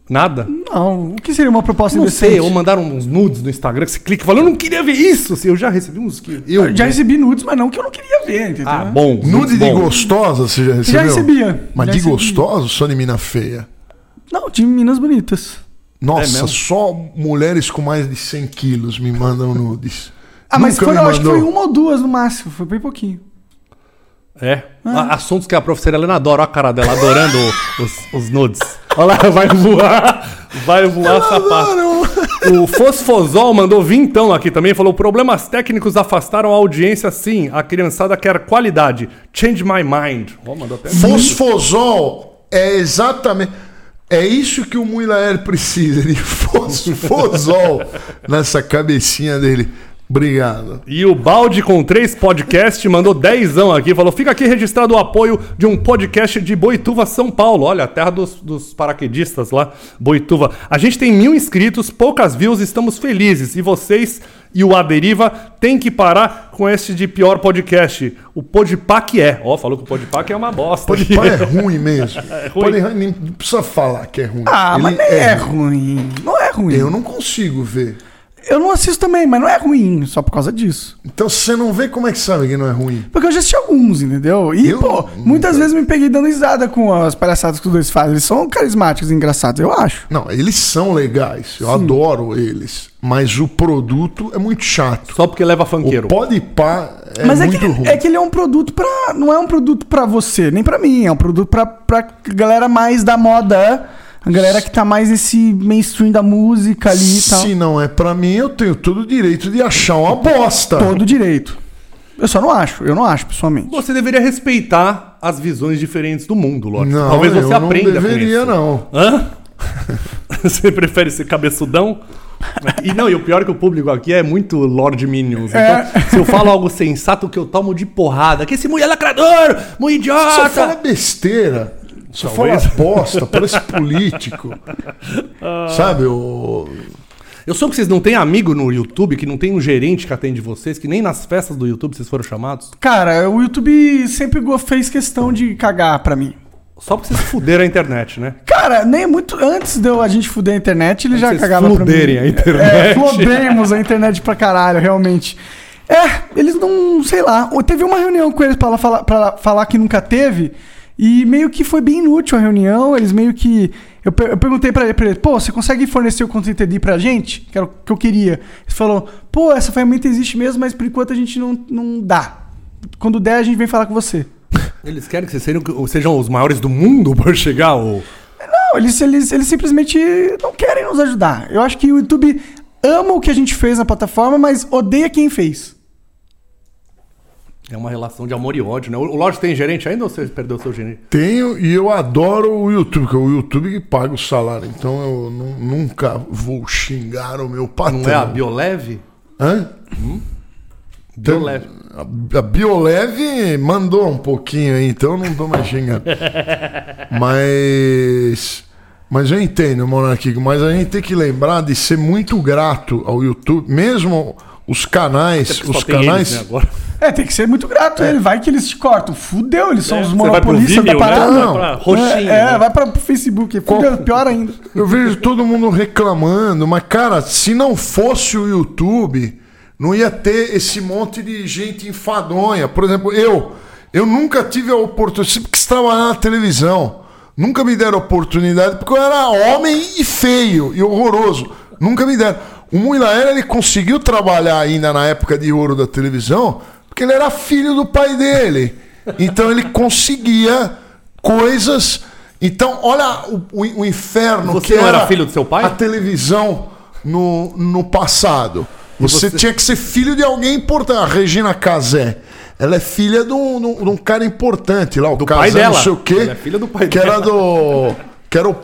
S1: Nada?
S3: Hum,
S4: Não, o que seria uma proposta
S1: Não
S4: indecente?
S1: sei, ou mandaram uns nudes no Instagram que você clica e fala, eu não queria ver isso. Assim, eu já recebi uns que...
S4: Eu já recebi nudes, mas não que eu não queria ver, entendeu?
S1: Ah, bom.
S3: Nude
S1: muito
S3: de
S1: bom.
S3: gostosa, você já recebeu?
S4: Já recebia.
S3: Mas
S4: já
S3: de
S4: recebia.
S3: gostoso, só de mina feia.
S4: Não, de meninas bonitas.
S3: Nossa,
S1: É mesmo?
S3: só mulheres com mais de 100 quilos me mandam nudes.
S4: Ah, mas
S3: Nunca
S4: foi,
S3: me
S4: eu acho que foi
S3: mandou.
S4: uma ou duas no máximo, foi bem pouquinho.
S1: É. A- Assuntos que a professora Helena adora. Olha a cara dela adorando o- os, os nudes. Olha lá, vai voar. Vai voar sapato. O Fosfosol mandou vintão aqui também. Falou: problemas técnicos afastaram a audiência, sim. A criançada quer qualidade. Change my mind. Ó, mandou até.
S3: Fosfosol é exatamente. É isso que o Muilaer precisa, de (laughs) fosfosol nessa cabecinha dele. Obrigado.
S1: E o Balde com três podcast mandou dezão aqui, falou: fica aqui registrado o apoio de um podcast de Boituva, São Paulo. Olha, a terra dos, dos paraquedistas lá, Boituva. A gente tem mil inscritos, poucas views, estamos felizes. E vocês e o Aderiva tem que parar com este de pior podcast. O Podpac é. Ó, falou que o Podpac é uma bosta.
S3: Pode é ruim
S4: (laughs)
S3: mesmo.
S1: ruim.
S3: Pode nem não precisa falar que é ruim.
S4: É Ah,
S3: Ele
S4: mas nem é, ruim. Não é ruim.
S3: Eu não consigo ver.
S4: Eu não assisto também, mas não é ruim, só por causa disso.
S3: Então se você não vê, como é que sabe que não é ruim?
S4: Porque eu já assisti alguns, entendeu? E,
S3: Eu- Hum, é.
S4: pô, muitas vezes me peguei dando risada com as palhaçadas que os dois fazem. Eles são carismáticos e engraçados, eu acho.
S3: Não, eles são legais. Eu adoro eles. Mas o produto é muito chato.
S1: (laughs) Só porque leva funkeiro.
S3: O pode pá é
S4: mas é
S3: muito
S4: que,
S3: ruim.
S4: é que ele é um produto pra. Não é um produto pra você, nem pra mim. É um produto pra, pra galera mais da moda. A galera que tá mais nesse mainstream da música ali e tal.
S3: Se não é pra mim, eu tenho todo o direito de achar uma bosta.
S4: Todo direito. Eu só não acho, eu não acho, pessoalmente.
S1: Você deveria respeitar as visões diferentes do mundo, lógico.
S3: Não,
S1: Talvez
S3: eu
S1: você
S3: não
S1: aprenda com
S3: deveria,
S1: isso.
S3: não.
S1: Hã? (laughs) Você prefere ser cabeçudão? E não, e o pior é que o público aqui é muito Lord Minions. Então, se eu falo algo sensato, que eu tomo de porrada. Que esse mulher é lacrador, muito
S4: Ah, tá.
S3: Só fala
S1: idiota.
S3: besteira. Só
S1: Talvez.
S3: fala bosta,
S4: (laughs)
S3: parece político. Sabe, o.
S1: Eu soube que vocês não têm amigo no YouTube, que não tem um gerente que atende vocês, que nem nas festas do YouTube vocês foram chamados.
S4: Cara, o YouTube sempre go- fez questão de cagar pra mim.
S1: Só porque vocês fuderam a internet, né?
S4: Cara, nem é muito antes de eu- a gente fuder a internet, ele já
S1: vocês
S4: cagava pra mim.
S1: fluderem a internet.
S4: É, flodemos a internet pra caralho, realmente. É, eles não, sei lá. Ou Teve uma reunião com eles pra, lá falar, pra lá falar que nunca teve. E meio que foi bem inútil a reunião. Eles meio que. Eu, per- eu perguntei pra ele, pra ele, pô, você consegue fornecer o content ID pra gente? Que era o que eu queria. Eles falou, pô, essa ferramenta existe mesmo, mas por enquanto a gente não, não dá. Quando der, a gente vem falar com você.
S1: Eles querem que vocês sejam, sejam os maiores do mundo por chegar ao...
S4: Não, eles, eles, eles simplesmente não querem nos ajudar. Eu acho que o YouTube ama o que a gente fez na plataforma, mas odeia quem fez.
S1: É uma relação de amor e ódio, né? O Lodge tem gerente ainda ou você perdeu seu gerente?
S3: Tenho e eu adoro o YouTube, porque é o YouTube que paga o salário. Então eu nu- nunca vou xingar o meu patrão.
S1: Não é a Bioleve?
S3: Hã? Então,
S1: Bioleve.
S3: A, a Bioleve mandou um pouquinho aí, então eu não dou mais
S1: (laughs)
S3: xingando. mas. Mas eu entendo, Monarquico, mas a gente tem que lembrar de ser muito grato ao YouTube, mesmo os canais,
S1: Só
S3: os
S1: tem
S3: canais.
S1: eles, né, agora.
S4: É, tem que ser muito grato. Ele vai que eles te cortam. Fudeu, eles são os
S1: É. Você vai pro
S4: monopolistas da
S1: Vimeo, né?
S4: parada.
S1: Vai pra roxinha,
S4: É, é,
S1: né?
S4: vai pra Facebook. Fudeu, pior ainda.
S3: Eu vejo todo mundo reclamando, mas cara, se não fosse o YouTube, não ia ter esse monte de gente enfadonha. Por exemplo, eu, eu nunca tive a oportunidade, sempre quis trabalhar na televisão. Nunca me deram oportunidade porque eu era homem e feio e horroroso. Nunca me deram. O Muilaera, ele conseguiu trabalhar ainda na época de ouro da televisão porque ele era filho do pai dele. Então ele conseguia coisas. Então, olha o, o- o inferno
S1: Você
S3: que
S1: não era filho do seu pai?
S3: A televisão no, no passado. Você,
S1: você-
S3: tinha que ser filho de alguém importante. A Regina Casé. Ela é filha de um, de um- de um cara importante lá, o do
S1: pai dela.
S3: não sei o quê.
S1: Ela é filha do pai
S3: que era
S1: dela.
S3: do. Que era o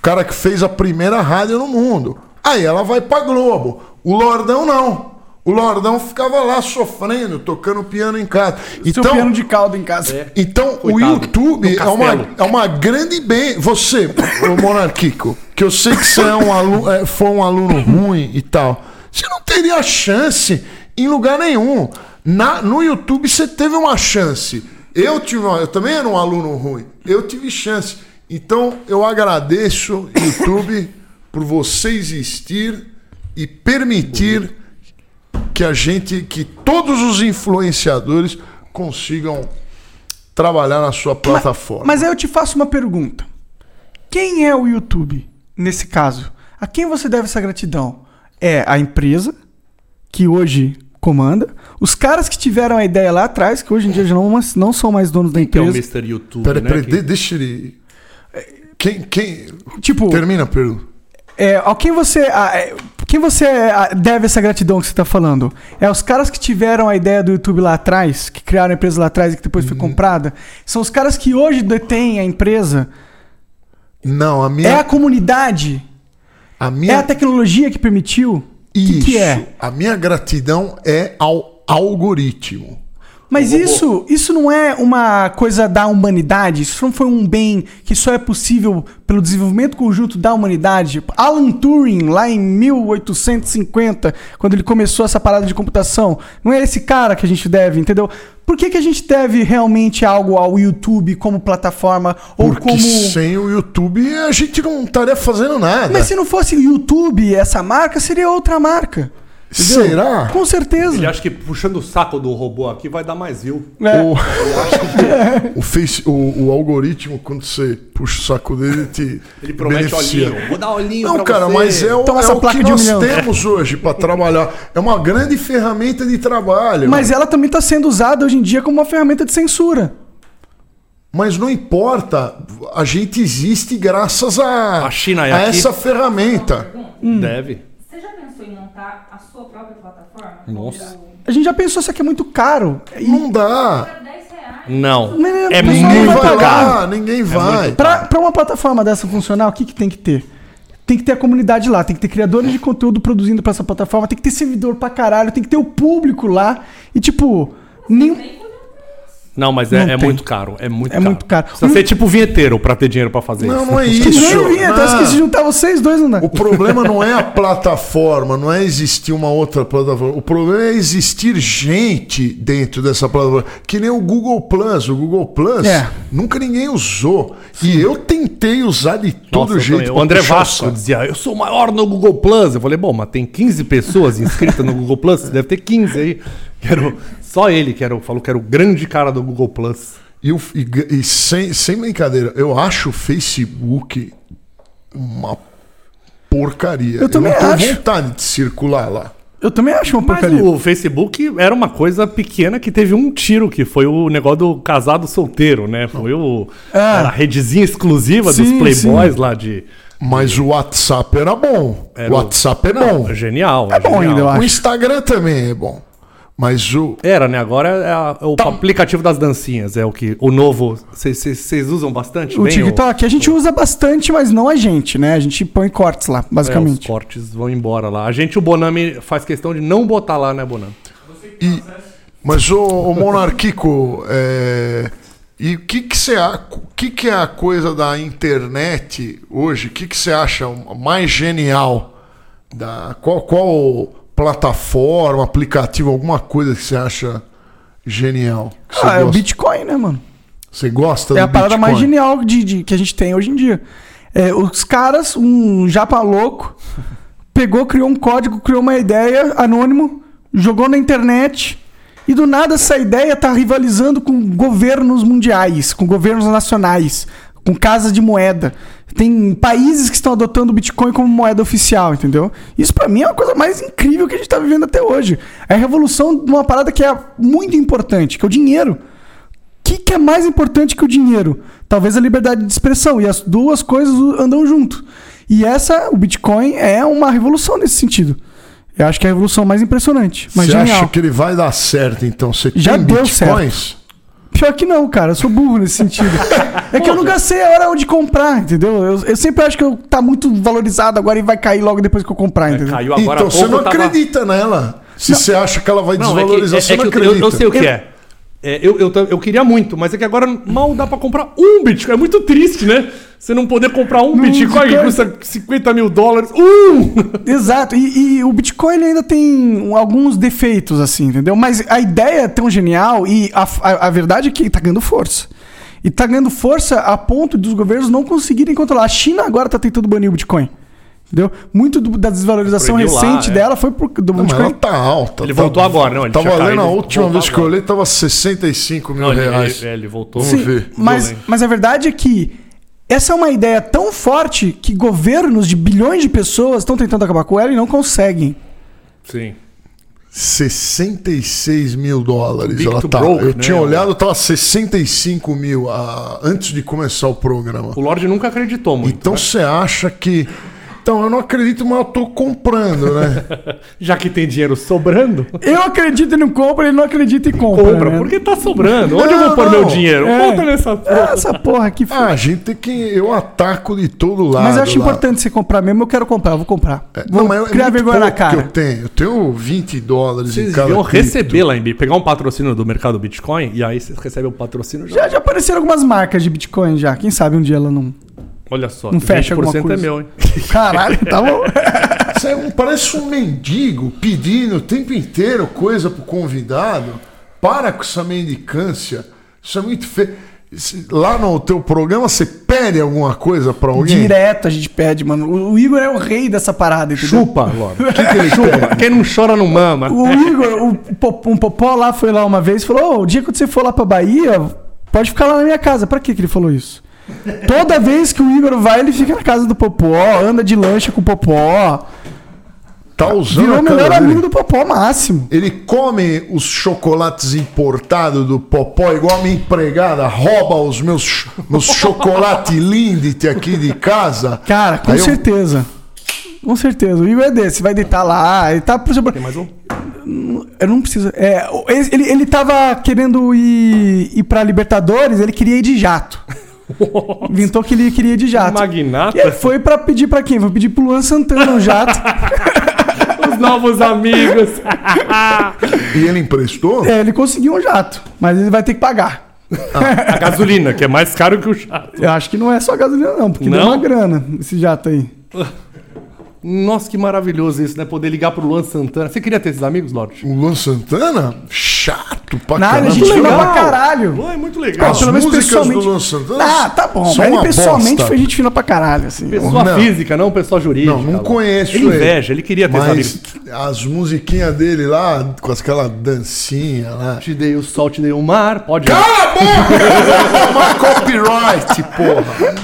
S3: cara que fez a primeira rádio no mundo. Aí ela vai pra Globo. O Lordão não. O Lordão ficava lá sofrendo, tocando piano em casa.
S4: Seu piano de caldo em casa.
S3: Então,
S1: Coitado,
S3: o YouTube
S1: no
S3: é uma,
S1: castelo.
S3: é uma grande bem. Você, ô Monarquico, que eu sei que você é um aluno, é, foi um aluno ruim e tal, você não teria chance em lugar nenhum. Na, no YouTube você teve uma chance. Eu tive, uma- eu também era um aluno ruim. Eu tive chance. Então, eu agradeço, YouTube, por você existir e permitir que a gente, que todos os influenciadores consigam trabalhar na sua plataforma.
S4: Mas é- aí eu te faço uma pergunta. Quem é o YouTube nesse caso? A quem você deve essa gratidão? É a empresa que hoje comanda, os caras que tiveram a ideia lá atrás, que hoje em dia já não, não são mais donos da
S1: Que é o
S4: empresa.
S1: Mr. YouTube,
S3: Peraí,
S1: né?
S3: peraí,
S1: que-
S3: de- deixa ele. Quem, quem.
S4: Tipo,
S3: Termina, Pedro.
S4: é, a quem você, a- é, quem você a, deve essa gratidão que você está falando? É os caras que tiveram a ideia do YouTube lá atrás, que criaram a empresa lá atrás e que depois foi comprada? São os caras que hoje detêm a empresa?
S3: Não, a minha.
S4: É a comunidade?
S3: a
S4: É
S3: minha
S4: a tecnologia que permitiu? O
S3: isso.
S4: que, que é?
S3: A minha gratidão é ao algoritmo.
S4: Mas isso, isso não é uma coisa da humanidade? Isso não foi um bem que só é possível pelo desenvolvimento conjunto da humanidade? Alan Turing, lá em 1850, quando ele começou essa parada de computação, não é esse cara que a gente deve, entendeu? Por que, que a gente deve realmente algo ao YouTube como plataforma ou
S3: Porque
S4: como.
S3: sem o YouTube a gente não estaria fazendo nada.
S4: Mas se não fosse o YouTube, essa marca seria outra marca. entendeu?
S3: Será?
S4: Com certeza.
S1: Ele acha que puxando o saco do robô aqui vai dar mais view.
S4: É.
S3: O, o face, o, o algoritmo, quando você puxa o saco dele, te
S1: Ele promete
S3: beneficia.
S1: olhinho. Vou dar olhinho
S3: Não,
S1: pra
S3: cara,
S1: você.
S3: mas é o,
S4: Toma
S3: é
S4: essa
S3: o
S4: placa
S3: que
S4: de um
S3: nós
S4: milhão.
S3: temos hoje para trabalhar. É uma grande ferramenta de trabalho.
S4: Mas ela também está sendo usada hoje em dia como uma ferramenta de censura.
S3: Mas não importa, a gente existe graças a,
S1: A China é
S3: a
S1: aqui.
S3: essa ferramenta.
S5: Pergunta.
S1: Hum. Deve.
S5: Você já pensou em montar a sua própria plataforma?
S1: Nossa.
S5: Como-
S4: A gente já pensou, isso aqui é muito caro. E
S3: Não dá.
S5: Era 10 reais.
S1: Não.
S4: Mas é
S1: É
S4: pessoal,
S3: Ninguém
S4: não
S1: muito
S4: vai
S3: vai
S1: caro.
S3: lá, ninguém vai.
S4: pra, pra uma plataforma dessa funcionar, o que, que tem que ter? Tem que ter a comunidade lá, tem que ter criadores de conteúdo produzindo pra essa plataforma, tem que ter servidor pra caralho, tem que ter o público lá. E tipo, nem...
S5: Nem podia ter.
S1: Não, mas é,
S4: Não
S1: é
S4: tem.
S1: muito caro. É muito
S4: É
S1: caro.
S4: muito caro.
S1: Precisa ser tipo vinheteiro pra ter dinheiro pra fazer
S3: Hum. Não,
S1: isso.
S3: não
S1: (laughs)
S3: é
S4: que
S3: isso.
S4: tipo, nem vinha, até
S3: Não.
S4: que se juntar vocês dois não dá.
S3: O problema não é a plataforma, não é existir uma outra plataforma. O problema é existir gente dentro dessa plataforma. Que nem o Google Plus. O Google Plus
S4: É.
S3: nunca ninguém usou. E eu tentei usar de todo
S1: Nossa, eu
S3: jeito.
S1: também. O
S3: pra
S1: André
S3: puxar
S1: Vasco
S3: saco.
S1: dizia, eu sou o maior no Google Plus. Eu falei, bom, mas tem 15 pessoas inscritas no Google Plus, deve ter 15 aí. Que era o- só ele que era, o- falou que era o grande cara do Google Plus.
S3: E, eu- e- e sem, sem brincadeira, eu acho o Facebook uma porcaria.
S4: Eu também
S3: não tenho
S4: acho.
S3: vontade de circular lá.
S4: Eu também acho uma
S1: Mas
S4: porcaria.
S1: o Facebook era uma coisa pequena que teve um tiro, que foi o negócio do casado solteiro, né? Foi o,
S4: Ah.
S1: era a redezinha exclusiva
S4: Sim,
S1: dos playboys lá de...
S3: Mas o WhatsApp era bom. o
S1: Era o-
S3: WhatsApp é
S1: Não,
S3: bom.
S1: é genial. É,
S4: bom
S1: genial.
S4: ainda, eu acho.
S3: O Instagram também é bom. Mas o.
S1: Era, né? Agora é, a- é o
S4: Tá.
S1: aplicativo das dancinhas, é o que o novo. Vocês usam bastante?
S4: O
S1: bem é,
S4: TikTok a gente usa bastante, mas não a gente, né? A gente põe cortes lá,
S1: É, os
S4: basicamente.
S1: cortes vão embora lá. A gente, o Bonami, faz questão de não botar lá, né, Bonami?
S3: E, mas o, o Monarquico, é, e o que que você a- o que que é a coisa da internet hoje? O que que você acha mais genial? Da, qual, qual plataforma, aplicativo, alguma coisa que você acha genial? que você
S4: Ah, é o
S3: gosta?
S4: Bitcoin, né, mano?
S3: Você gosta
S4: É
S3: do
S4: a parada mais
S3: Bitcoin?
S4: genial de, de- que a gente tem hoje em dia. É, os caras, um japa louco, (laughs) pegou, criou um código, criou uma ideia anônimo, jogou na internet. E do nada essa ideia tá rivalizando com governos mundiais, com governos nacionais, com casas de moeda. Tem países que estão adotando o Bitcoin como moeda oficial, entendeu? Isso pra mim é a coisa mais incrível que a gente tá vivendo até hoje. É a revolução de uma parada que é muito importante, que é o dinheiro. O que, que é mais importante que o dinheiro? Talvez a liberdade de expressão. E as duas coisas andam junto. E essa, o Bitcoin, é uma revolução nesse sentido. Eu acho que é a revolução mais impressionante. Mas
S3: Você
S4: genial.
S3: acha que ele vai dar certo, então? Você
S4: Já
S3: tem
S4: deu
S3: bitcoins?
S4: Pior que não, cara. Eu sou burro nesse sentido. é que eu nunca sei a hora onde comprar, entendeu? Eu, eu sempre acho que eu, tá muito valorizado agora e vai cair logo depois que eu comprar, entendeu?
S1: Caiu agora
S3: Então
S1: há
S3: você
S1: pouco,
S3: não
S1: eu tava-
S3: acredita nela. Se você acha que ela vai
S1: Não, é que,
S3: desvalorizar,
S1: é-
S3: você
S1: é
S3: não
S1: que eu- eu,
S3: acredita.
S1: eu sei o que é. É, eu, eu, ta- eu queria muito, mas é que agora mal dá pra comprar um Bitcoin. É muito triste, né? Você não poder comprar um Bitcoin que
S4: Bitcoin.
S1: custa 50 mil dólares. Um!
S4: Exato, e, e o Bitcoin ele ainda tem um, alguns defeitos, assim, entendeu? Mas a ideia é tão genial e a, a, a verdade é que ele tá ganhando força. E tá ganhando força a ponto dos governos não conseguirem controlar. A China agora tá tentando banir o Bitcoin. Entendeu? Muito do- da desvalorização
S1: Proibiu lá,
S4: recente
S1: é.
S4: dela foi por, do
S3: Não, mas
S4: Bitcoin.
S3: ela tá alta.
S1: Ele
S3: tá-
S1: voltou agora, não, ele
S3: Tava
S1: tinha
S3: lendo a
S1: caído,
S3: última
S1: voltou
S3: vez que eu
S1: agora.
S3: olhei, tava 65 mil
S1: ele,
S3: reais.
S1: ele- ele voltou.
S3: Sim.
S4: Sim,
S3: ver.
S4: mas,
S1: Violento.
S4: mas a verdade é que essa é uma ideia tão forte que governos de bilhões de pessoas estão tentando acabar com ela e não conseguem.
S1: Sim.
S3: 66 mil dólares.
S1: Big
S3: Ela
S1: to
S3: tá.
S1: broke,
S3: eu
S1: né,
S3: tinha
S1: o-
S3: olhado, tava 65 mil a- antes de começar o programa.
S1: O Lorde nunca acreditou muito. né?
S3: Então você acha que. Então, eu não acredito, mas eu tô comprando, né?
S1: (laughs) Já que tem dinheiro sobrando,
S4: Eu acredito e não compra, ele não acredita e compra.
S1: compra,
S4: né?
S1: porque tá sobrando. Onde eu
S3: Não,
S1: vou pôr
S3: não.
S1: meu dinheiro?
S4: É.
S1: Bota nessa.
S4: Ah, Essa porra aqui.
S3: ah,
S4: foda.
S3: a gente tem que. Eu ataco de todo lado.
S4: mas eu acho
S3: lá.
S4: importante você comprar mesmo. Eu quero comprar, eu vou comprar.
S3: É,
S4: Vou
S3: eu-
S4: criar
S3: muito
S4: vergonha na
S3: pouco que
S4: cara.
S3: Eu tenho, eu tenho 20 dólares em
S1: Vocês
S3: cada
S1: deviam
S3: cripto.
S1: receber lá em Bi, pegar um patrocínio do mercado Bitcoin e aí vocês recebem o patrocínio já.
S4: Já, já apareceram algumas marcas de Bitcoin já. Quem sabe um dia ela não.
S1: Olha só,
S4: Não fecha alguma
S1: é
S4: coisa.
S1: meu, hein?
S4: Caralho, tá bom.
S3: (laughs) Isso é um- parece um mendigo pedindo o tempo inteiro coisa pro convidado. Para com essa mendicância. Isso é muito feio. Se- Lá no teu programa, você pede alguma coisa pra alguém?
S4: (laughs) Direto a gente pede, mano. O, o Igor é o rei dessa parada, entendeu?
S1: Chupa, (laughs) Lorde. Chupa. Quem não chora não mama.
S4: O Igor, o Pop- um popó lá foi lá uma vez e falou: "Ô, o dia que você for lá pra Bahia, pode ficar lá na minha casa. Pra que que ele falou isso? Toda vez que o Igor vai, ele fica na casa do Popó, anda de lancha com o Popó.
S3: Tá usando
S4: Virou
S3: a
S4: o
S3: cara
S4: melhor
S3: dele.
S4: amigo do Popó máximo.
S3: Ele come os chocolates importados do Popó, igual a minha empregada, rouba os meus, ch- meus chocolate (laughs) Lindt aqui de casa.
S4: Cara, com
S3: Aí eu-
S4: certeza. Com certeza. O Igor é desse. Vai deitar lá. Ele tá. Por exemplo,
S1: Tem mais um?
S4: eu não preciso. É, o- ele, ele tava querendo ir, ir pra Libertadores, ele queria ir de jato. Inventou que ele queria ir de jato.
S1: Magnata.
S4: E aí foi pra pedir pra quem? Foi pedir pro Luan Santana um jato.
S3: (laughs)
S1: Os novos amigos.
S3: E ele emprestou?
S4: é, ele conseguiu um jato, mas ele vai ter que pagar.
S1: A gasolina, que é mais caro que o chá.
S4: Eu acho que não é só gasolina, não, porque deu
S1: Não?
S4: uma grana esse jato aí.
S1: Nossa, que maravilhoso isso, né? Poder ligar pro Luan Santana. Você queria ter esses amigos, Lorde?
S3: O Luan Santana? Shhh, chato pra
S4: Nada, a
S3: caramba.
S4: gente
S1: Muito
S4: jogou
S1: legal.
S4: pra caralho.
S1: Pô, é muito legal.
S4: Ah, pelo menos
S3: músicas
S4: pessoalmente.
S3: do Luan Santana
S4: ah, tá bom.
S3: são
S4: Mas ele
S3: uma
S4: pessoalmente
S3: bosta.
S4: foi gente fina pra caralho, assim.
S1: Pessoa
S3: Não.
S1: física, não pessoa jurídica.
S3: Não, não
S1: Ló.
S3: conheço
S1: Ele
S3: ele.
S1: inveja, ele é queria ter esse amigo.
S3: Mas as musiquinhas dele lá, com aquela dancinha lá.
S1: Te dei o sol, te dei o mar, pode...
S3: Cala a boca! Uma copyright, porra.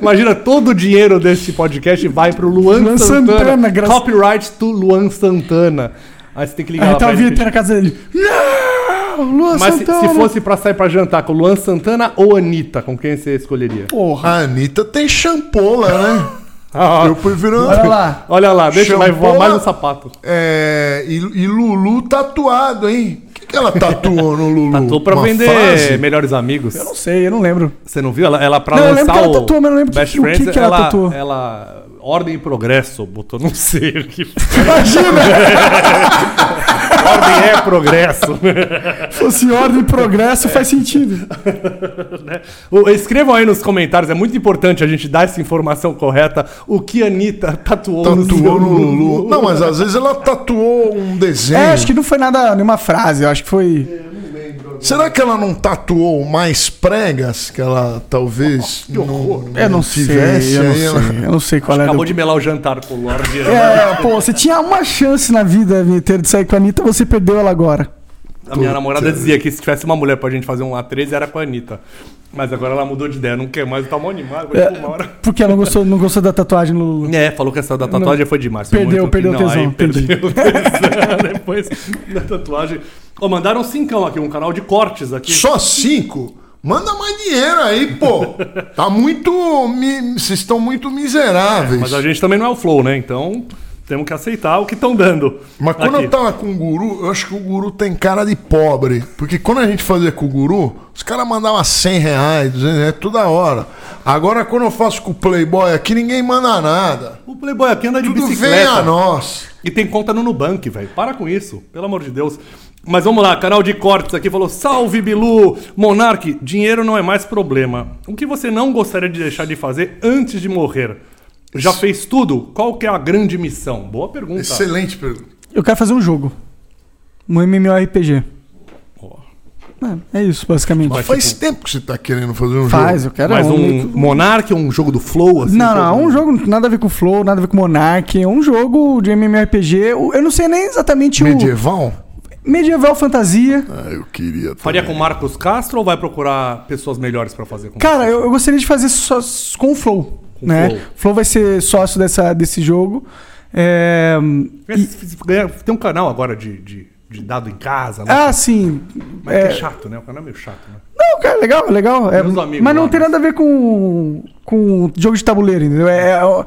S1: Imagina, todo o dinheiro desse podcast vai pro Luan,
S4: Luan
S1: Santana.
S4: Santana, gra-
S1: Copyright to Luan Santana. Aí você tem que ligar
S4: Aí
S1: lá
S4: tava
S1: pra ele.
S4: vindo na casa dele. Não! Luan
S1: Mas se,
S4: Santana.
S1: se fosse pra sair pra jantar com Luan Santana ou Anitta, com quem você escolheria?
S4: Porra.
S3: A Anitta tem champola, né?
S1: Ah,
S3: Eu prefiro.
S4: Olha lá.
S1: Olha lá, deixa
S3: Shampoo,
S1: vai voar mais um
S3: né?
S1: sapato.
S3: É, e, e Lulu tatuado, hein? O que, que ela tatuou no Lulu?
S1: Tatuou pra
S3: Uma
S1: vender
S3: frase?
S1: melhores amigos.
S4: Eu não sei, eu não lembro.
S1: Você não viu? Ela, ela pra
S4: Não, eu
S1: lançar
S4: lembro que ela
S1: o
S4: tatuou, mas eu não lembro
S1: Best
S4: que- o que
S1: Friends,
S4: que ela
S1: ela,
S4: tatuou.
S1: ela- Ordem e Progresso, botou, (laughs) não sei o que...
S4: Imagina!
S1: Ordem é Progresso.
S4: (laughs)
S1: (laughs)
S4: se fosse ordem e progresso, faz sentido.
S1: né? O- Escrevam aí nos comentários, é muito importante a gente dar essa informação correta. O que a Anitta tatuou,
S3: Tatuou
S1: seu
S3: no Lulu. Não, mas às vezes ela tatuou um desenho.
S4: É, acho que não foi nada, nenhuma frase, eu acho que foi.
S3: Será que ela não tatuou mais pregas que ela talvez não,
S4: Eu É, não é, sei,
S3: tivesse?
S4: eu não
S3: aí né? ela-
S4: sei, eu não sei qual era.
S3: é,
S1: Acabou
S4: do-
S1: de melar o jantar pro Lorde. né?
S4: É, pô, você tinha uma chance na vida inteira de sair com a Anitta, você perdeu ela agora.
S1: a minha
S3: é.
S1: namorada dizia que se tivesse uma mulher pra gente fazer um A13 era com a Anitta. Mas agora ela mudou de ideia, não quer mais, tá mal animado, vai
S4: É.
S1: é. uma hora.
S4: Porque ela não gostou, não gostou da tatuagem no Lulu.
S1: É, falou que essa da tatuagem foi demais. foi
S4: Perdeu-
S1: muito-
S4: perdeu o
S1: não, aí
S4: tesão,
S1: Perdeu
S4: entendi.
S1: o tesão (laughs) depois da tatuagem. Ó, mandaram cincão aqui, um canal de cortes aqui.
S3: Só cinco? Manda mais dinheiro aí, pô. Tá muito. mi- Vocês estão muito miseráveis. mas,
S1: Mas a gente também não é o Flow, né? Então temos que aceitar o que estão dando.
S3: quando tá
S1: aqui.
S3: eu tava com o guru, eu acho que o guru tem cara de pobre. Porque quando a gente fazia com o guru, os caras mandavam 100 reais, 200 reais toda hora. Agora, quando eu faço com o Playboy aqui, ninguém manda nada.
S1: O Playboy aqui anda de
S3: Tudo vem ah,
S1: bicicleta.
S3: a nós.
S1: E tem conta no Nubank, velho. Para com isso, pelo amor de Deus. Mas vamos lá, canal de cortes aqui falou: Salve Bilu! Monark, dinheiro não é mais problema. O que você não gostaria de deixar de fazer antes de morrer? Já fez tudo? Qual que é a grande missão? Boa pergunta.
S3: Excelente pergunta.
S4: Eu quero fazer um jogo. Um MMORPG. É, é isso, basicamente.
S1: Mas
S3: Faz
S1: tipo-
S3: tempo que você tá querendo fazer um
S4: Faz, eu
S3: jogo.
S4: quero
S1: Mas um Monark, um jogo do Flow, assim?
S4: Não,
S1: todo
S4: não, é um
S1: mundo.
S4: jogo nada a ver com Flow, nada a ver com Monark, é um jogo de MMORPG. o- Eu não sei nem exatamente
S3: Medieval?
S4: o. Medieval fantasia.
S3: Ah, eu queria.
S1: Faria com
S3: também.
S1: Marcos Castro ou vai procurar pessoas melhores pra fazer com
S4: Cara,
S1: você?
S4: eu, eu gostaria de fazer só com o Flow.
S1: Com
S4: né?
S1: Flow.
S4: Flow. vai ser sócio dessa, desse jogo. É, e-
S1: É, Tem um canal agora de, de, de dado em casa, né?
S4: Ah, sim.
S1: Mas é...
S4: é-
S1: que é chato, né? O canal é meio chato, né?
S4: Não, cara, legal, legal. É,
S1: Meus amigos
S4: mas não
S1: lá, né?
S4: tem
S1: mas-
S4: nada a ver com, com jogo de tabuleiro, entendeu? É, é, ó,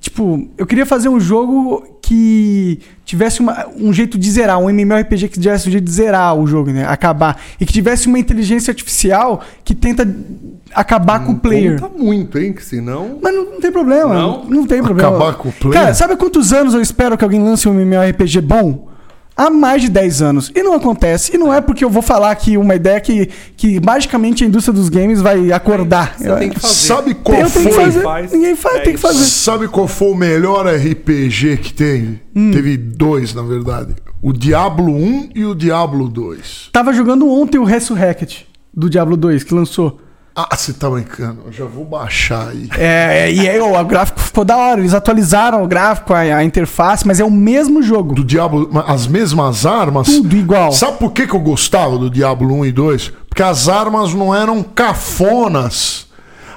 S4: tipo, eu queria fazer um jogo que tivesse uma- um jeito de zerar, um MMORPG que tivesse um jeito de zerar o jogo, né? Acabar. E que tivesse uma inteligência artificial que tenta acabar com o player.
S1: Hum, Conta muito, hein? Que senão.
S4: Mas não, não tem problema.
S1: Não?
S4: Não, tem problema.
S3: Acabar com o player?
S4: Cara, sabe quantos anos eu espero que alguém lance um MMORPG bom? Há mais de 10 anos. E não acontece. E não é porque eu vou falar que uma ideia que, que magicamente a indústria dos games vai acordar.
S1: Você tem que fazer.
S3: Sabe qual
S4: Eu tenho que
S3: foi?
S4: fazer.
S1: Faz.
S4: Ninguém faz,
S1: É
S4: tem que
S1: isso.
S4: fazer.
S3: Sabe qual foi o melhor RPG que teve?
S4: Hum.
S3: Teve dois, na verdade. O Diablo 1 e o Diablo 2.
S4: Tava jogando ontem o Resurrect do Diablo 2 que lançou.
S3: Ah, você tá brincando. Eu já vou baixar aí.
S4: É, é, e aí, ó, o gráfico ficou da hora. Eles atualizaram o gráfico, a, a interface, mas é o mesmo jogo.
S3: Do Diablo, mas as mesmas armas.
S4: Tudo igual.
S3: Sabe por que, que eu gostava do Diablo 1 e 2? Porque as armas não eram cafonas.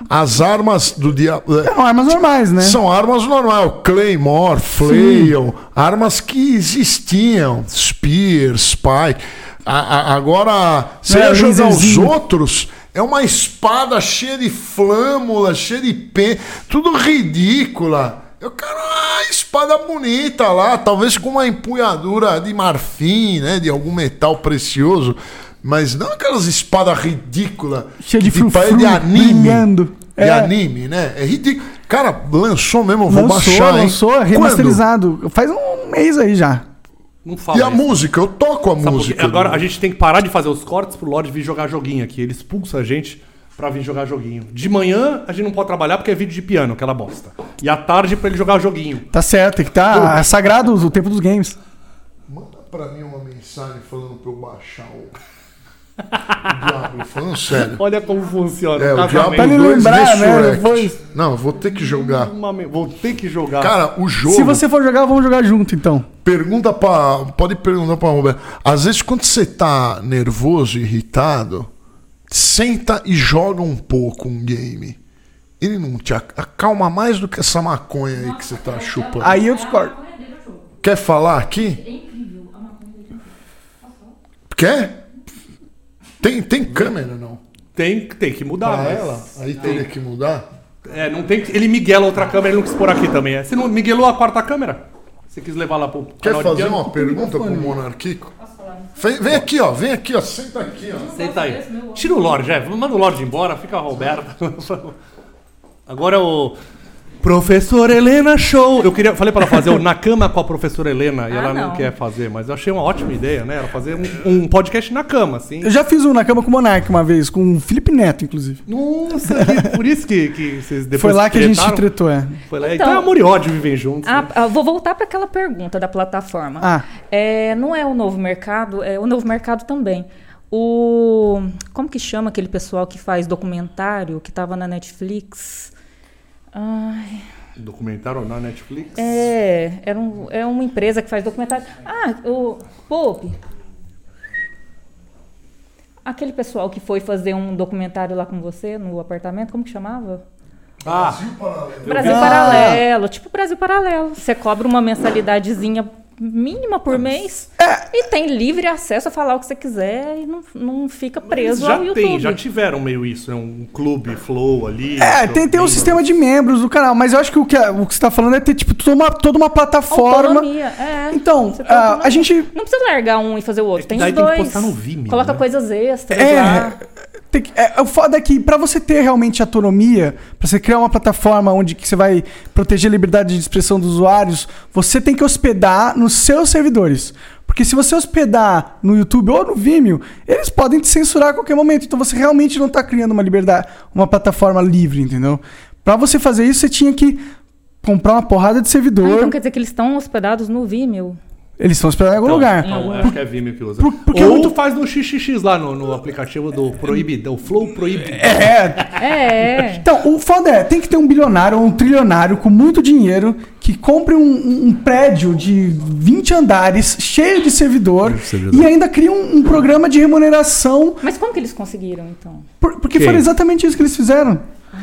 S3: As armas do Diablo. é,
S4: São armas normais, né?
S3: São armas normal, Claymore, Flail, armas que existiam, Spear, Spike. A- a- agora, você
S4: É,
S3: ia jogar os
S4: laserzinho.
S3: outros, é uma espada cheia de flâmula, cheia de pé, tudo ridícula. Eu quero uma espada bonita lá, talvez com uma empunhadura de marfim, né, de algum metal precioso. Mas não aquelas espadas ridículas
S4: Cheia de
S3: tipo, é
S4: frufru,
S3: de anime.
S4: brilhando.
S3: De
S4: É.
S3: anime, né? É ridículo. Cara, lançou mesmo, eu vou
S4: lançou,
S3: baixar, hein?
S4: lançou, é
S3: Quando?
S4: remasterizado. Faz um mês aí já.
S1: Não
S3: E
S1: fala.
S3: a
S1: isso.
S3: música? Eu toco a
S1: Sabe por quê?
S3: música.
S1: Agora a gente tem que parar de fazer os cortes pro Lorde vir jogar joguinho aqui. Ele expulsa a gente pra vir jogar joguinho. De manhã a gente não pode trabalhar porque é vídeo de piano, aquela bosta. E à tarde pra ele jogar joguinho.
S4: Tá certo, tem que tá sagrado o tempo dos games.
S3: pra mim uma mensagem falando pra eu baixar o. o diabo, falando sério.
S1: Olha tá como funciona.
S3: É, o Diablo
S4: Pra ele
S3: 2
S4: lembrar, né,
S3: Resurrect.
S4: depois.
S3: Não, eu vou ter que jogar.
S1: Uma me- Vou ter que jogar.
S3: Cara, o jogo.
S4: Se você for jogar, vamos jogar junto, então.
S3: Pergunta pra. Pode perguntar pra Roberto. Às vezes, quando você tá nervoso, irritado, senta e joga um pouco um game. Ele não te ac- acalma mais do que essa maconha aí que você tá chupando.
S4: Aí eu discordo.
S3: Quer falar aqui?
S5: É incrível. A maconha dele é incrível.
S3: Quer? Tem, tem câmera, não?
S1: Tem, tem que
S5: Tá,
S1: mudar,
S3: Pra
S1: mas-
S3: ela? Aí teria que mudar?
S1: É, não tem que- Ele miguela outra câmera, ele não quis pôr aqui também. É. Você não miguelou a quarta câmera? Você quis levar lá pro
S3: Quer
S1: canal um de
S3: fazer
S1: piano?
S3: uma pergunta pro Monarquico?
S5: Posso falar? Não
S3: Vem, vem aqui, ó. Vem aqui, ó. Senta aqui, ó.
S1: Senta aí.
S5: Nossa, meu-
S1: Tira o Lorde, é. Manda o Lorde embora, fica a Roberta. (laughs) Agora é o. Professora Helena Show! Eu queria, falei pra ela fazer o Na Cama com a Professora Helena e
S5: Ah,
S1: ela não.
S5: não.
S1: quer fazer, mas eu achei uma ótima ideia, né? Ela fazer um, um podcast na cama, assim.
S4: Eu já fiz um na cama com o Monark uma vez, com o Felipe Neto, inclusive.
S1: Nossa,
S6: (laughs)
S1: que- por isso que, que vocês depois.
S4: Foi lá
S1: se
S4: que a gente se
S1: tretaram?
S4: tretou, é.
S1: Foi lá. Então,
S6: Então-
S1: amor e ódio vivem juntos. né?
S6: Ah, ah, vou voltar para aquela pergunta da plataforma.
S4: Ah.
S6: É, não é o novo mercado, é o novo mercado também. O como que chama aquele pessoal que faz documentário que estava na Netflix? Ai,
S1: Documentário na Netflix.
S6: é, era um- é uma empresa que faz documentário. Ah, o Pope. Aquele pessoal que foi fazer um documentário lá com você no apartamento, como que chamava?
S1: Ah,
S6: Brasil
S4: Ah!
S6: Paralelo, tipo Brasil Paralelo. Você cobra uma mensalidadezinha mínima por mês
S1: é.
S6: e tem livre acesso a falar o que você quiser e não, não fica preso
S1: já
S6: ao YouTube.
S1: tem, já tiveram meio isso, né? Um clube flow ali.
S4: É,
S1: tô
S4: tem, tem um
S1: vendo.
S4: sistema de membros do canal, mas eu acho que o que, a- o que você tá falando é ter, tipo, toda uma, toda uma plataforma.
S6: Autonomia, é.
S4: Então,
S6: Você tem
S4: ah, a,
S6: autonomia.
S4: gente
S6: Não precisa largar um e fazer o outro,
S1: É que
S6: tem
S1: daí
S6: os
S1: tem que
S6: dois.
S1: postar no Vimeo,
S6: Coloca
S1: né?
S6: coisas extras
S4: É,
S6: lá. Ah,
S4: tem que- é, o foda é que pra você ter realmente autonomia, pra você criar uma plataforma onde que você vai proteger a liberdade de expressão dos usuários, você tem que hospedar nos seus servidores. Porque se você hospedar no YouTube ou no Vimeo, eles podem te censurar a qualquer momento. Então você realmente não tá criando uma liberdade, uma plataforma livre, entendeu? Pra você fazer isso, você tinha que comprar uma porrada de
S6: Ah,
S4: servidor.
S6: então quer dizer que eles estão hospedados no Vimeo.
S4: Eles estão hospedando em algum
S1: Então,
S4: lugar.
S1: então, acho que é Vimeo que usa.
S4: Por- porque
S1: Ou
S4: é muito-
S1: faz no XXX lá no, no aplicativo do Proibido, o Flow Proibido.
S4: É,
S1: (laughs)
S6: É.
S4: Então, o foda é, tem que ter um bilionário ou um trilionário com muito dinheiro que compre um, um- um prédio de 20 andares, cheio de servidor,
S1: servidor.
S4: e ainda cria um, um programa de remuneração,
S6: Mas como que eles conseguiram, então?
S4: por- porque
S1: Quem?
S4: foi exatamente isso que eles fizeram.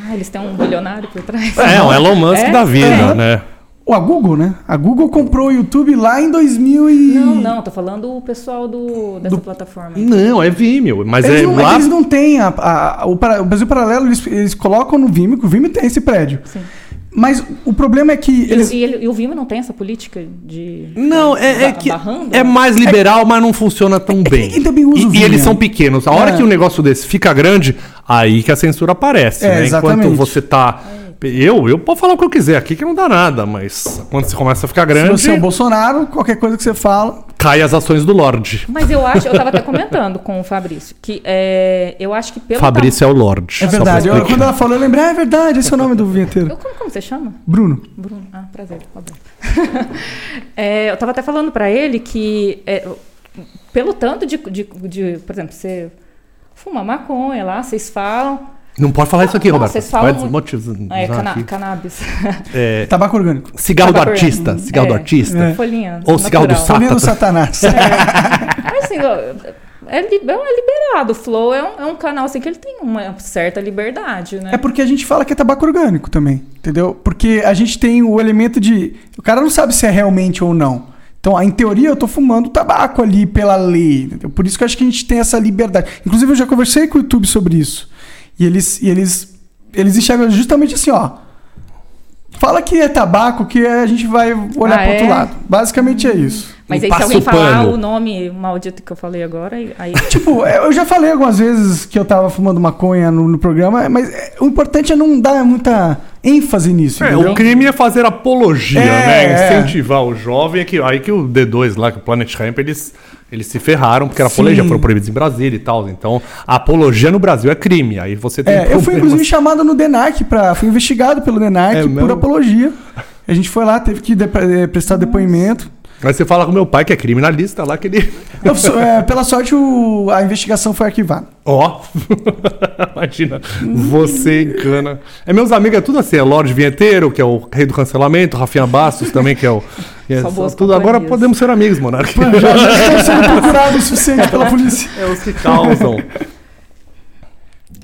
S6: Ah, eles têm um bilionário por trás.
S1: É, o Elon Musk
S6: É?
S1: da vida,
S4: É.
S1: né?
S4: Ou a Google, né? A Google comprou o YouTube lá em 2000 e...
S6: Não, não, tô falando o pessoal do, dessa plataforma.
S1: Não, é Vimeo, mas
S4: Eles,
S1: é
S4: não,
S1: lá...
S4: eles não têm a- a- o, para- o Brasil Paralelo, eles, eles colocam no Vimeo, que o Vimeo tem esse prédio.
S6: Sim.
S4: Mas o problema é que
S6: E,
S4: eles...
S6: e ele- e o Vimeo não tem essa política de.
S1: Não, é, é
S6: Ba-
S1: que
S6: Tá barrando? né?
S1: é mais liberal, mas não funciona
S6: É
S1: tão bem.
S4: ninguém também usa o
S1: e, e eles
S4: Vimeo.
S1: são pequenos. A hora
S4: É.
S1: que um negócio desse fica grande, aí que a censura aparece,
S4: É,
S1: né?
S4: exatamente.
S1: Enquanto você tá... Eu, eu posso falar o que eu quiser aqui, que não dá nada, mas quando você começa a ficar
S4: Se
S1: grande,
S4: você é o Bolsonaro, qualquer coisa que você fala,
S1: cai as ações do Lorde.
S6: Mas eu acho, eu tava até comentando com o Fabrício, que é, eu acho que pelo.
S1: Fabrício é o Lorde.
S4: É
S1: só pra
S4: verdade. Eu-
S1: explicar.
S4: quando ela falou, eu lembrei, ah, é verdade, esse é o nome do
S6: ta-
S4: vinheteiro.
S6: Eu, como, como você chama?
S4: Bruno.
S6: Bruno. Ah, prazer, Roberto. É, eu tava até falando pra ele que, é, pelo tanto de, de- de- Por exemplo, você fuma maconha lá, vocês falam.
S1: Não pode falar isso aqui,
S6: Não,
S1: Roberto.
S6: vocês falam
S1: Vai
S6: muito-
S1: desmotivizar
S6: É, cana-
S1: aqui. (laughs)
S6: cannabis.
S1: É,
S4: Tabaco orgânico.
S1: cigarro do
S6: Tabaco
S1: artista.
S6: orgânico.
S1: Cigarro do
S6: Tá É.
S1: artista.
S4: É.
S6: Folhinha.
S1: Ou cigarro do
S6: natural.
S1: sapo.
S4: Folha do Satanás.
S1: É.
S6: Mas, assim, ó, é, li- é liberado. O Flow é um, é um canal assim que ele tem uma certa liberdade, né?
S4: É porque a gente fala que é tabaco orgânico também, entendeu? Porque a gente tem o elemento de. O cara não sabe se é realmente ou não. Então, em teoria, eu tô fumando tabaco ali pela lei. entendeu? Por isso que eu acho que a gente tem essa liberdade. Inclusive, eu já conversei com o YouTube sobre isso. E eles, e eles, eles enxergam justamente assim, ó. Fala que é tabaco, que a gente vai olhar
S6: Ah,
S4: pro outro
S6: é?
S4: lado. Basicamente é isso.
S1: Não
S6: Mas aí se
S1: passa
S6: alguém
S1: o
S6: falar
S1: um pano.
S6: o nome maldito que eu falei agora, aí. aí-
S4: Tipo, eu já falei algumas vezes que eu tava fumando maconha no, no programa, mas é, o importante é não dar muita ênfase nisso, né?
S1: É,
S4: entendeu?
S1: o crime é fazer apologia,
S4: É,
S1: né?
S4: é.
S1: Incentivar o jovem. É que, aí que o D2 lá, que o Planet Ramp, eles, eles se ferraram, porque era
S4: Sim.
S1: apologia, foram proibidos em Brasília e tal. Então, a apologia no Brasil é crime. Aí você tem
S4: É, eu fui
S1: problemas.
S4: inclusive chamado no DENARC pra. Fui investigado pelo DENARC
S1: É
S4: por
S1: mesmo?
S4: apologia. A gente foi lá, teve que depa- eh, prestar depoimento.
S1: Aí você fala com meu pai, que é criminalista lá, que ele.
S4: Eu sou- é, pela sorte, o- a investigação foi arquivada.
S1: Ó! (laughs) Imagina, você encana. É meus amigos, é tudo assim, é Lorde Vinheteiro, que é o rei do cancelamento, Rafinha Bastos também, que é o. que é
S6: Só boas
S1: tudo. Agora
S6: companhias.
S1: podemos ser amigos, Monark.
S4: (laughs) Já já estão sendo procurados o suficiente pela polícia.
S1: (laughs) É os que causam.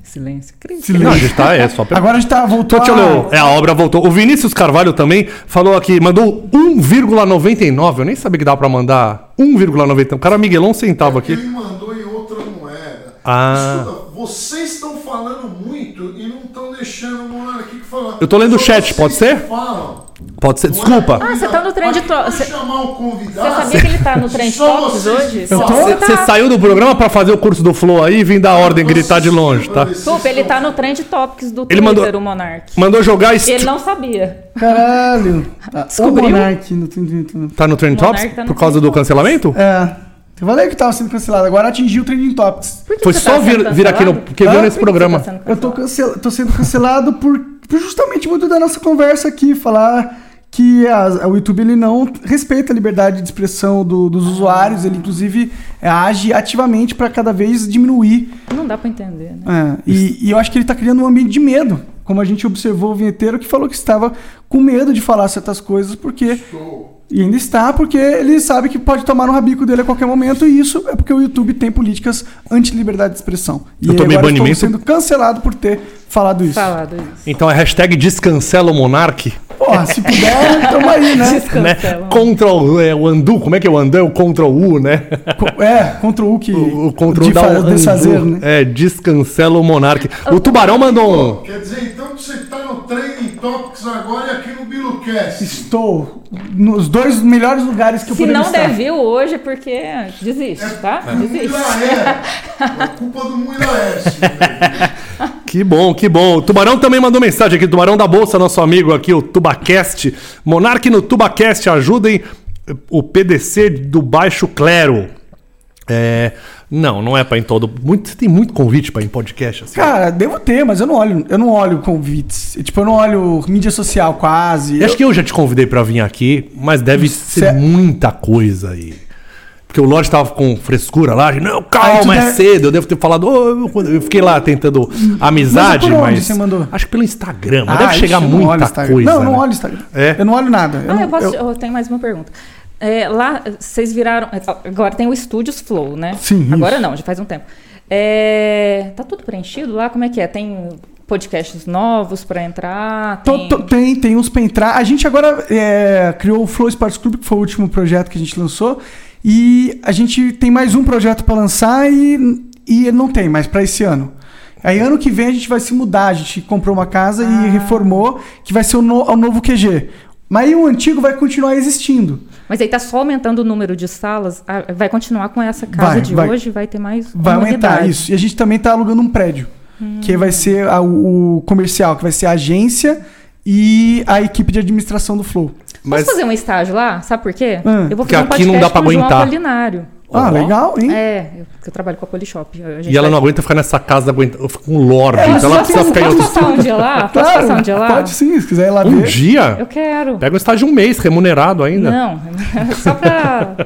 S6: Silêncio. Cris.
S1: Não, a gente tá, é só pelo-
S4: Agora a gente tá, voltou
S1: Então, deixa eu
S4: a...
S1: ler. É, a obra voltou. O Vinícius Carvalho também falou aqui, mandou 1,99. Eu nem sabia que dava pra mandar 1,99. O cara miguelou um centavo aqui.
S3: Ele mandou em outra moeda.
S1: Ah.
S3: Escuta, vocês estão falando muito e não estão deixando o Monark aqui falar.
S1: Eu tô lendo o
S3: Só
S1: chat,
S3: vocês
S1: pode ser?
S3: que Falam.
S1: Pode ser. Desculpa.
S6: Ah, você tá no trem de
S3: Mas
S6: to-
S3: quando
S6: você-
S3: chamar um
S6: Você
S3: convidado.
S6: sabia que ele tá no Trend
S3: Só
S6: Tops
S3: vocês
S6: hoje?
S3: que falam.
S1: Você
S6: tá.
S1: você saiu do programa pra fazer o curso do Flow aí e vim dar ordem, gritar de longe, tá?
S3: Vocês
S6: Desculpa, ele
S3: estão-
S6: tá no Trend Topics do
S1: Ele
S6: Twitter,
S1: mandou-
S6: o Monark.
S1: Mandou jogar. est-
S6: Ele não sabia.
S4: Caralho. Tá,
S6: Descobriu?
S4: O Monark no Trending
S1: Tá no Trend
S6: Monark
S1: Tops?
S6: tá no
S1: Por causa
S6: Trending
S1: do
S6: Topics.
S1: cancelamento?
S4: É. Eu falei que tava sendo cancelado. Agora atingiu o Trending Topics.
S6: Por que
S1: Foi
S6: você
S1: só
S6: tá
S1: vir,
S6: sendo
S1: vir aqui no,
S6: cancelado?
S1: porque viu
S4: Ah,
S1: nesse
S6: Por que você tá
S1: programa.
S6: sendo
S4: Eu tô,
S6: cancelado?
S4: cancel... tô sendo cancelado por... por justamente muito da nossa conversa aqui. Falar que a- o YouTube ele não respeita a liberdade de expressão do- dos usuários. Ele, inclusive, é, age ativamente para cada vez diminuir
S6: Não dá pra entender, né?
S4: É, e, e eu acho que ele tá criando um ambiente de medo. Como a gente observou o vinheteiro que falou que estava com medo de falar certas coisas, porque. E ainda está, porque ele sabe que pode tomar no rabico dele a qualquer momento, e isso é porque o YouTube tem políticas anti-liberdade de expressão. E
S1: Eu tomei
S4: agora
S1: banimento.
S4: estou sendo cancelado por ter falado isso.
S1: (laughs)
S6: Falado isso.
S1: Então é hashtag descancela o Monark.
S4: Porra, se puder, tamo aí, né?
S1: (laughs) Né?
S6: Descancela.
S1: Ctrl, é, o Andu, como é que é o Andu? É o Ctrl U, né?
S4: Co- É, contra o que.
S1: O, o controle
S4: de
S1: da
S4: fa-
S1: Andu.
S4: desfazer, né?
S1: É, descancela o Monark. O Tubarão mandou um.
S3: Quer dizer, então que você está no Training Topics agora e aqui no Bilocast.
S4: Estou nos dois melhores lugares que eu
S6: Se
S4: poderia
S6: não
S4: estar.
S6: der view hoje é porque desiste, tá?
S1: É.
S6: Desiste.
S3: Muiraé. É culpa do Muiraé. esse
S1: Que bom, que bom. O Tubarão também mandou mensagem aqui. Tubarão da Bolsa, nosso amigo aqui, o Tubacast. Monark no Tubacast, ajudem o PDC do Baixo Clero. É. Não, não é pra em todo. Muito, você tem muito convite pra ir em podcast assim.
S4: Cara, devo ter, mas eu não olho, eu não olho convites. Tipo, eu não olho mídia social quase.
S1: Eu acho que eu já te convidei pra vir aqui, mas deve ser
S4: Cê-
S1: muita coisa aí. Porque o Lorde tava com frescura lá, não,
S4: Aí tu
S1: calma, é
S4: deve-
S1: cedo. Eu devo ter falado, "Ô, eu- eu fiquei lá tentando amizade,
S4: por
S1: mas.
S4: onde você mandou?
S1: Acho que pelo Instagram, mas
S4: Ah,
S1: deve
S4: isso
S1: chegar
S4: eu não olho
S1: muita
S4: Instagram.
S1: coisa.
S4: Não, eu não
S1: né?
S4: olho Instagram.
S1: É?
S4: Eu não olho nada. Eu
S6: Ah,
S4: não-
S6: eu posso.
S4: eu-
S6: Eu tenho mais uma pergunta. É, lá, vocês viraram. é, Agora tem o Estúdios Flow, né?
S4: Sim,
S6: Agora
S4: isso.
S6: não, já faz um tempo. É, tá tudo preenchido lá? Como é que é? Tem podcasts novos pra entrar?
S4: Tô-
S6: Tem...
S4: tô- tem, tem uns pra entrar. A gente agora é, criou o Flow Sports Club, que foi o último projeto que a gente lançou. E a gente tem mais um projeto pra lançar e, e não tem mais pra esse ano. Aí ano que vem a gente vai se mudar. A gente comprou uma casa
S6: Ah.
S4: e reformou, que vai ser o, no- o novo QG. Mas aí o antigo vai continuar existindo.
S6: Mas aí tá só aumentando o número de salas. Ah, vai continuar com essa casa
S4: Vai,
S6: de
S4: vai.
S6: hoje? Vai ter mais.
S4: Vai
S6: uma Hum.
S4: aumentar
S6: unidade.
S4: isso. E a gente também tá alugando um prédio. Que vai ser a- o comercial, que vai ser a agência e a equipe de administração do Flow.
S1: Mas-
S6: Posso fazer um estágio lá? Sabe por quê?
S4: Ah.
S6: eu vou
S1: Porque
S6: fazer um
S1: aqui não dá
S6: podcast
S1: pra
S6: com o João
S1: aguentar.
S6: Apolinário.
S4: Ah,
S1: Ó.
S4: legal, hein?
S6: É, eu, que eu trabalho com a Polishop. A gente
S1: E ela
S6: vai-
S1: não aguenta ficar nessa casa aguenta, com um lorde,
S4: É,
S6: Posso
S1: então ela precisa
S6: passar-
S1: ficar em
S6: posso
S1: outro
S6: passar um dia lá? Posso passar um dia lá?
S4: Pode sim, se quiser ir lá
S1: Um
S4: ver.
S1: dia?
S6: Eu quero.
S1: Pega um estágio de um mês, remunerado ainda.
S6: Não, (laughs) só pra.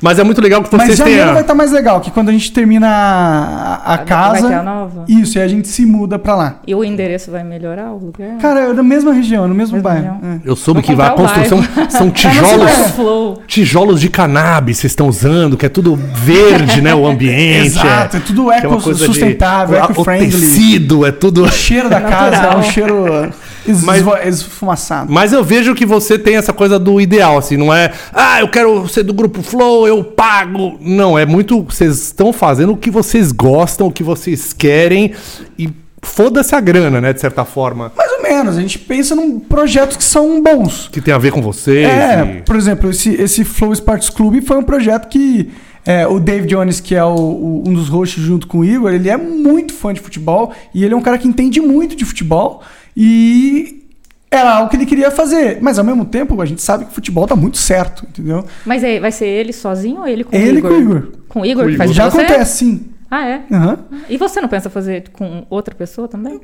S1: Mas é muito legal que
S4: Mas
S1: vocês
S4: janeiro
S1: tenham.
S4: vai estar mais legal, que quando a gente termina a, a
S6: Como
S4: (laughs)
S6: é
S4: casa.
S6: que é a nova?
S4: Isso, e a gente se muda pra lá.
S6: E o endereço vai melhorar o lugar?
S4: Cara, é na mesma região, no mesmo
S6: Mesmo
S4: bairro.
S6: Hum. região.
S4: É.
S1: Eu soube
S6: Vou
S1: que vai- a
S6: comprar o Tá,
S1: construção são
S6: Olha
S1: tijolos.
S6: o flow.
S1: Tijolos de cannabis vocês estão usando, que é tudo verde, né? O ambiente.
S4: Exato, é tudo
S1: que uma coisa de-
S4: eco-sustentável,
S1: o- O
S4: eco-friendly.
S1: tecido é tudo.
S4: O cheiro da casa é um
S6: Natural.
S4: cheiro esvo-
S1: Mas-
S4: esfumaçado.
S1: Mas eu vejo que você tem essa coisa do ideal, assim, não é. Ah, eu quero ser do grupo Flow, eu pago. Não, é muito. Vocês estão fazendo o que vocês gostam, o que vocês querem e foda-se a grana, né? De certa forma,
S4: Mais ou menos, a gente pensa num projetos que são bons.
S1: que tem a ver com vocês.
S4: É,
S1: e-
S4: por exemplo, esse, esse Flow Sparks Club foi um projeto que é, o Dave Jones, que é o- o- um dos hosts junto com o Igor, ele é muito fã de futebol e ele é um cara que entende muito de futebol e era algo que ele queria fazer. Mas ao mesmo tempo, a gente sabe que o futebol tá muito certo, entendeu?
S6: Mas aí, vai ser ele sozinho ou ele com o
S4: Ele
S6: Igor?
S4: com o Igor.
S6: Com o Igor que faz
S4: Já
S6: com você?
S4: acontece, sim.
S6: Ah, é?
S4: Aham.
S6: E você não pensa fazer com outra pessoa também?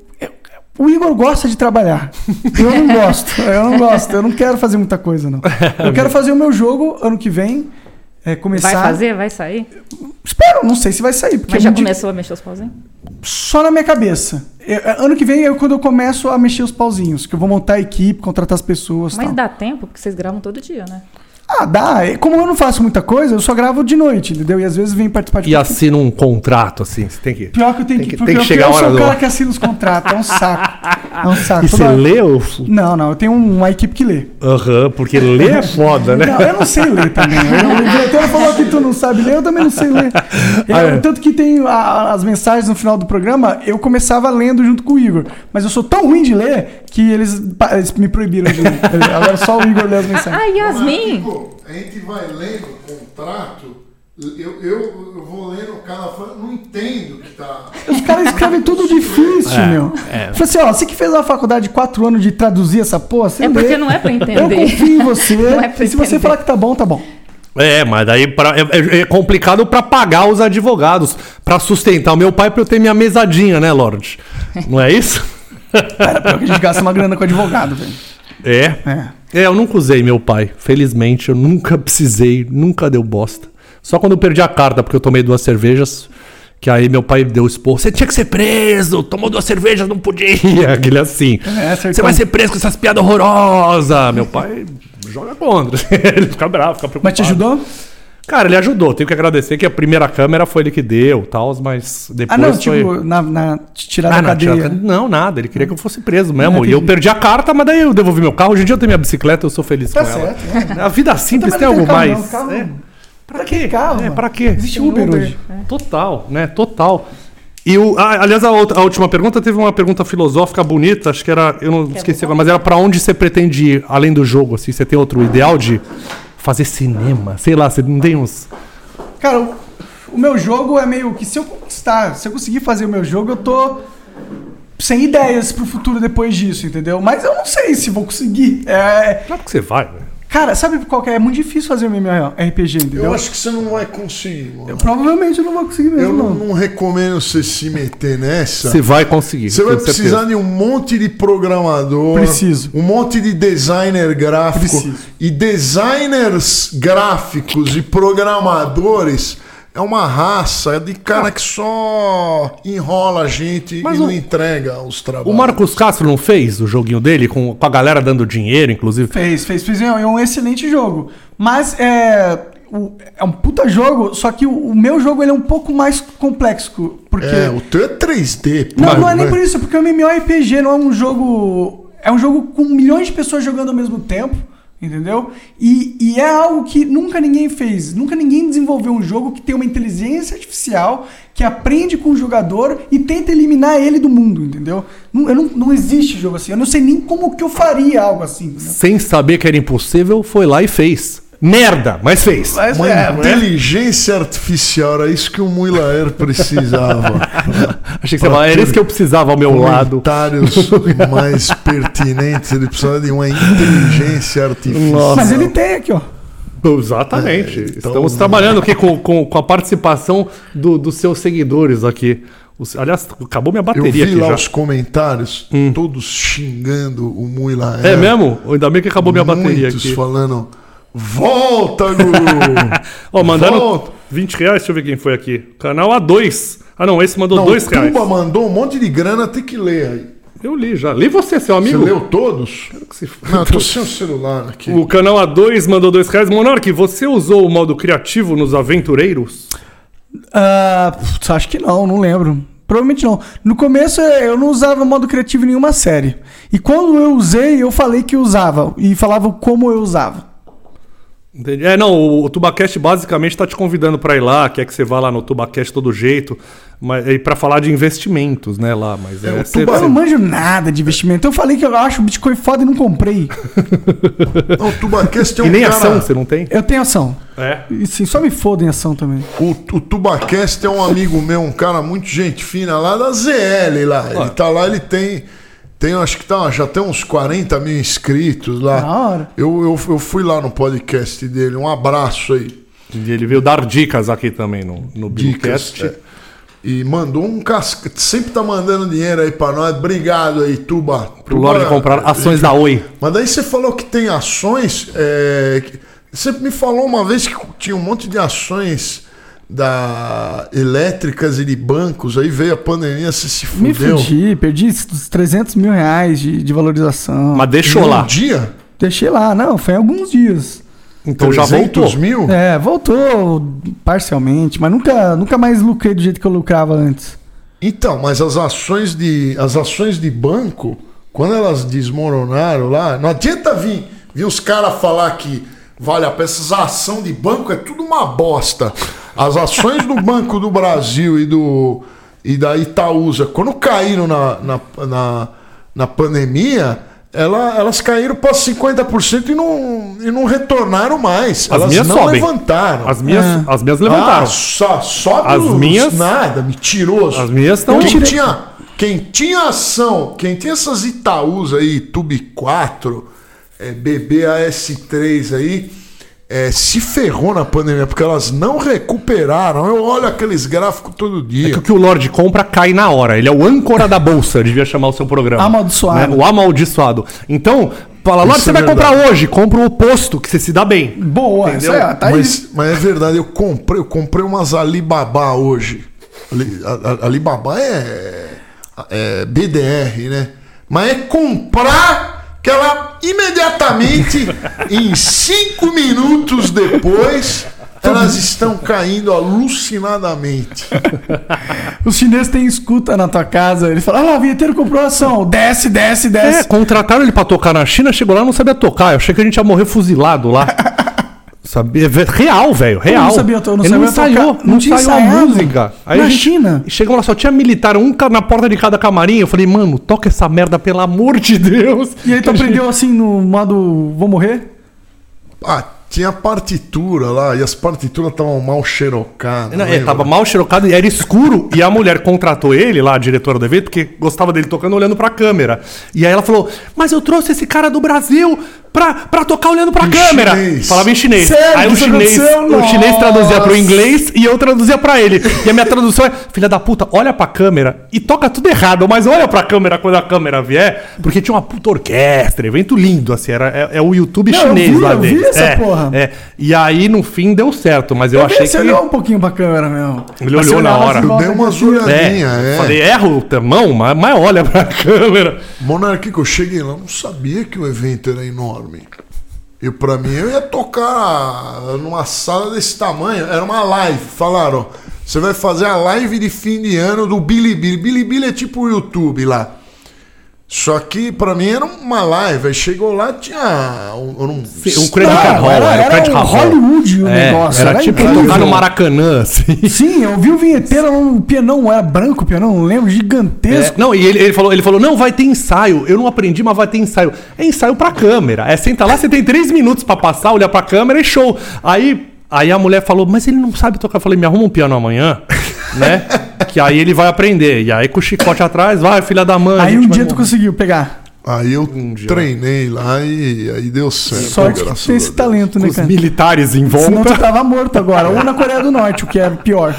S4: O Igor gosta de trabalhar. Eu
S6: (laughs)
S4: não gosto. Eu não gosto. Eu não quero fazer muita coisa, não. Eu quero fazer o meu jogo ano que vem. é, começar.
S6: Vai fazer? Vai sair?
S4: Espero, não sei se vai sair. Porque
S6: Mas já
S4: é muito di-
S6: começou a mexer os pauzinhos?
S4: Só na minha cabeça. É, é, ano que vem é quando eu começo a mexer os pauzinhos. Que eu vou montar a equipe, contratar as pessoas.
S6: Mas
S4: tal.
S6: dá tempo, porque vocês gravam todo dia, né?
S4: Ah, dá. É, Como eu não faço muita coisa, eu só gravo de noite, entendeu? E às vezes vem participar de
S1: E assina um contrato, assim. Você tem que.
S4: Pior que eu tenho
S1: Tem
S4: que.
S1: que- tem
S4: porque
S1: que chegar
S4: eu
S1: a hora
S4: sou o
S1: do-
S4: cara que assina os contratos. É um saco. É um
S6: (laughs)
S4: saco.
S1: E
S4: Toda
S1: você
S4: hora-
S1: lê o.
S4: Não, não. Eu tenho um, uma equipe que lê.
S1: Aham, porque ler é foda, né?
S4: Não, eu não sei ler também. Eu não- o diretor falou que tu não sabe ler, eu também não sei ler. Eu-
S1: Ah, é.
S4: Tanto que tem a- as mensagens no final do programa, eu começava lendo junto com o Igor. Mas eu sou tão ruim de ler que eles, pa- eles me proibiram de ler. Agora só o Igor lê as mensagens.
S6: Ah, Yasmin!
S3: Pô, a gente vai lendo o contrato, eu, eu, eu vou lendo o cara falando, não entendo o que tá.
S4: Os caras escrevem tudo difícil, meu. É. Falei assim, ó, você que fez uma faculdade de quatro anos de traduzir essa porra, você
S6: É
S4: lê.
S6: porque não é pra
S4: Eu confio
S6: entender.
S4: em você.
S6: (laughs) Não é pra
S4: e se você
S6: entender.
S4: falar que tá bom, tá bom.
S1: É, mas daí pra- é, é- é complicado pra pagar os advogados, pra sustentar o meu pai pra eu ter minha mesadinha, né, Lorde? Não é isso?
S4: É Pior que a gente gasta uma grana com advogado, velho.
S1: É.
S4: É.
S1: É, eu nunca usei meu pai. Felizmente, eu nunca precisei, nunca deu bosta. Só quando eu perdi a carta, porque eu tomei duas cervejas, que aí meu pai deu expor. Você tinha que ser preso, tomou duas cervejas, não podia. (laughs) Aquele assim.
S4: É, acertou.
S1: Você vai ser preso com essas piadas horrorosas. Meu pai joga contra. (laughs) Ele fica bravo, fica preocupado.
S4: Mas te ajudou?
S1: Cara, ele ajudou. Tenho que agradecer que a primeira câmera foi ele que deu, tal, mas
S4: Ah,
S1: depois
S4: não,
S1: foi...
S4: tipo, na, na te tirar
S1: Ah,
S4: da
S1: não,
S4: cadeia.
S1: tira- não, nada. Ele queria que eu fosse preso mesmo.
S4: Ah,
S1: e eu
S4: entendi.
S1: perdi a carta, mas daí eu devolvi meu carro. Hoje em dia eu tenho minha bicicleta, eu sou feliz
S4: Tá
S1: com
S4: certo.
S1: ela. A vida simples
S4: Mas
S1: tem
S4: não
S1: algo
S4: carro,
S1: mais.
S4: não, carro-
S1: É, pra quê?
S4: carro,
S1: É,
S4: mano?
S1: pra quê?
S4: Existe Uber,
S6: Uber.
S4: hoje.
S1: Total, né? Total. E o, ah, aliás, a, outra- a última pergunta teve uma pergunta filosófica bonita, acho que era. Eu não esqueci agora, mas era pra onde você pretende ir além do jogo? Assim, você tem outro ideal de fazer cinema? Sei lá, você não tem uns.
S4: Cara, o, o meu jogo é meio que se eu conquistar, se eu conseguir fazer o meu jogo, eu tô sem ideias pro futuro depois disso, entendeu? Mas eu não sei se vou conseguir. É,
S1: Claro que você vai, né?
S4: cara, sabe qual que é? É muito difícil fazer um MMORPG, entendeu?
S3: Eu acho que você não vai conseguir, mano.
S4: Eu provavelmente eu não vou conseguir mesmo,
S3: Eu não,
S4: não.
S3: não recomendo você se meter nessa.
S1: Você vai conseguir.
S3: Tá. Você vai
S1: tenho certeza.
S3: precisar de um monte de programador.
S4: Preciso.
S3: Um monte de designer gráfico.
S4: Preciso.
S3: E designers gráficos e programadores é uma raça de cara que só enrola a gente
S1: Mas
S3: e não
S1: o-
S3: entrega os
S1: O
S3: trabalhos.
S1: Marcos Castro não fez o joguinho dele com, com a galera dando dinheiro, inclusive?
S4: Fez, fez, fez. É um excelente jogo. Mas é. o- é um puta jogo, só que o, o meu jogo ele é um pouco mais complexo. Porque.
S3: É, o teu é 3D. pô.
S4: Não, não é nem
S3: Né?
S4: por isso, porque o MMORPG não é um jogo. É um jogo com milhões de pessoas jogando ao mesmo tempo, entendeu? E, e é algo que nunca ninguém fez. Nunca ninguém desenvolveu um jogo que tem uma inteligência artificial que aprende com o jogador e tenta eliminar ele do mundo, entendeu? Não, eu não, não existe jogo assim. Eu não sei nem como que eu faria algo assim. entendeu?
S1: Sem saber que era impossível, foi lá e fez. Merda, mas fez.
S4: Mas
S3: Uma
S4: é,
S3: inteligência artificial, era isso que o Muilaer precisava.
S1: (laughs) Achei que você ia falar, era isso que eu precisava ao meu lado.
S3: comentários
S1: (laughs)
S3: mais pertinentes. Ele precisava de uma inteligência artificial.
S1: Nossa.
S4: mas ele tem aqui, ó.
S1: Exatamente.
S3: É, então-
S1: Estamos trabalhando aqui com, com, com a participação do- dos seus seguidores aqui. Os- aliás, acabou minha
S3: Eu
S1: bateria
S3: vi
S1: aqui
S3: lá
S1: já. Hum.
S3: os comentários, todos xingando o Muila.
S1: É mesmo? Ainda bem que acabou minha bateria
S3: Muitos
S1: aqui.
S3: falando, volta, guru!
S1: Ó, mandaram
S3: Volta!
S1: 20 reais, deixa eu ver quem foi aqui. Canal A2. Ah não, esse mandou
S3: Não,
S1: (laughs) dois
S3: o
S1: reais.
S3: Tuba mandou um monte de grana, tem que ler aí.
S1: Eu li já. Li você, seu
S3: Você
S1: amigo.
S3: leu todos?
S1: Que se f-
S3: Não, eu tô sem o celular aqui.
S1: O canal A2 mandou dois reais. Monark, você usou o modo criativo nos aventureiros?
S4: Ah, putz, acho que não, não lembro. Provavelmente não. No começo eh, eu não usava modo criativo em nenhuma série. E quando eu usei, eu falei que usava. E falava como eu usava.
S1: Entendi. É, não, o, o Tubacast basicamente tá te convidando pra ir lá, quer que você vá lá no Tubacast todo jeito, mas e para falar de investimentos, né, lá, mas é,
S3: É, o
S1: cê-
S4: Eu não
S1: cê-
S4: manjo nada de investimento. Eu falei que eu acho o Bitcoin foda e não comprei.
S3: Não, o Tubacast é um
S1: E nem
S3: cara...
S1: ação você não tem?
S4: Eu tenho ação.
S1: É.
S4: E sim, só me foda em ação também.
S3: O, o Tubacast é um amigo meu, um cara muito gente fina lá da ZL lá. Ele tá lá, ele tem. Tem, acho que tá, já tem uns 40 mil inscritos lá.
S4: Da hora.
S3: Eu, eu, eu fui lá no podcast dele. Um abraço aí.
S1: E ele veio dar dicas aqui também no, no
S3: Dicas.
S1: Billcast.
S3: é. E mandou um cascete. Sempre tá mandando dinheiro aí pra nós. Obrigado aí, Tuba.
S1: Pro Lorde comprar ações da Oi.
S3: Mas daí você falou que tem ações. é, que- Você me falou uma vez que tinha um monte de ações da elétricas e de bancos. Aí veio a pandemia, você se
S4: Me
S3: fudeu.
S4: fudi, perdi uns 300 mil reais de, de valorização.
S1: Mas deixou
S3: Em um
S1: lá.
S3: dia?
S4: Deixei lá, não, foi em alguns dias.
S1: Então já
S3: 300
S1: voltou.
S3: mil?
S4: É, voltou parcialmente, mas nunca, nunca mais lucrei do jeito que eu lucrava antes.
S3: Então, mas as ações de as ações de banco, quando elas desmoronaram lá, não adianta vir, vir os caras falar que vale a pena, essas ações de banco é tudo uma bosta. As ações do Banco do Brasil e do e da Itaúsa, quando caíram na, na, na, na pandemia, ela- elas caíram para 50% e não, e não retornaram mais. elas
S1: minhas
S3: não
S1: sobem.
S3: levantaram.
S1: As minhas,
S4: É.
S1: as minhas levantaram.
S3: Ah, só, sobe
S1: As
S3: os-
S1: minhas-
S3: Nada, mentiroso.
S1: As minhas estão.
S3: Quem tinha, quem tinha ação, quem tinha essas Itaús aí, Tube 4, é, BBAS3 aí, é, se ferrou na pandemia, porque elas não recuperaram. Eu olho aqueles gráficos todo
S1: É que
S3: dia.
S1: o que o Lorde compra cai na hora. Ele é o âncora da bolsa, devia chamar o seu programa.
S4: Amaldiçoado.
S1: Né? O amaldiçoado. Então, fala, Lorde,
S3: Isso
S1: você
S3: é
S1: vai
S3: verdade.
S1: comprar hoje, compra o oposto, que você se dá bem.
S4: Boa, isso aí, ó, tá aí.
S3: Mas, mas é verdade, eu comprei, eu comprei umas Alibaba hoje. Ali- a- a- Alibaba é, é BDR, né? Mas é comprar que ela imediatamente, (laughs) em cinco minutos depois, elas estão caindo alucinadamente.
S4: Os chineses têm escuta na tua casa, eles falam, ah lá, o vinheteiro comprou ação, desce, desce,
S1: É,
S4: desce.
S1: contrataram ele pra tocar na China, chegou lá e não sabia tocar. Eu achei que a gente ia morrer fuzilado
S4: (laughs)
S1: lá. Sabia, ve- real, velho, real.
S4: não sabia to- não
S1: Ele não
S4: sabia
S1: ensaiou,
S4: tocar,
S1: não,
S4: não tinha
S1: saiu a
S4: ensaiado.
S1: música.
S4: Na
S1: a gente-
S4: China?
S1: Chegamos lá, só tinha militar, um ca- na porta de cada camarim. Eu falei, mano, toca essa merda, pelo amor de Deus.
S4: E aí tu
S1: Que a gente-
S4: aprendeu assim no modo vou morrer?
S3: Ah, tinha partitura lá, e as partituras estavam mal xerocadas.
S1: Não, é,
S3: lembra?
S1: tava mal xerocado e era escuro. e a mulher contratou ele lá, a diretora do evento, porque gostava dele tocando olhando pra câmera. E aí ela falou: Mas eu trouxe esse cara do Brasil pra, pra tocar olhando pra
S3: Em
S1: câmera.
S3: chinês.
S1: Falava em chinês.
S4: Sério
S1: aí
S4: que
S1: o
S4: isso
S1: chinês,
S4: aconteceu?
S1: o chinês
S4: Nossa.
S1: traduzia pro inglês e eu traduzia pra ele. E a minha tradução é: Filha da puta, olha pra câmera e toca tudo errado, mas olha pra câmera quando a câmera vier. Porque tinha uma puta orquestra, evento lindo, assim. Era, é, é o YouTube
S4: Não, eu
S1: chinês
S4: vi,
S1: lá
S4: eu vi
S1: deles.
S4: essa
S1: é,
S4: porra.
S1: é. E aí no fim deu certo, mas eu,
S4: Eu
S1: achei
S4: achei
S1: que.
S4: você olhou um pouquinho pra câmera, meu.
S1: Ele
S4: Mas
S1: olhou
S4: você
S1: na
S4: olhava
S1: hora.
S4: de
S3: Eu
S4: volta
S3: dei umas
S4: aqui.
S3: olhadinhas.
S1: É,
S3: é.
S1: Falei, erra o tamão, mas, mas olha pra (laughs) câmera.
S3: Monarquico, eu cheguei lá, eu não sabia que o evento era enorme. E pra mim, eu ia tocar numa sala desse tamanho, era uma live. Falaram, ó, você vai fazer a live de fim de ano do Bilibili. Bilibili é tipo o YouTube lá. Só que pra mim era uma live. Aí chegou lá, tinha um... um-
S1: O Credit
S4: Não,
S1: Card Hall,
S4: era-
S1: era o
S4: era
S1: Credit
S4: um
S1: Card Hall.
S4: Hollywood o
S1: É,
S4: negócio,
S1: Era,
S4: era
S1: tipo
S4: incrível.
S1: tocar no Maracanã, assim.
S4: Sim, eu vi o vinheteiro, um pianão, era branco o pianão, não lembro,
S1: É,
S4: gigantesco.
S1: não, e ele, ele falou, ele falou, não, vai ter ensaio. Eu não aprendi, mas vai ter ensaio. É ensaio pra câmera. É senta lá, você tem três minutos pra passar, olhar pra câmera e show. Aí, aí a mulher falou, mas ele não sabe tocar. Eu falei, me arruma um piano amanhã, (laughs) né? Que aí ele vai aprender. E aí com o chicote atrás, vai, filha da mãe. É, a
S4: aí
S1: gente
S4: um
S1: vai
S4: dia tu
S1: morrer.
S4: conseguiu pegar.
S3: Aí eu
S1: dia.
S3: treinei lá e aí deu certo.
S4: Sorte que
S3: graças
S4: tu tem
S3: a
S4: esse
S3: Deus.
S4: talento, né,
S1: Com os
S4: cara?
S1: militares em
S4: Senão
S1: volta.
S4: tu tava morto agora, ou na Coreia do Norte, o que é pior.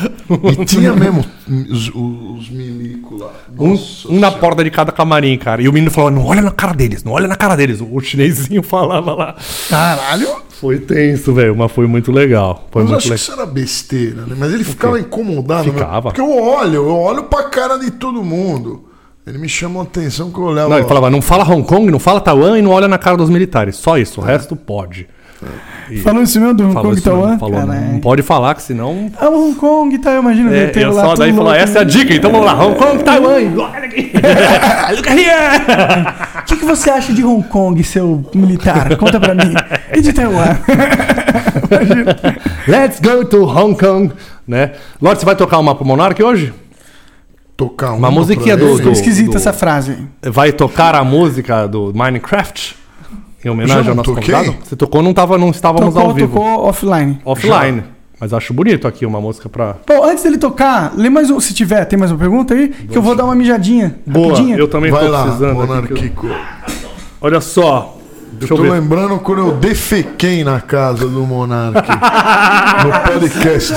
S3: E tinha mesmo os, os milico lá.
S1: Um,
S3: Nossa
S1: um na
S3: Senhora.
S1: porta de cada camarim, cara. E o menino falou: não olha na cara deles, não olha na cara deles. O chinesinho (laughs) falava lá.
S4: Caralho.
S1: Foi tenso, velho, mas foi muito legal. Foi
S3: Mas eu
S1: muito
S3: acho que
S1: legal.
S3: isso era besteira, né? Mas ele ficava incomodado. né?
S1: Ficava.
S3: Porque eu olho, eu olho pra cara de todo mundo. Ele me chamou a atenção que eu olhava.
S1: Não, ele falava: não fala Hong Kong, não fala Taiwan e não olha na cara dos militares. Só isso, o resto pode.
S4: Falou isso mesmo do Hong
S1: Falou
S4: Kong e
S1: isso,
S4: Taiwan?
S1: não, falou, né? não,
S4: Caralho.
S1: não pode falar, que (laughs) senão.
S4: Ah, Hong Kong e Taiwan, imagina o
S1: É,
S4: vinheteiro
S1: eu
S4: lá.
S1: só
S4: todo
S1: daí
S4: louco.
S1: falar: essa é a dica, então vamos lá, Hong (laughs) Kong, Taiwan. e Olha aqui. Look at here.
S4: O (laughs) que, que você acha de Hong Kong, seu militar? Conta pra mim. E de Taiwan?
S1: (laughs) Let's go to Hong Kong. Né? Lorde, você vai tocar uma pro Monark hoje?
S3: Tocar
S1: Uma musiquinha
S3: pra ele.
S1: do-
S4: Ficou esquisita
S1: do-
S4: essa frase.
S1: vai tocar a música do Minecraft em
S3: Eu
S1: homenagem
S3: já não
S1: ao nosso
S3: toquei.
S1: convidado. Você tocou, não tava, não estávamos
S4: Tocou,
S1: ao vivo.
S4: tocou offline.
S1: Offline. Mas acho bonito aqui uma música pra.
S4: Bom, antes dele tocar, lê mais um. Se tiver, tem mais uma pergunta aí? Que eu vou dar uma mijadinha.
S1: Boa,
S4: rapidinha.
S1: eu também
S3: Vai
S1: tô
S3: lá,
S1: precisando. aqui que eu-
S3: monarquico.
S1: Olha só. Deixa
S3: Eu
S1: eu
S3: tô
S1: ver.
S3: lembrando quando eu defequei na
S1: (laughs)
S3: casa do Monarque. no podcast.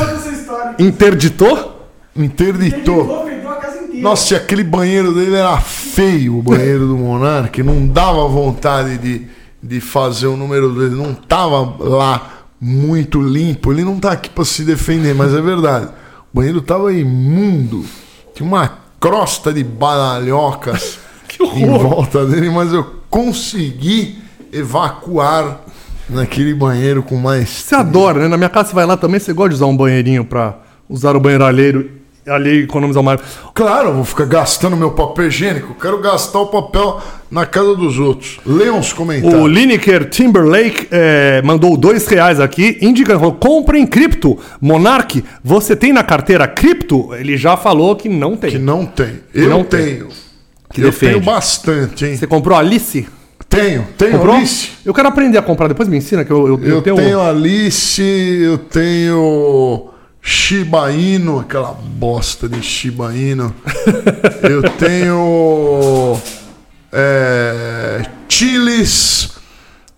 S1: Interditou?
S3: Interditou.
S2: vendeu a casa inteira.
S3: Nossa, e aquele banheiro dele era feio, o banheiro do Monark. Não dava vontade de, de fazer o número dele. Não tava lá muito limpo. Ele não tá aqui pra se defender, mas é verdade. O banheiro tava imundo. Tinha uma crosta de balalhocas
S2: (laughs)
S1: Que
S3: em
S1: horror.
S3: volta dele, mas eu consegui evacuar naquele banheiro com mais.
S1: Você adora, né? Na minha casa você vai lá também, você gosta de usar um banheirinho pra usar o banheiro alheiro, alheio e economizar mais.
S3: Claro, eu vou ficar gastando meu papel higiênico. Eu Quero gastar o papel na casa dos outros. Leiam os comentários.
S1: O Lineker Timberlake eh, mandou dois reais aqui, indicando, falou, compra em cripto. Monark, você tem na carteira cripto? Ele já falou que não tem.
S3: Que não tem. Eu
S1: não tem.
S3: tenho.
S1: Que
S3: eu
S1: defende.
S3: tenho bastante, hein?
S1: Você comprou a Alice?
S3: Tenho, tenho
S1: Comprou?
S3: Alice.
S1: Eu quero aprender a comprar, depois me ensina que eu, eu, eu um.
S3: Eu tenho... Alice, eu tenho Shiba Inu, aquela bosta de Shiba
S1: (laughs)
S3: Inu. eu tenho é, Chiles.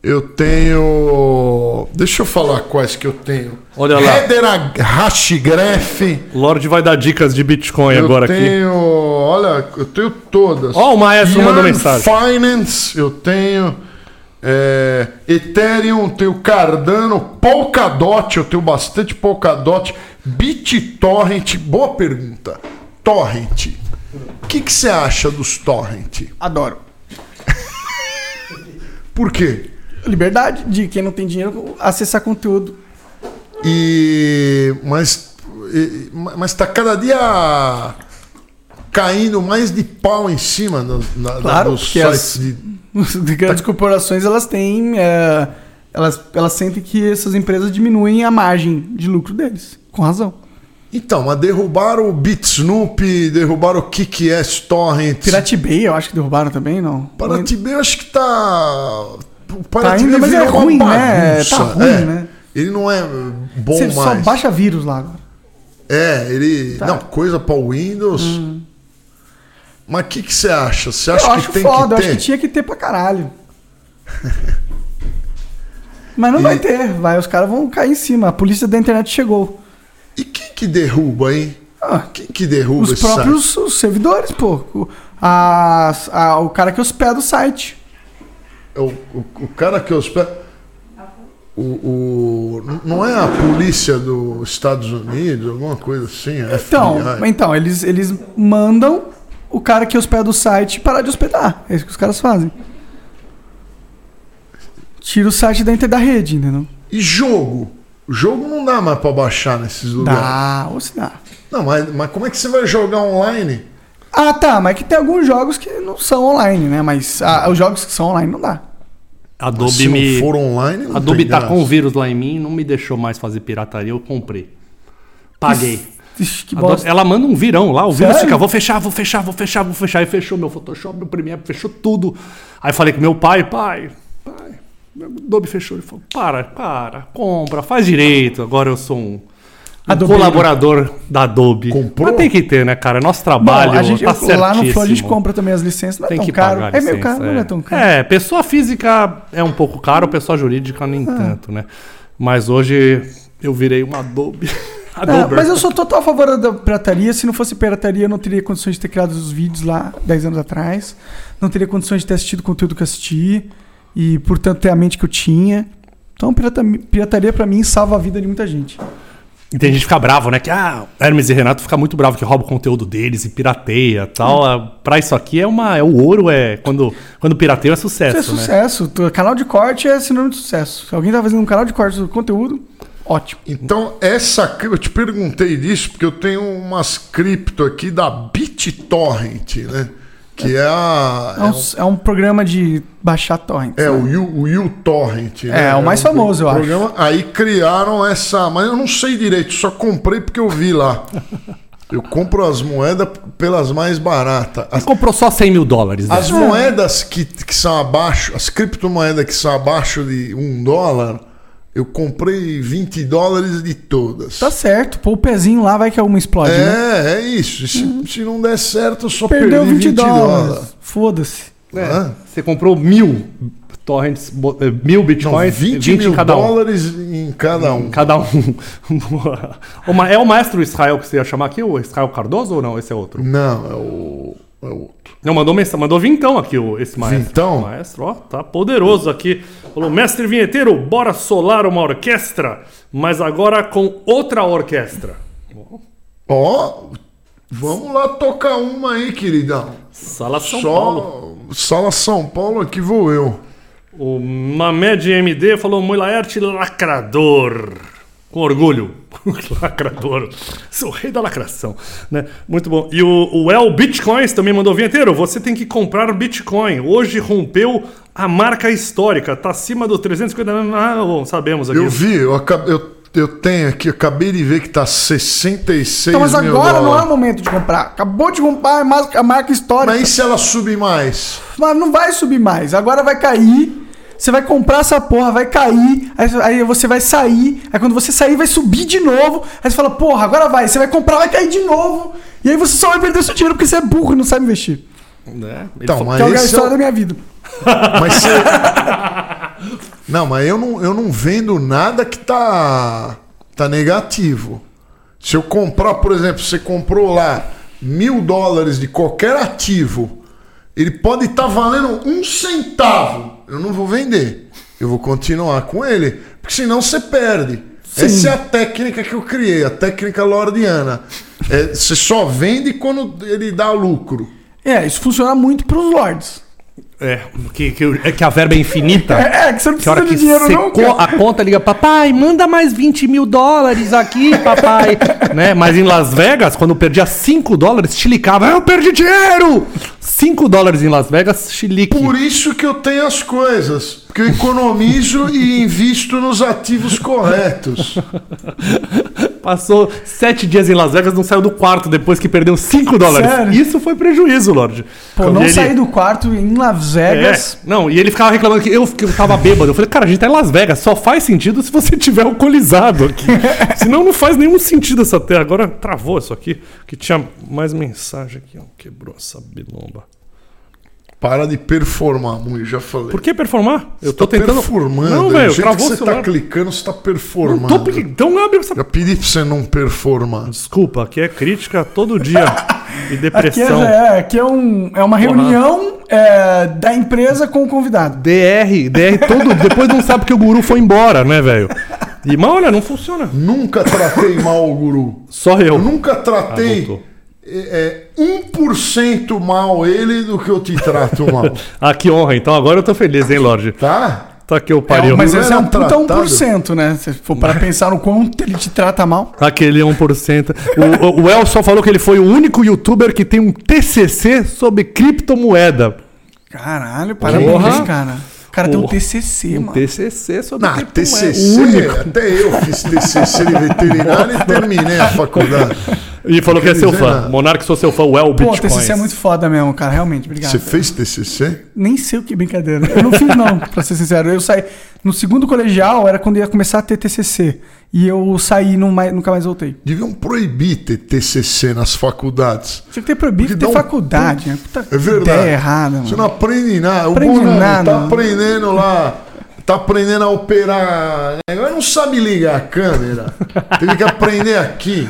S3: Eu tenho. Deixa eu falar quais que eu tenho.
S1: Olha lá.
S3: Header Hashigraph.
S1: Lorde vai dar dicas de Bitcoin
S3: Eu
S1: É agora aqui.
S3: tenho, olha, eu tenho todas.
S1: Ó, o Maestro
S3: Yarn
S1: mandou mensagem.
S3: Finance, eu tenho. é, Ethereum, tenho Cardano, Polkadot, eu tenho bastante Polkadot. BitTorrent, boa pergunta. Torrent. O que que você acha dos torrent?
S4: Adoro.
S3: Por quê?
S4: Liberdade de quem não tem dinheiro acessar conteúdo. (laughs)
S3: E mas e- mas tá cada dia caindo mais de pau em cima do- da- da-
S4: Claro,
S3: dos
S4: porque
S3: sites
S4: as-
S3: de
S4: As grandes corporações, elas têm. é, elas, elas sentem que essas empresas diminuem a margem de lucro deles. Com razão.
S3: Então, mas derrubaram o Bitsnoop, derrubaram o KickaS Torrent.
S4: Pirate Bay, eu acho que derrubaram também, não.
S3: Paratibê, eu acho que tá. O
S4: Tá ainda, mas é
S3: virou uma
S4: ruim, né?
S3: bagunça,
S4: Tá ruim, né?
S3: Ele não é bom
S4: Você
S3: mais.
S4: só baixa vírus lá agora.
S3: É, ele.
S4: Tá. Hum.
S3: Não, coisa pra Windows. Mas o que que você acha? Você acha
S4: Eu
S3: que
S4: acho
S3: tem
S4: foda, eu
S3: que
S4: acho
S3: ter?
S4: que tinha que ter pra caralho. (laughs) Mas não
S3: E-
S4: vai ter, vai, os caras vão cair em cima. A polícia da internet chegou.
S3: E quem que derruba, hein?
S4: Ah,
S3: Quem que derruba
S4: os
S3: esse site?
S4: próprios os servidores, pô. O, a- a- o cara que hospeda o site.
S3: É O, o, o cara que hospeda. O, o, não é a polícia dos Estados Unidos, alguma coisa assim? a
S4: Então,
S3: FBI?
S4: então eles, eles mandam o cara que hospeda o site parar de hospedar. É isso que os caras fazem. Tira o site da, inter- da rede, entendeu?
S3: E jogo? Jogo não dá mais pra baixar nesses lugares.
S4: Dá, ou se dá.
S3: Não, mas, mas como é que você vai jogar online?
S4: Ah, tá, mas que tem alguns jogos que não são online, né? Mas ah, os jogos que são online não dá.
S3: Se
S1: Adobe
S3: não
S1: me...
S3: for online, não
S1: Adobe
S3: tem
S1: tá
S3: graça.
S1: com o vírus lá em mim, não me deixou mais fazer pirataria, eu comprei. Paguei.
S4: Ixi, que
S1: Adoro-
S4: bosta.
S1: Ela manda um virão lá, o vírus
S4: Sério?
S1: fica, vou fechar, vou fechar, vou fechar, vou fechar. E fechou meu Photoshop, meu Premiere, fechou tudo. Aí falei com meu pai, pai, pai, meu Adobe fechou. Ele falou, para, para, compra, faz direito. Agora eu sou um, um
S4: Adobeiro.
S1: colaborador da Adobe.
S3: Comprou?
S1: Mas tem que ter, né, cara? Nosso trabalho
S4: Não, a gente,
S1: tá
S4: eu- lá no Flow a gente
S1: certíssimo.
S4: compra também as licenças, não é
S1: Tem
S4: tão
S1: que
S4: caro.
S1: pagar
S4: é
S1: licença,
S4: meio caro, não é tão caro.
S1: É, pessoa física é um pouco caro, pessoa jurídica nem
S4: Ah.
S1: tanto, né? Mas hoje eu virei uma Adobe. (laughs)
S4: Ah,
S1: Adobe.
S4: mas eu sou total a favor da pirataria. Se não fosse pirataria, eu não teria condições de ter criado os vídeos lá 10 anos atrás. Não teria condições de ter assistido o conteúdo que eu assisti. E, portanto, ter a mente que eu tinha. Então, pirata- pirataria, pra mim, salva a vida de muita gente.
S1: E tem gente que fica bravo, né? Que ah, Hermes e Renato fica muito bravo que rouba o conteúdo deles e pirateia e tal. Ah, Pra isso aqui é uma. É o ouro, é. Quando, quando pirateia é sucesso,
S4: Isso é
S1: né?
S4: sucesso. Tu- Canal de corte é sinônimo de sucesso. Se alguém tá fazendo um canal de corte do conteúdo, ótimo.
S3: Então, essa cri- eu te perguntei disso porque eu tenho umas cripto aqui da BitTorrent, né? Que é a.
S4: É um, é um programa de baixar torrents. né?
S3: É, o You, o You Torrent. né?
S4: É, o mais famoso, eu acho.
S3: Aí criaram essa. Mas eu não sei direito, só comprei porque eu vi lá. Eu compro as moedas pelas mais baratas. As,
S1: Comprou só 100 mil dólares. né?
S3: as
S4: É.
S3: moedas que, que são abaixo, as criptomoedas que são abaixo de um dólar, eu comprei 20 dólares de todas.
S4: Tá certo. Pô o pezinho lá, vai que alguma explode, né? Uhum.
S3: é, é isso. E Se, se não der certo, eu só
S4: Perdeu
S3: perdi
S4: 20 dólares. Foda-se.
S1: É,
S3: Hã?
S1: Você comprou mil torrents, bo- eh, mil
S3: Não,
S1: bitcoins,
S3: 20,
S1: 20,
S3: mil
S1: em cada um.
S3: dólares em cada um.
S1: Cada um. (laughs) Boa. O ma- é o maestro Israel que você ia chamar aqui? O Israel Cardoso ou não? Esse é outro?
S3: Não, é o. É o outro.
S1: Não, mandou mensagem, mandou vintão aqui o, esse maestro.
S3: Vintão?
S1: O maestro, ó, tá poderoso aqui. Falou, mestre vinheteiro, bora solar uma orquestra, mas agora com outra orquestra.
S3: Ó, vamos lá tocar uma aí, queridão.
S1: Sala São
S3: Só
S1: Paulo.
S3: Sala São Paulo aqui vou eu.
S1: O Mamed MD falou, Mui Laerte, lacrador. Com orgulho. (laughs) lacrador. Sou o rei da lacração. Né? Muito bom. E o, o El Bitcoins também mandou vinheteiro. Você tem que comprar Bitcoin. Hoje rompeu a marca histórica. Tá acima do 350... Ah, bom, sabemos aqui.
S3: Eu vi, eu, acab- eu, eu tenho aqui, eu acabei de ver que tá 66
S4: Então, mas
S3: mil
S4: agora não é o
S3: dólares.
S4: momento de comprar. Acabou de comprar a marca, a marca histórica.
S3: Mas e se ela subir mais?
S4: Mas não vai subir mais. Agora vai cair. Você vai comprar essa porra, vai cair. Aí, aí você vai sair. Aí quando você sair, vai subir de novo. Aí você fala, porra, agora vai. Você vai comprar, vai cair de novo. E aí você só vai perder seu dinheiro porque você é burro e não sabe investir.
S1: Né? Ele
S3: Então,
S1: falou-
S4: Que
S3: mas,
S4: é a
S3: esse é
S4: história da
S3: o-
S4: minha vida.
S3: mas se- Não, mas eu não, eu não vendo nada que tá, tá negativo. Se eu comprar, por exemplo, você comprou lá mil dólares de qualquer ativo, ele pode estar valendo um centavo. Eu não vou vender. Eu vou continuar com ele. Porque senão você perde. Essa é a técnica que eu criei, a técnica lordiana. É, você só vende quando ele dá lucro.
S4: É, isso funciona muito pros lords.
S1: É, que, que, é que a verba (laughs) é infinita.
S4: É, é, que você não
S1: Que a hora
S4: precisa
S1: que
S4: de dinheiro não,
S1: secou
S4: cara.
S1: a conta, liga, papai, manda mais 20 mil dólares aqui,
S4: (laughs)
S1: papai. né? Mas em Las Vegas, quando perdia 5 dólares, chilicava, eu perdi dinheiro! 5 dólares em Las Vegas, chilique.
S3: Por isso que eu tenho as coisas. Porque eu economizo e invisto nos ativos corretos.
S1: Passou 7 dias em Las Vegas, não saiu do quarto depois que perdeu 5 dólares.
S4: Sério?
S1: Isso foi prejuízo, Lorde.
S4: Pô, não sair do quarto em Las
S1: É,
S4: Vegas.
S1: não, e ele ficava reclamando que eu, que eu tava bêbado. Eu falei, cara, a gente tá em Las Vegas, só faz sentido se você (laughs) tiver
S3: (laughs)
S1: alcoolizado aqui. Senão não faz nenhum sentido essa terra. Agora travou isso aqui, que tinha mais mensagem aqui, ó. Quebrou essa bilomba.
S3: Para de performar, Mui, já falei.
S1: Por que performar? Eu
S3: Você tá performando.
S1: Não,
S3: do
S1: velho,
S3: jeito
S1: travou
S3: que
S1: o
S3: você tá
S1: celular.
S3: clicando, você tá performando.
S1: Não tô pe- Então abre essa...
S3: Já pedi pra você não performar.
S1: Desculpa, aqui é crítica
S3: (laughs)
S1: todo dia. e
S4: Aqui é,
S1: depressão.
S4: é, aqui é, um, é uma reunião é, da empresa com o convidado.
S1: DR, DR todo... Depois não sabe que o guru foi embora, né, velho? E, mas olha, não funciona.
S3: Nunca tratei mal o guru.
S1: Só eu.
S3: Eu nunca
S1: Ah,
S3: tratei
S1: voltou.
S3: é, é, 1% mal ele do que eu te trato mal.
S1: Ah, que honra. Então agora eu tô feliz, hein, Lorde?
S3: tá?
S1: Tá que eu
S4: É,
S1: pariu.
S4: mas
S3: Não
S4: esse é um
S3: era
S4: puta
S3: tratado?
S4: 1%, né? Se for para pensar no quanto ele te trata mal.
S1: Aquele 1%. O, o, o El só falou que ele foi o único youtuber que tem um TCC sobre criptomoeda.
S4: Caralho, parabéns,
S1: Porra.
S4: cara. O cara tem um
S1: Porra.
S4: TCC, mano.
S1: TCC sobre
S3: Na TCC, até eu fiz TCC de veterinário e terminei a faculdade.
S1: E falou que é
S3: Não
S1: seu
S3: quer dizer
S1: fã.
S3: nada.
S1: Monarque, sou seu fã. O El
S4: Pô,
S1: Bitcoin.
S4: TCC é muito foda mesmo, cara. Realmente, obrigado.
S3: Você fez TCC?
S4: Nem sei o que é brincadeira. Eu não fiz, não, pra ser sincero. Eu saí. No segundo colegial era quando ia começar a ter TCC. E eu saí e não mais- nunca mais voltei.
S3: Deviam proibir ter TCC nas faculdades.
S4: Tinha que ter
S3: Porque
S4: proibido ter
S3: dá um
S4: faculdade, né? Puta
S3: É verdade.
S4: ideia errada, mano.
S3: Você não aprende nada. O
S4: Aprende
S3: Bonano
S4: nada,
S3: tá
S4: não.
S3: aprendendo lá. Tá aprendendo a operar. Agora não sabe ligar a câmera. Teve que aprender aqui.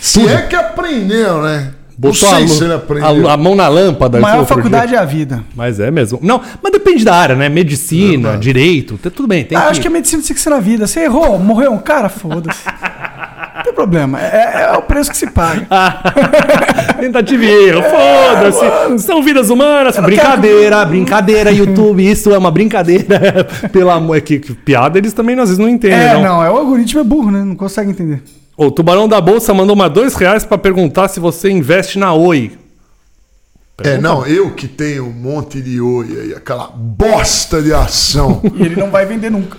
S3: Se é que aprendeu, né?
S1: Botou
S3: não
S1: a,
S3: sei
S1: lu-
S3: se ele
S1: a lu-
S3: aprendeu.
S1: a, mão na
S4: A
S1: lâmpada. esse
S4: maior
S1: outro
S4: faculdade
S1: dia.
S4: é a vida.
S1: Mas é mesmo. Não, mas depende da área, né? Medicina, direito. tá- Tudo bem. Tem
S4: Ah, acho que a medicina tem que ser na vida. Você errou, morreu um cara, foda-se. Não tem problema. É, é o preço que se paga.
S1: (laughs) Tentativa e erro, foda-se. São vidas humanas. Brincadeira, brincadeira, YouTube. Isso é uma brincadeira. (laughs) Pelo amor. É que, que piada eles também às vezes não entendem,
S4: É, não, é o algoritmo é burro, né? Não consegue entender.
S1: O Tubarão da Bolsa mandou uma dois reais pra perguntar se você investe na Oi.
S3: É, não, eu que tenho um monte de oi aí, aquela bosta de ação.
S4: E ele não vai vender nunca.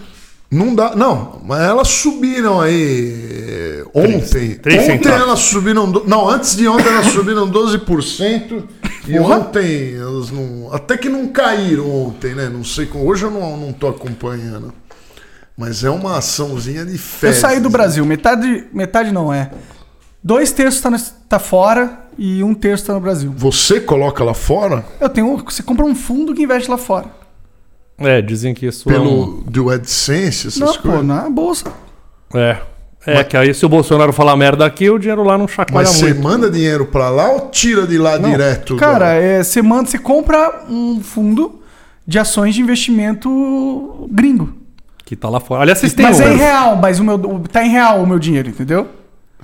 S3: Não dá, não, mas elas subiram aí eh, ontem.
S1: três
S3: ontem
S1: centavos.
S3: elas subiram, do- não, antes de ontem elas
S1: (laughs)
S3: subiram 12% e ontem elas não, até que não caíram ontem, né? Não sei como, hoje eu não, não tô acompanhando. Mas é uma açãozinha de
S4: (laughs)
S3: né?
S4: Eu
S3: festa.
S4: é. saí do Brasil, metade, metade não é. Dois terços tá, no- tá fora e um terço está no Brasil.
S3: Você coloca lá fora
S4: Eu tenho, você compra um fundo que investe lá fora.
S1: É, dizem que isso é um...
S3: pelo do AdSense, essas
S4: não,
S3: coisas.
S4: pô, na bolsa.
S1: É. É,
S3: Mas-
S1: que aí se o Bolsonaro falar merda aqui, o dinheiro lá não chacoalha
S3: Mas você
S1: muito.
S3: manda dinheiro pra lá ou tira de lá direto?
S4: Cara, é, você manda, você compra um fundo de ações de investimento gringo.
S1: Que tá lá fora. Aliás, vocês têm
S4: mas é em
S1: um.
S4: real, mas o meu o- tá em real o meu dinheiro, entendeu?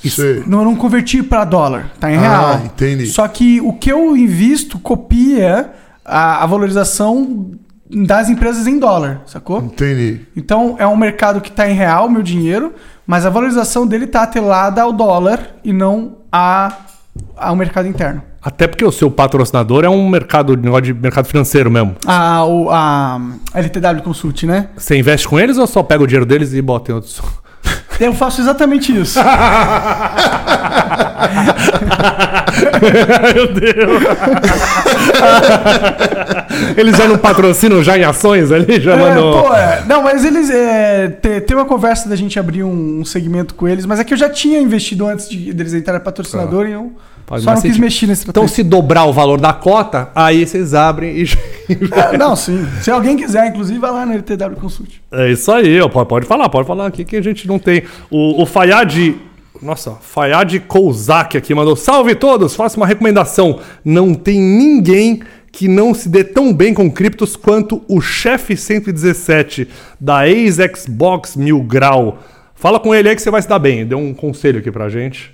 S3: Você...
S4: Não, eu não converti pra dólar, tá em
S3: Ah,
S4: real.
S3: entendi.
S4: Só que o que eu invisto copia a, a valorização das empresas em dólar, sacou?
S3: Entendi.
S4: Então é um mercado que tá em real o meu dinheiro, mas a valorização dele tá atrelada ao dólar e não a, ao mercado interno.
S1: Até porque o seu patrocinador é um mercado, negócio de mercado financeiro mesmo.
S4: A, o- a, a LTW Consult, né?
S1: Você investe com eles ou só pega o dinheiro deles e bota em outros? (laughs)
S4: Eu faço exatamente isso.
S1: Meu Deus! (laughs) eles já não patrocinam já em ações ali? Já
S4: É,
S1: mandam.
S4: pô, é. Não, mas eles. É, te- teve uma conversa da gente abrir um, um segmento com eles, mas é que eu já tinha investido antes de, deles entrarem patrocinador e eu
S1: Ah. Pode,
S4: só
S1: mas
S4: não
S1: se
S4: quis
S1: ti-
S4: mexer nesse
S1: Então, se dobrar o valor da cota, aí vocês abrem e. (laughs)
S4: É, não, sim. Se alguém quiser, inclusive, vai lá na LTW Consult.
S1: É isso aí, ó, po- pode falar, pode falar aqui que a gente não tem. O, o Fayad. Nossa, Fayad Kouzak aqui mandou. Salve todos, faça uma recomendação. Não tem ninguém que não se dê tão bem com criptos quanto o chefe 117 da ex-Xbox Mil Grau. Fala com ele aí que você vai se dar bem. Deu um conselho aqui pra gente.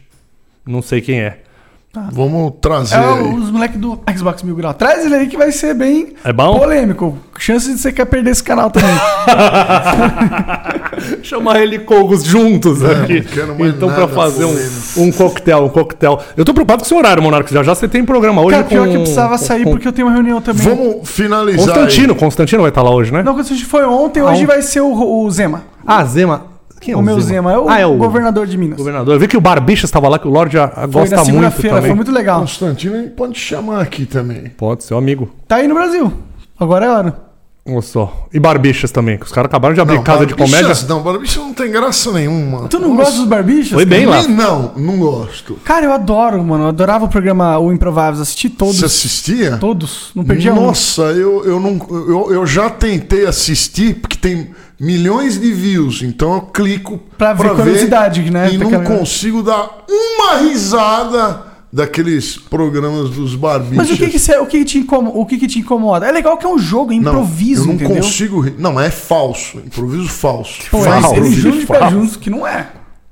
S1: Não sei quem é.
S3: Vamos trazer
S4: Ah. É
S3: aí.
S4: os moleques do Xbox Mil Grau. Traz ele aí que vai ser bem
S1: É bom?
S4: polêmico. Chance de você quer perder esse canal também.
S1: chamar ele e Cogos juntos aqui.
S3: não quero
S4: é
S3: mais
S1: então,
S3: nada
S1: pra fazer
S3: com
S1: um,
S4: assim.
S3: ele.
S1: um coquetel, um coquetel. Eu tô preocupado com o seu horário, Monarca. Já já você tem programa (laughs) hoje.
S4: Cara, pior
S1: com-
S4: que eu precisava
S1: com-
S4: sair
S1: com-
S4: porque eu tenho uma reunião também.
S3: Vamos finalizar.
S1: Constantino, Constantino vai estar lá hoje, né?
S4: Não, quando a gente foi ontem, hoje
S1: Aonde?
S4: vai ser o, o Zema.
S1: Ah, Zema. Quem é
S4: o meu Zema. É o,
S1: ah, é o
S4: governador de Minas.
S1: governador. Eu vi que o Barbicha estava lá, que o Lorde a- a
S4: Foi
S1: gosta
S4: na
S1: muito
S4: segunda-feira,
S1: também.
S4: foi muito
S3: aí.
S4: legal.
S3: Constantino a gente pode chamar aqui também.
S1: Pode ser um amigo.
S4: Tá aí no Brasil. Agora é hora.
S1: Olha só. E Barbichas também, que os caras acabaram de abrir
S3: Não,
S1: casa de
S3: Barbichas
S1: comédia.
S3: Não, Barbichas não tem graça nenhuma.
S4: Tu não
S3: Nossa,
S4: gosta dos barbichos?
S1: Foi bem
S4: cara?
S1: lá.
S3: nem- Não, não gosto.
S4: Cara, eu adoro, mano. Eu adorava o programa O Improváveis. Assisti todos.
S3: Você assistia?
S4: Todos. Não perdia um.
S3: Nossa, eu, eu, não, eu, eu já tentei assistir, porque tem milhões de views, então eu clico
S4: Pra ver curiosidade, né?
S3: E
S4: Pra
S3: não
S4: caramba.
S3: consigo dar uma risada daqueles programas dos barbichos.
S4: Mas o que que, cê- o que que te incomoda? O que que te incomoda? É legal que é um jogo, é
S3: não,
S4: improviso,
S3: Eu não
S4: entendeu?
S3: consigo rir. Não, é falso. Improviso falso.
S4: Pô, é
S1: Falso.
S4: eles, eles juram de pé
S1: Falso.
S4: juntos que não é.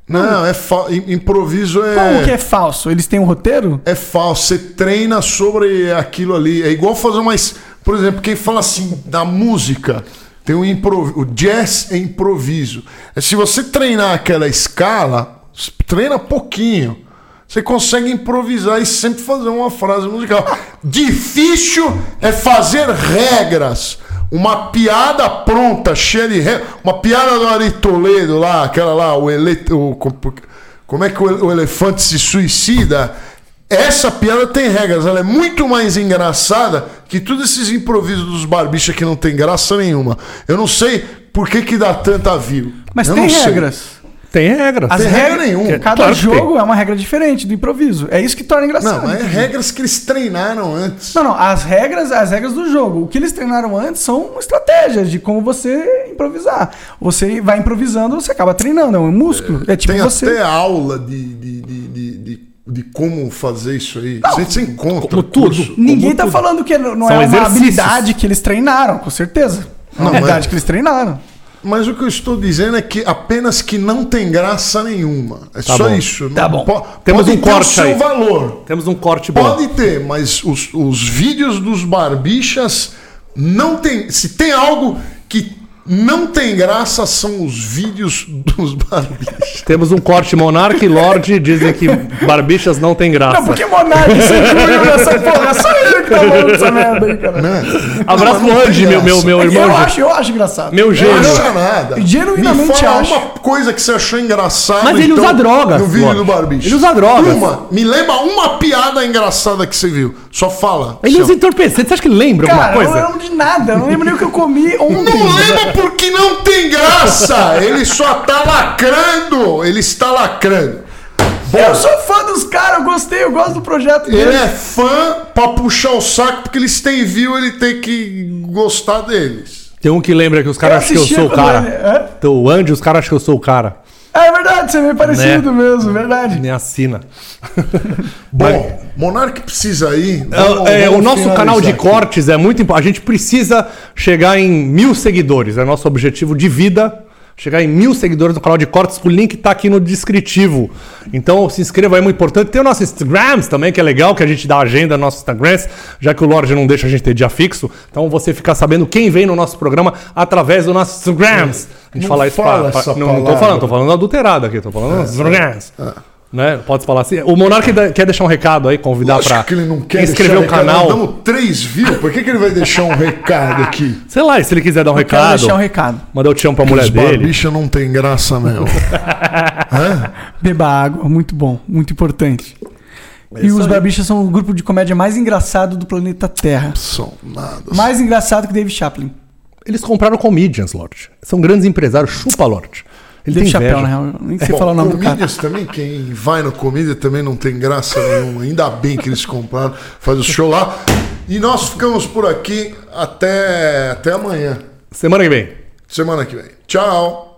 S3: Não, é falso. Improviso é.
S4: Como que é falso? Eles têm um roteiro?
S3: É falso, você treina sobre aquilo ali. É igual fazer mais. Por exemplo, quem fala assim da música, tem um improv... o jazz é improviso. É, Se você treinar aquela escala, s- treina pouquinho. Você consegue improvisar e sempre fazer uma frase musical. Difícil é fazer regras. Uma piada pronta, cheia de regras. Uma piada do Ari Toledo lá, aquela lá, o, ele... o... co- Como é que o ele- o elefante se suicida? Essa piada tem regras, ela é muito mais engraçada que todos esses improvisos dos barbichas que não tem graça nenhuma. Eu não sei por que que dá tanta view.
S4: Mas
S3: Eu
S4: tem
S3: não sei.
S4: regras.
S1: Tem regra.
S3: Tem regra nenhuma.
S4: Cada
S1: Claro que
S4: jogo é uma regra diferente do improviso. É isso que torna engraçado.
S3: Não, mas é regras que eles treinaram antes.
S4: Não, não, as regras, as regras do jogo. O que eles treinaram antes são estratégias de como você improvisar. Você vai improvisando, você acaba treinando, é um músculo. É, tipo
S3: tem
S4: você.
S3: até aula de, de, de, de, de- de como fazer isso aí. Você se encontra.
S1: como tudo.
S3: curso.
S4: Ninguém
S1: como
S4: tá
S1: tudo.
S4: falando que não não
S1: São
S4: é uma
S1: exercícios.
S4: habilidade que eles treinaram, com certeza. É uma
S3: Não,
S4: habilidade
S3: mas-
S4: que eles treinaram.
S3: Mas o que eu estou dizendo é que apenas que não tem graça nenhuma. É só
S1: bom.
S3: isso.
S4: Tá bom.
S3: Po-
S1: Temos
S3: pode
S1: um
S3: ter
S1: corte
S3: o seu
S1: aí.
S3: valor.
S1: Temos um corte bom.
S3: Pode ter, mas os, os vídeos dos barbichas não tem. Se tem algo que não tem graça, são os vídeos dos barbichas.
S1: Temos um corte Monarca e Lorde dizem que Barbichas não tem graça.
S4: Não, porque Monark (laughs) se incluiu nessa porra. É só ele que tá falando essa merda aí, cara.
S3: Né?
S1: (laughs) Abraço
S3: Não, não
S1: pro
S3: tem
S1: Andy, meu, meu, meu
S4: eu,
S1: irmão.
S4: acho, eu acho engraçado.
S1: Meu
S3: Não
S1: gênio.
S3: acha nada.
S4: Genuinamente
S3: me fala
S4: acho.
S3: uma coisa que você achou engraçada. então,
S1: Mas ele usa drogas,
S3: No vídeo
S1: Lorde.
S3: do Barbicha.
S1: Ele usa drogas.
S3: Uma. Me lembra uma piada engraçada que você viu. Só fala.
S1: Ele usa
S3: seu.
S1: entorpecente. Você acha que ele lembra
S4: Cara,
S1: alguma coisa?
S4: eu não lembro de nada. Eu não lembro nem o que eu comi ontem.
S3: Não é?
S1: é.
S3: lembra porque não tem graça. Ele só tá lacrando. Ele está lacrando.
S4: Eu sou fã dos caras, eu gostei, eu gosto do projeto
S3: Ele
S4: dele.
S3: é fã pra puxar o saco, porque eles têm view, ele tem que gostar deles.
S1: Tem um que lembra que os caras acham que eu
S4: assistia
S1: sou o
S4: quando
S1: cara.
S4: ele- é?
S1: Então, o Andy, os caras acham que eu sou o cara.
S4: É verdade, você é meio parecido
S1: Né?
S4: mesmo, verdade.
S1: Me assina.
S3: Bom, Monark precisa ir.
S1: É,
S3: Vamos-
S1: é, o
S3: vamos
S1: nosso
S3: finalizar
S1: canal de
S3: aqui.
S1: cortes é muito importante. A gente precisa chegar em mil seguidores. É nosso objetivo de vida. Chegar em mil seguidores no canal de cortes. O link tá aqui no descritivo. Então se inscreva, é muito importante. Tem o nosso Instagrams também, que é legal, que a gente dá agenda no nosso Instagrams, já que o Lorde não deixa a gente ter dia fixo. Então você fica sabendo quem vem no nosso programa através do nosso Instagrams. A gente
S3: Não
S1: fala isso
S3: fala
S1: pra, pra-
S3: essa
S1: não, não tô
S3: palavra. É,
S1: falando, tô falando adulterada aqui, tô falando Instagrams. Né? Pode falar assim. O Monark da- quer deixar um recado aí, convidar
S3: Lógico
S1: pra
S3: que ele não quer
S1: inscrever
S3: deixar
S1: o
S3: recado.
S1: canal.
S3: Nós damos três views, por que, que ele vai deixar um recado aqui?
S1: Sei lá, se ele quiser dar um
S4: Eu Quero
S1: recado,
S4: deixar um recado.
S1: mandar o te amo pra mulher
S3: Os
S1: dele.
S3: barbicha não tem graça mesmo.
S4: Beba água, muito bom, muito importante. e os Barbichas são o grupo de comédia mais engraçado do planeta Terra.
S3: São nada.
S4: Mais engraçado que Dave Chaplin.
S1: Eles compraram comedians, Lorde. São grandes empresários, chupa, Lorde. Ele
S4: Dave
S1: tem
S4: Chapéu,
S1: inveja.
S4: na real. Nem sei
S3: Bom,
S4: É falar o nome do cara.
S3: Comedians também, quem vai no Comídia também não tem graça nenhuma. Ainda bem que eles compraram, faz o show lá. E nós ficamos por aqui até, até amanhã,
S1: Semana que vem.
S3: semana que vem. Tchau!